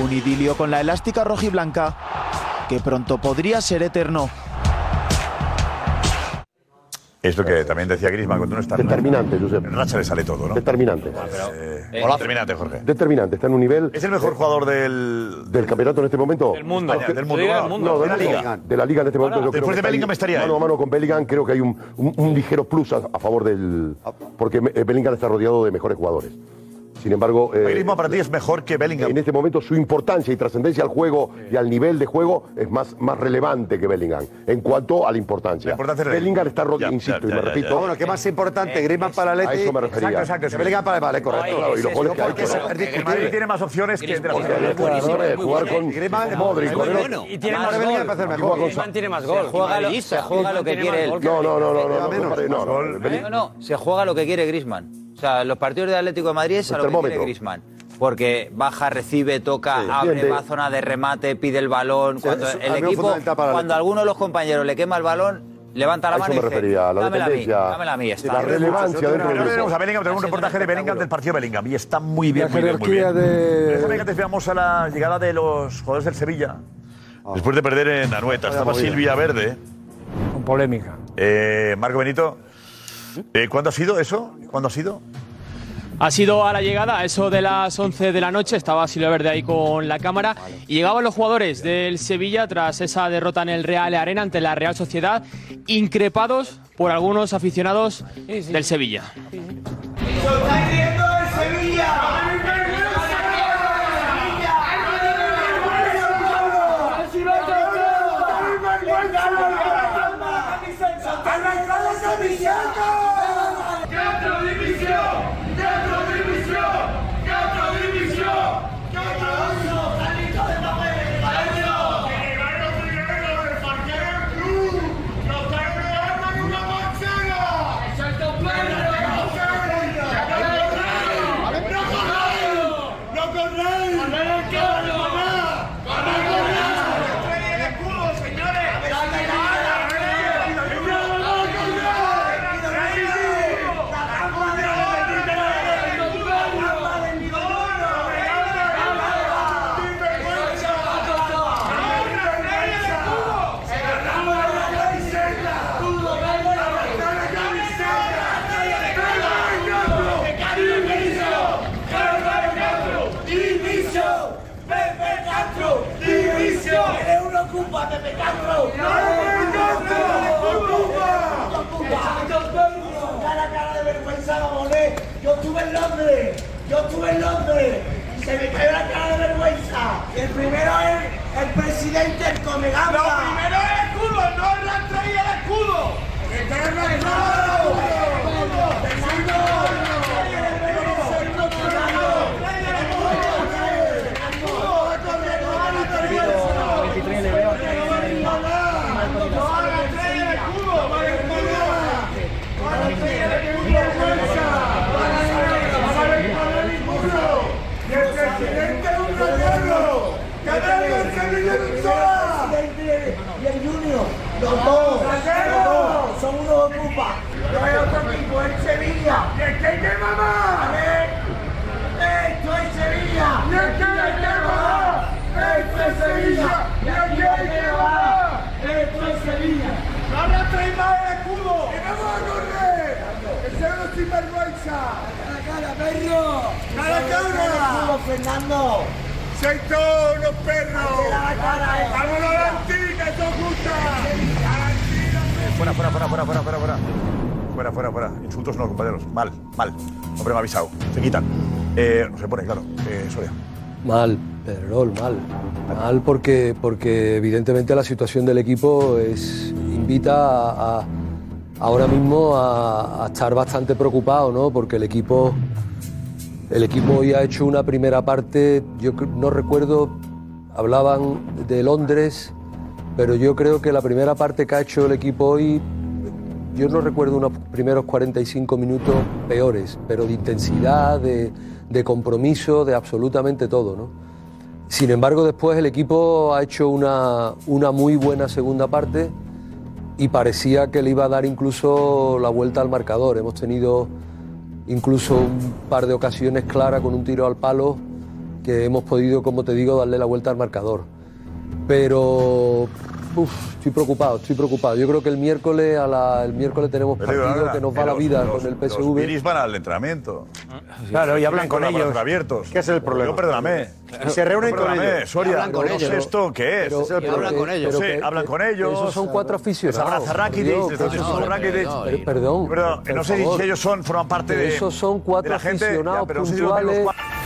Un idilio con la elástica rojiblanca que pronto podría ser eterno. Es lo que también decía Griezmann, cuando uno está Determinante, Josep. en racha le sale todo, ¿no? Determinante. Eh, determinante, Jorge. Determinante, está en un nivel. ¿Es el mejor jugador del. del campeonato en este momento? Del mundo. España, Del mundo, No, va. del mundo, no, de la liga. De la liga en este momento. Ahora, yo creo después que de está ahí, Bellingham estaría Mano a mano con Bellingham, creo que hay un, un- un ligero plus a, a favor del. Porque Me- eh, Bellingham está rodeado de mejores jugadores. Sin embargo. eh, Griezmann para ti es mejor que Bellingham. En este momento su importancia y trascendencia al juego y al nivel de juego es más, más relevante que Bellingham en cuanto a la importancia. importancia de- Bellingham está rodeado, insisto, y me repito. Ah, bueno, ¿qué más importante? Griezmann para el A Atleti. eso me refería. Exacto, exacto. Que Bellingham para el Vale, correcto. Claro, y los goles que ha Porque hecho. eso es El discutible. Madrid tiene más opciones que el de la Claro, claro, jugar con Modric, con el- Y tiene Ahora más Bellingham gol. para hacer mejor. Griezmann tiene más gol. se juega lo que quiere él. No, no, no, no, no, no, no, no, no, no, No, no, se juega lo que quiere Grisman. O sea, los partidos de Atlético de Madrid es a El lo que quiere Pues termómetro. Grisman. Porque baja, recibe, toca, abre, entiende. va a zona de remate, pide el balón. Cuando es el algo equipo, fundamental para el cuando Atlético. alguno de los compañeros le quema el balón, levanta la A eso mano y me dice, refería, a la dámela a mí, dependencia, dámela a mí. está". la relevancia dentro del Pero grupo. tenemos a Bellingham, tenemos un reportaje de Bellingham del partido de Bellingham y está muy bien, La muy bien, muy bien. jerarquía de- Déjame que te veamos a la llegada de los jugadores del Sevilla. Después de perder en Ah, Anueta, estaba movida. Silvia Verde. Con polémica. Eh, Marco Benito, eh, ¿cuándo ha sido eso? ¿Cuándo ha sido? Ha sido a la llegada, a eso de las 11 de la noche, estaba Silvia Verde ahí con la cámara y llegaban los jugadores del Sevilla tras esa derrota en el Real Arena ante la Real Sociedad, increpados por algunos aficionados del Sevilla. Yo estuve en Londres, yo estuve en Londres y se me cayó la cara de vergüenza. Y el primero es el presidente del Comegamba. Lo primero es el escudo, no es la estrella del escudo. ¡Eterno y el Junior. Los dos, los dos, son unos ocupa. No hay otro equipo, este en Sevilla. ¿Y el que qué mamá? Esto es Sevilla. ¿Y el que qué mamá? Esto es Sevilla. ¿Y el que qué mamá? Esto es Sevilla. ¡No la traes más el escudo! ¡Que no a correr! ¡Que sea una sinvergüenza! ¡A la cara, perro! ¡A la cara! Fernando! ¡Sentó los perros! ¡A la cara! eh. ¡Vámonos a la antigua, que os gusta! Fuera, fuera, fuera, fuera, fuera, fuera, fuera. Fuera, fuera, fuera. Insultos no, compañeros. Mal, mal. Hombre, me ha avisado. Se quitan. Eh, se pone, claro. Eh, Soria. Mal, Pedrerol, mal. Mal porque, porque evidentemente la situación del equipo es, invita a, a- ahora mismo a, a estar bastante preocupado, ¿no? Porque el equipo, el equipo hoy ha hecho una primera parte, yo cre- no recuerdo, hablaban de Londres, pero yo creo que la primera parte que ha hecho el equipo hoy, yo no recuerdo unos primeros 45 minutos peores, pero de intensidad, de, de compromiso, de absolutamente todo, ¿no? Sin embargo, después el equipo ha hecho una, una muy buena segunda parte y parecía que le iba a dar incluso la vuelta al marcador. Hemos tenido incluso un par de ocasiones claras con un tiro al palo que hemos podido, como te digo, darle la vuelta al marcador. Pero uf, estoy preocupado, estoy preocupado. Yo creo que el miércoles a la- el miércoles tenemos Pero digo, partido ahora, que nos va eh, la los- vida los- con el Los PSV. miris van al entrenamiento. Claro, y hablan con los ellos. brazos abiertos. ¿Qué es el problema? Yo, perdóname. Claro. Se reúnen con Perdóname, ellos. Soria, Hablan con no ellos. sé esto qué es. Pero- Es el pero problema. que- con ellos. Sí, pero que- hablan con que ellos. esos son cuatro aficionados, Les abraza por Rakitic, Dios, les que hace esos su son- Rakitic. no, Per- perdón, Pero por no sé si favor. ellos son, forman parte Pero de. esos son cuatro de la gente. aficionados pero no sé si los ven los puntuales. cuatro.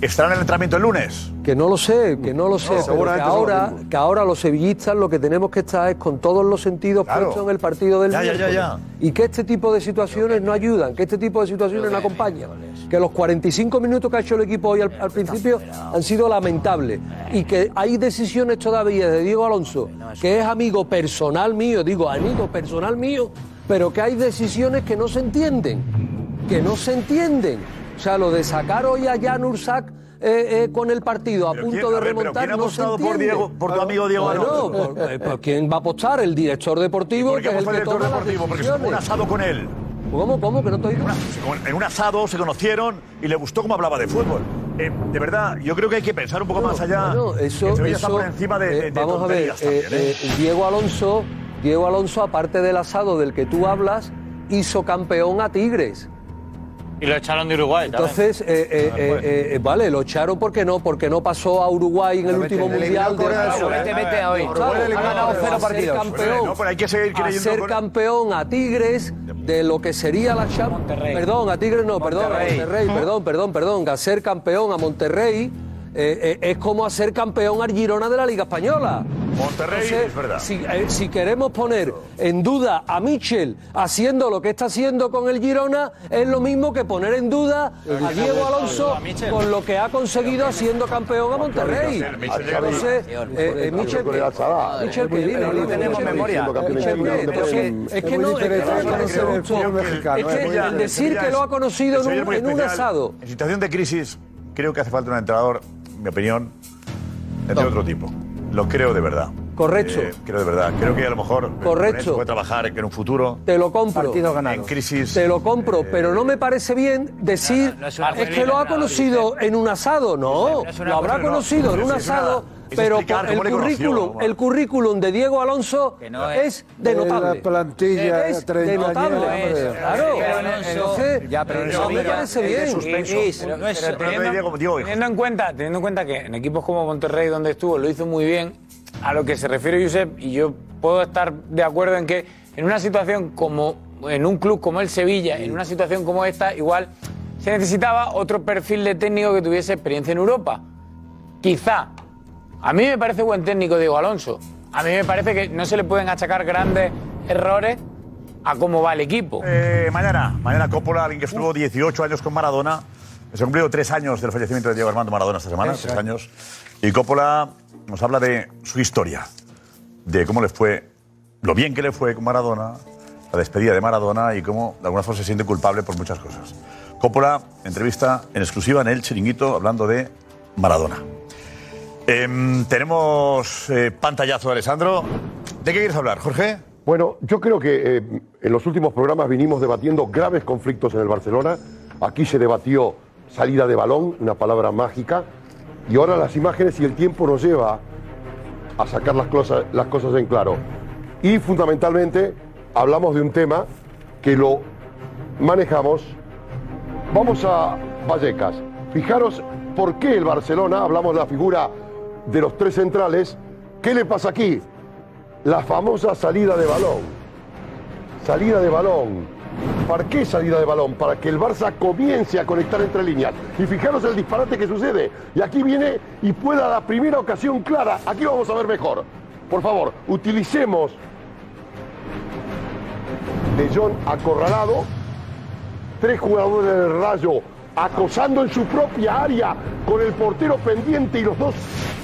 ¿Estarán en el entrenamiento el lunes? Que no lo sé, que no lo sé. No, pero que seguramente son los ahora, que ahora los sevillistas lo que tenemos que estar es con todos los sentidos Claro. puestos en el partido del Ya, ya, ya, miércoles. ya. Y que este tipo de situaciones no ayudan, que este tipo de situaciones no acompañan. Que los 45 minutos que ha hecho el equipo hoy al, al principio han sido lamentables. Y que hay decisiones todavía de Diego Alonso, que es amigo personal mío, digo amigo personal mío, pero que hay decisiones que no se entienden que no se entienden. O sea, lo de sacar hoy a Jan Ursak eh, eh, con el partido a punto quién- de a ver, pero remontar ¿quién ha no se apostado por entiende. Ah, Diego- por tu amigo Diego Bueno, Alonso? por- eh, por ¿Quién va a apostar? El director deportivo, ¿Por qué que es fue el el que director toma las deportivo? Porque se tomó un decisiones. asado con él. ¿Cómo? ¿Cómo? Que no estoy En un asado se conocieron y le gustó cómo hablaba de fútbol. Eh, de verdad, yo creo que hay que pensar un poco más allá. Bueno, eso, El Sevilla está eso- por encima de, de- de eh, vamos a ver, tonterías también, eh, ¿eh? eh, Diego Alonso, Diego Alonso, aparte del asado del que tú hablas, hizo campeón a Tigres. Y lo echaron de Uruguay. también. Entonces, eh, eh, eh, eh, eh, vale, lo echaron porque no, porque no pasó a Uruguay en el último mundial. de- ¿eh? A ser campeón. No, pero hay que seguir a creyendo ser con- campeón a Tigres de lo que sería la Champions. Perdón, a Tigres no, perdón, Monterrey. a Monterrey, perdón, perdón, perdón. A ser campeón a Monterrey eh, eh, es como hacer campeón al Girona de la Liga Española. Monterrey, es verdad. Si, eh, si queremos poner en duda a Michel haciendo lo que está haciendo con el Girona, es lo mismo que poner en duda Pero a que no Diego ha Alonso dudado a Michel. con lo que ha conseguido haciendo campeón a Monterrey. Michel llega Entonces, bien. eh, eh, Michel, Con el Alzada. Michel, que eh, viene, No Michel, campeones de Michel, liga, que- no te es pueden- que- es que no, es que no me parece justo. Es que el decir que lo ha conocido en un- en un asado. En situación de crisis, creo que hace falta un entrenador, en mi opinión, de otro tipo. Lo creo de verdad. Correcto. Eh, creo de verdad. Creo que a lo mejor eh, con Correcto. eso puede trabajar en un futuro. Te lo compro. En crisis. Te lo compro, pero no me parece bien decir no es una es que Marcelino, lo ha no, conocido en un asado. No, no es una lo habrá cosa, no. conocido en Es- un es una- asado, es pero explicar con el cómo le conoció, currículum, vamos. el currículum de Diego Alonso no es, de notable. La plantilla es de treintañera, notable. hombre. Claro, eh, Entonces, ya, pero no me parece bien. Pero- pero teniendo, teniendo en cuenta, teniendo en cuenta que en equipos como Monterrey, donde estuvo, lo hizo muy bien, a lo que se refiere Josep, y yo puedo estar de acuerdo en que en una situación como en un club como el Sevilla, en una situación como esta, igual se necesitaba otro perfil de técnico que tuviese experiencia en Europa. Quizá. A mí me parece buen técnico Diego Alonso. A mí me parece que no se le pueden achacar grandes errores a cómo va el equipo. Eh, mañana, mañana Coppola, alguien que estuvo 18 años con Maradona. Se han cumplido tres años del fallecimiento de Diego Armando Maradona esta semana, Eso tres es. años. Y Coppola nos habla de su historia, de cómo le fue, lo bien que le fue con Maradona, la despedida de Maradona y cómo de alguna forma se siente culpable por muchas cosas. Coppola, entrevista en exclusiva en El Chiringuito, hablando de Maradona. Em, tenemos eh, pantallazo de Alessandro. ¿De qué quieres hablar, Jorge? Bueno, yo creo que eh, en los últimos programas vinimos debatiendo graves conflictos en el Barcelona. Aquí se debatió salida de balón, una palabra mágica. Y ahora las imágenes y el tiempo nos lleva a sacar las cosas, las cosas en claro. Y fundamentalmente hablamos de un tema que lo manejamos. Vamos a Vallecas. Fijaros por qué el Barcelona, hablamos de la figura de los tres centrales, ¿qué le pasa aquí? La famosa salida de balón. Salida de balón. ¿Para qué salida de balón? Para que el Barça comience a conectar entre líneas. Y fijaros el disparate que sucede. Y aquí viene y pueda la primera ocasión clara. Aquí lo vamos a ver mejor. Por favor, utilicemos de John acorralado. Tres jugadores del Rayo acosando en su propia área con el portero pendiente y los dos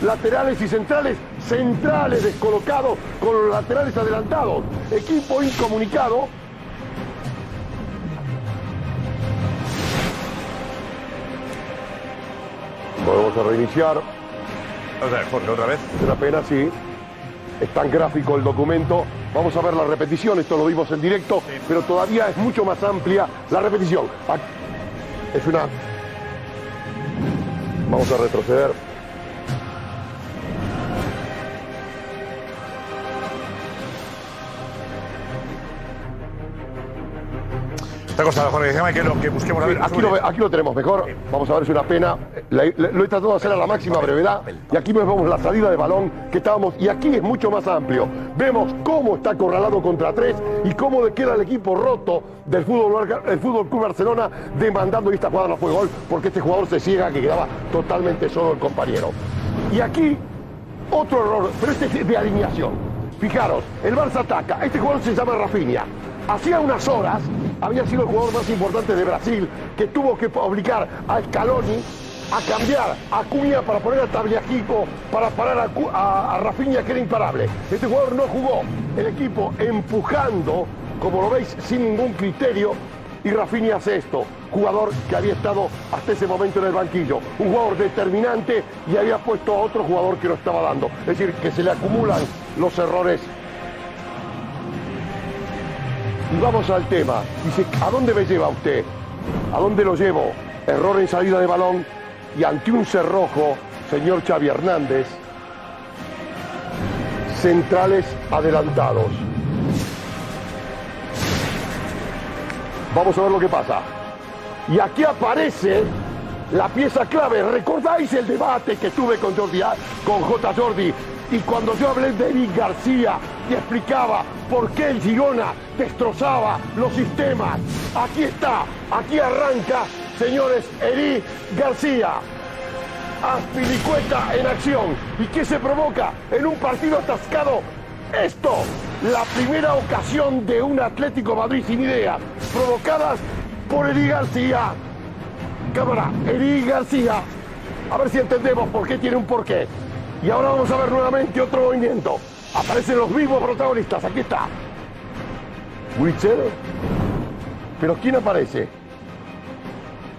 laterales y centrales, centrales descolocados con los laterales adelantados. Equipo incomunicado Vamos a reiniciar. Otra vez, Jorge, otra vez. Es una pena, sí. Es tan gráfico el documento. Vamos a ver la repetición, esto lo vimos en directo, pero todavía es mucho más amplia la repetición. Ac- Es una. Vamos a retroceder. Te ha costado, Jorge. Déjame que lo que busquemos a Sí, ver. Eh. aquí, lo, ve- aquí lo tenemos mejor. Vamos a ver, es una pena. La- la- lo he tratado de hacer a la máxima brevedad. Y aquí vemos la salida de balón que estábamos. Y aquí es mucho más amplio. Vemos cómo está acorralado contra tres y cómo le queda el equipo roto del fútbol, Barca- el fútbol Club Barcelona demandando. Y esta jugada no fue gol porque este jugador se ciega que quedaba totalmente solo el compañero. Y aquí otro error, pero este es de alineación. Fijaros, el Barça ataca. Este jugador se llama Rafinha. Hacía unas horas había sido el jugador más importante de Brasil, que tuvo que obligar a Scaloni a cambiar a Cunha para poner a Tagliafico, para parar a, Cu- a- a Rafinha, que era imparable. Este jugador no jugó. El equipo empujando, como lo veis, sin ningún criterio, y Rafinha hace esto, jugador que había estado hasta ese momento en el banquillo, un jugador determinante y había puesto a otro jugador que lo estaba dando. Es decir, que se le acumulan los errores. Y vamos al tema. Dice, ¿a dónde me lleva usted? ¿A dónde lo llevo? Error en salida de balón y ante un cerrojo, señor Xavi Hernández, centrales adelantados. Vamos a ver lo que pasa. Y aquí aparece la pieza clave. ¿Recordáis el debate que tuve con Jordi, A- con J. Jordi? Y cuando yo hablé de Eric García y explicaba por qué el Girona destrozaba los sistemas. Aquí está, aquí arranca, señores, Eric García. Aspilicueta en acción. ¿Y qué se provoca en un partido atascado? Esto, la primera ocasión de un Atlético Madrid sin ideas, provocadas por Eri García. Cámara, Eri García. A ver si entendemos por qué tiene un porqué. Y ahora vamos a ver nuevamente otro movimiento. Aparecen los mismos protagonistas. Aquí está. Witcher. Pero ¿quién aparece?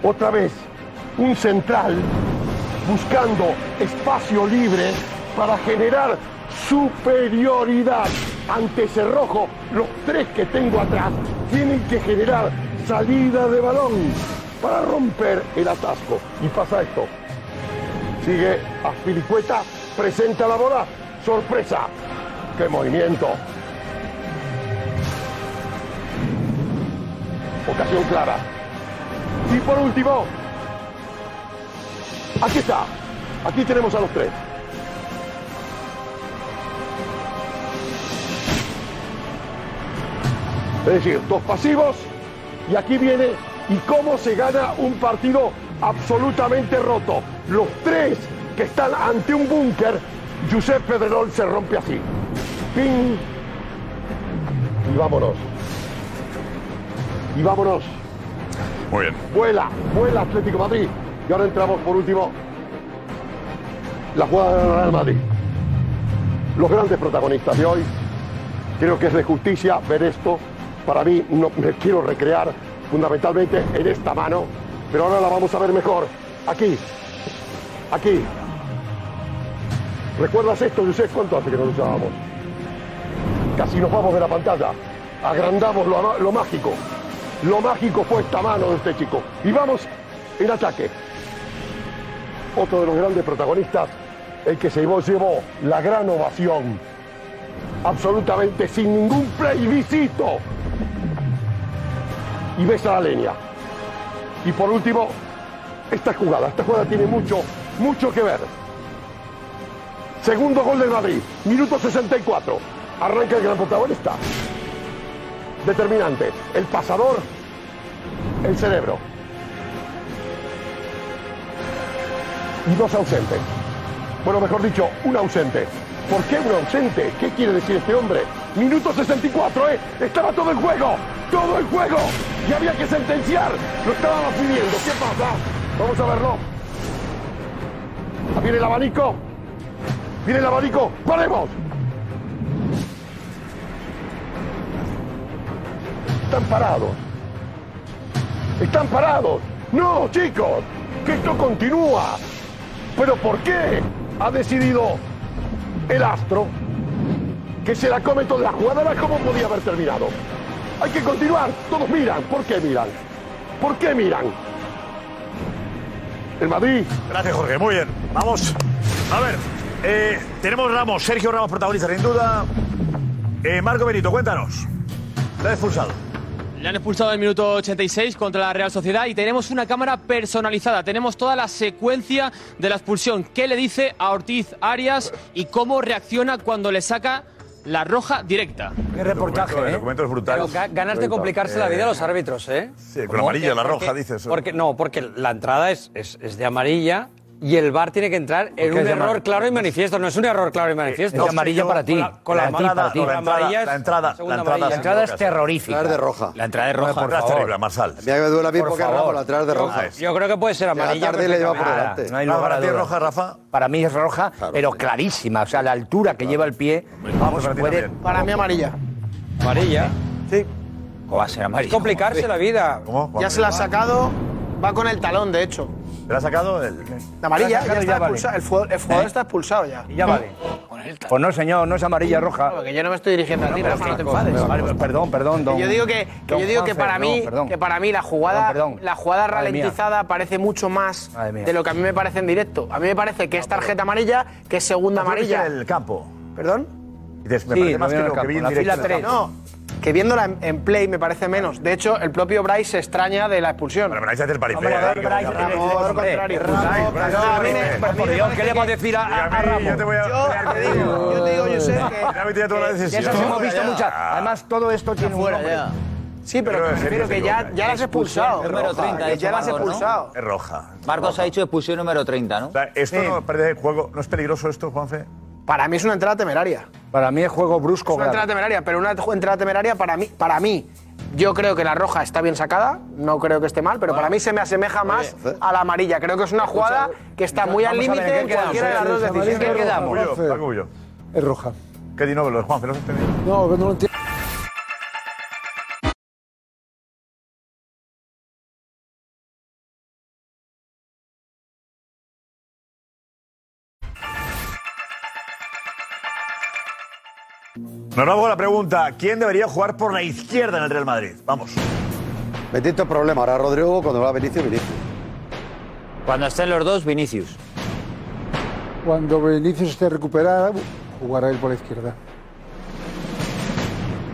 Otra vez, un central buscando espacio libre para generar superioridad ante Cerrojo. Los tres que tengo atrás tienen que generar salida de balón para romper el atasco. Y pasa esto. Sigue Aspiricueta, presenta la bola. Sorpresa. ¡Qué movimiento! Ocasión clara. Y por último, Aquí está. Aquí tenemos a los tres. Es decir, dos pasivos y aquí viene y cómo se gana un partido absolutamente roto. Los tres que están ante un búnker, Josep Pedrerol se rompe así. Ping. Y vámonos. Y vámonos. Muy bien. Vuela, vuela Atlético Madrid. Y ahora entramos por último. La jugada del Real Madrid. Los grandes protagonistas de hoy. Creo que es de justicia ver esto. Para mí no me quiero recrear fundamentalmente en esta mano. Pero ahora la vamos a ver mejor. Aquí. Aquí. ¿Recuerdas esto, José? ¿Cuánto hace que no lo usábamos? Casi nos vamos de la pantalla. Agrandamos lo, ama- lo mágico. Lo mágico fue esta mano de este chico. Y vamos en ataque. Otro de los grandes protagonistas, el que se llevó, llevó la gran ovación. Absolutamente sin ningún plebiscito. Y besa la leña. Y por último, esta jugada. Esta jugada tiene mucho, mucho que ver. Segundo gol del Madrid, minuto 64. Arranca el gran protagonista. Determinante. El pasador, el cerebro. Y dos ausentes. Bueno, mejor dicho, un ausente. ¿Por qué un ausente? ¿Qué quiere decir este hombre? Minuto 64, ¿eh? Estaba todo en juego. Todo en juego. Y había que sentenciar. Lo estábamos pidiendo. ¿Qué pasa? Vamos a verlo. Ah, Viene el abanico. Viene el abanico. ¡Paremos! Están parados. Están parados. No, chicos. Que esto continúa. Pero ¿por qué ha decidido el astro que se la come toda la jugada? ¿Ves cómo podía haber terminado? Hay que continuar. Todos miran. ¿Por qué miran? ¿Por qué miran? El Madrid. Gracias, Jorge. Muy bien. Vamos. A ver, eh, tenemos Ramos, Sergio Ramos, protagonista, sin duda. Eh, Marco Benito, cuéntanos. La expulsado. Le han expulsado en el minuto 86 contra la Real Sociedad y tenemos una cámara personalizada. Tenemos toda la secuencia de la expulsión. ¿Qué le dice a Ortiz Arias y cómo reacciona cuando le saca la roja directa? Qué reportaje, El ¿eh? documento es brutal. Pero ga- ganas de complicarse la vida a los árbitros, ¿eh? Sí, con la amarilla, la roja, dices. Porque, no, porque la entrada es, es, es de amarilla y el VAR tiene que entrar en un es de error amarilla? claro y manifiesto. No es un error claro y manifiesto. Es de amarilla para ti. Con la, con la La entrada, entrada, con la la entrada, amarilla es la entrada, segunda la entrada amarilla. es- La entrada es terrorífica. La entrada es roja. La entrada es roja, La entrada es por favor. terrible, Marsal. Mira que me duele a mí Por porque a Ramos favor. la entrada es de Yo- roja. Yo creo que puede ser Llega amarilla. tarde y le lleva por perfectamente. delante. No hay lugar a dudas. Rafa? Para mí es roja, pero clarísima. O sea, la altura que lleva el pie. Vamos, pues para ti puede. también. Para mí amarilla. Amarilla. Sí. ¿Cómo va a ser amarilla? Es complicarse la vida. Ya se la ha sacado, va con el talón, de hecho. ¿Le ha sacado el La amarilla, La ya saca y está ya vale. ¿Eh? expulsado. El jugador, el jugador está expulsado ya. Ya vale. Pues no, señor, no es amarilla roja. Porque yo no me estoy dirigiendo a ti, Rafa, no te enfades. Vale, perdón, perdón, don- Que yo digo que, que don yo digo que Juanfe, para no, mí perdón. que para mí la jugada Perdón, perdón. la jugada Madre mía. ralentizada parece mucho más Madre mía. de lo que a mí me parece en directo. A mí me parece que es tarjeta amarilla, que es segunda Yo creo que amarilla. es el campo. ¿Perdón? Dices, me parece más que lo que vi en directo. No, que viéndola en, en play me parece menos. De hecho, el propio Bryce se extraña de la expulsión. Pero Bryce hace el paripé. ¿eh? Por Dios, ¿qué le vamos a decir a, a- a Ramos? Yo te voy a yo te digo, yo sé que. esas hemos visto ¿eh? muchas. Además, todo esto tiene un nombre. Sí, pero Pero me sí, refiero que que se ya, equivoca. ya la has eh, expulsado. Expulsión número Roja, 30, que ha ya dicho la has Marcos, ¿no? expulsado. Es roja. Marcos ha dicho expulsión número 30, ¿no? ¿Esto no pierde juego? ¿No es peligroso esto, Juanfe? Para mí es una entrada temeraria. Para mí es juego brusco. Es una entrada temeraria, pero una ju- entrada temeraria para mí, para mí, yo creo que la roja está bien sacada, no creo que esté mal, pero para mí se me asemeja más a la amarilla. Creo que es una jugada que está muy al Vamos a ver, límite ¿en en qué quedamos? ¿eh? cualquiera de las dos ¿En qué decisiones. quedamos? Paco Bullo. Es roja. ¿Qué dino los Juanfe? ¿No se entendido? No, no lo entiendo. Nos vamos con la pregunta. ¿Quién debería jugar por la izquierda en el Real Madrid? Vamos. Metiste el problema. Ahora Rodrigo, cuando va Vinicius, Vinicius. Cuando estén los dos, Vinicius. Cuando Vinicius esté recuperada, jugará él por la izquierda.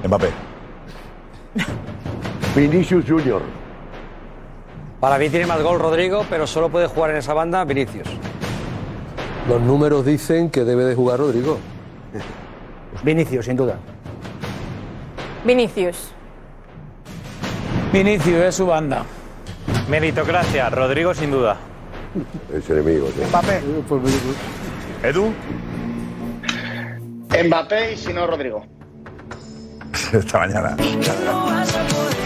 Mbappé. Vinicius Junior. Para mí tiene más gol Rodrigo, pero solo puede jugar en esa banda Vinicius. Los números dicen que debe de jugar Rodrigo. Vinicius, sin duda. Vinicius. Vinicius es su banda. Meritocracia, Rodrigo sin duda. Es enemigo. ¿sí? ¿Edu? Mbappé y si no Rodrigo. Esta mañana. No vas a poder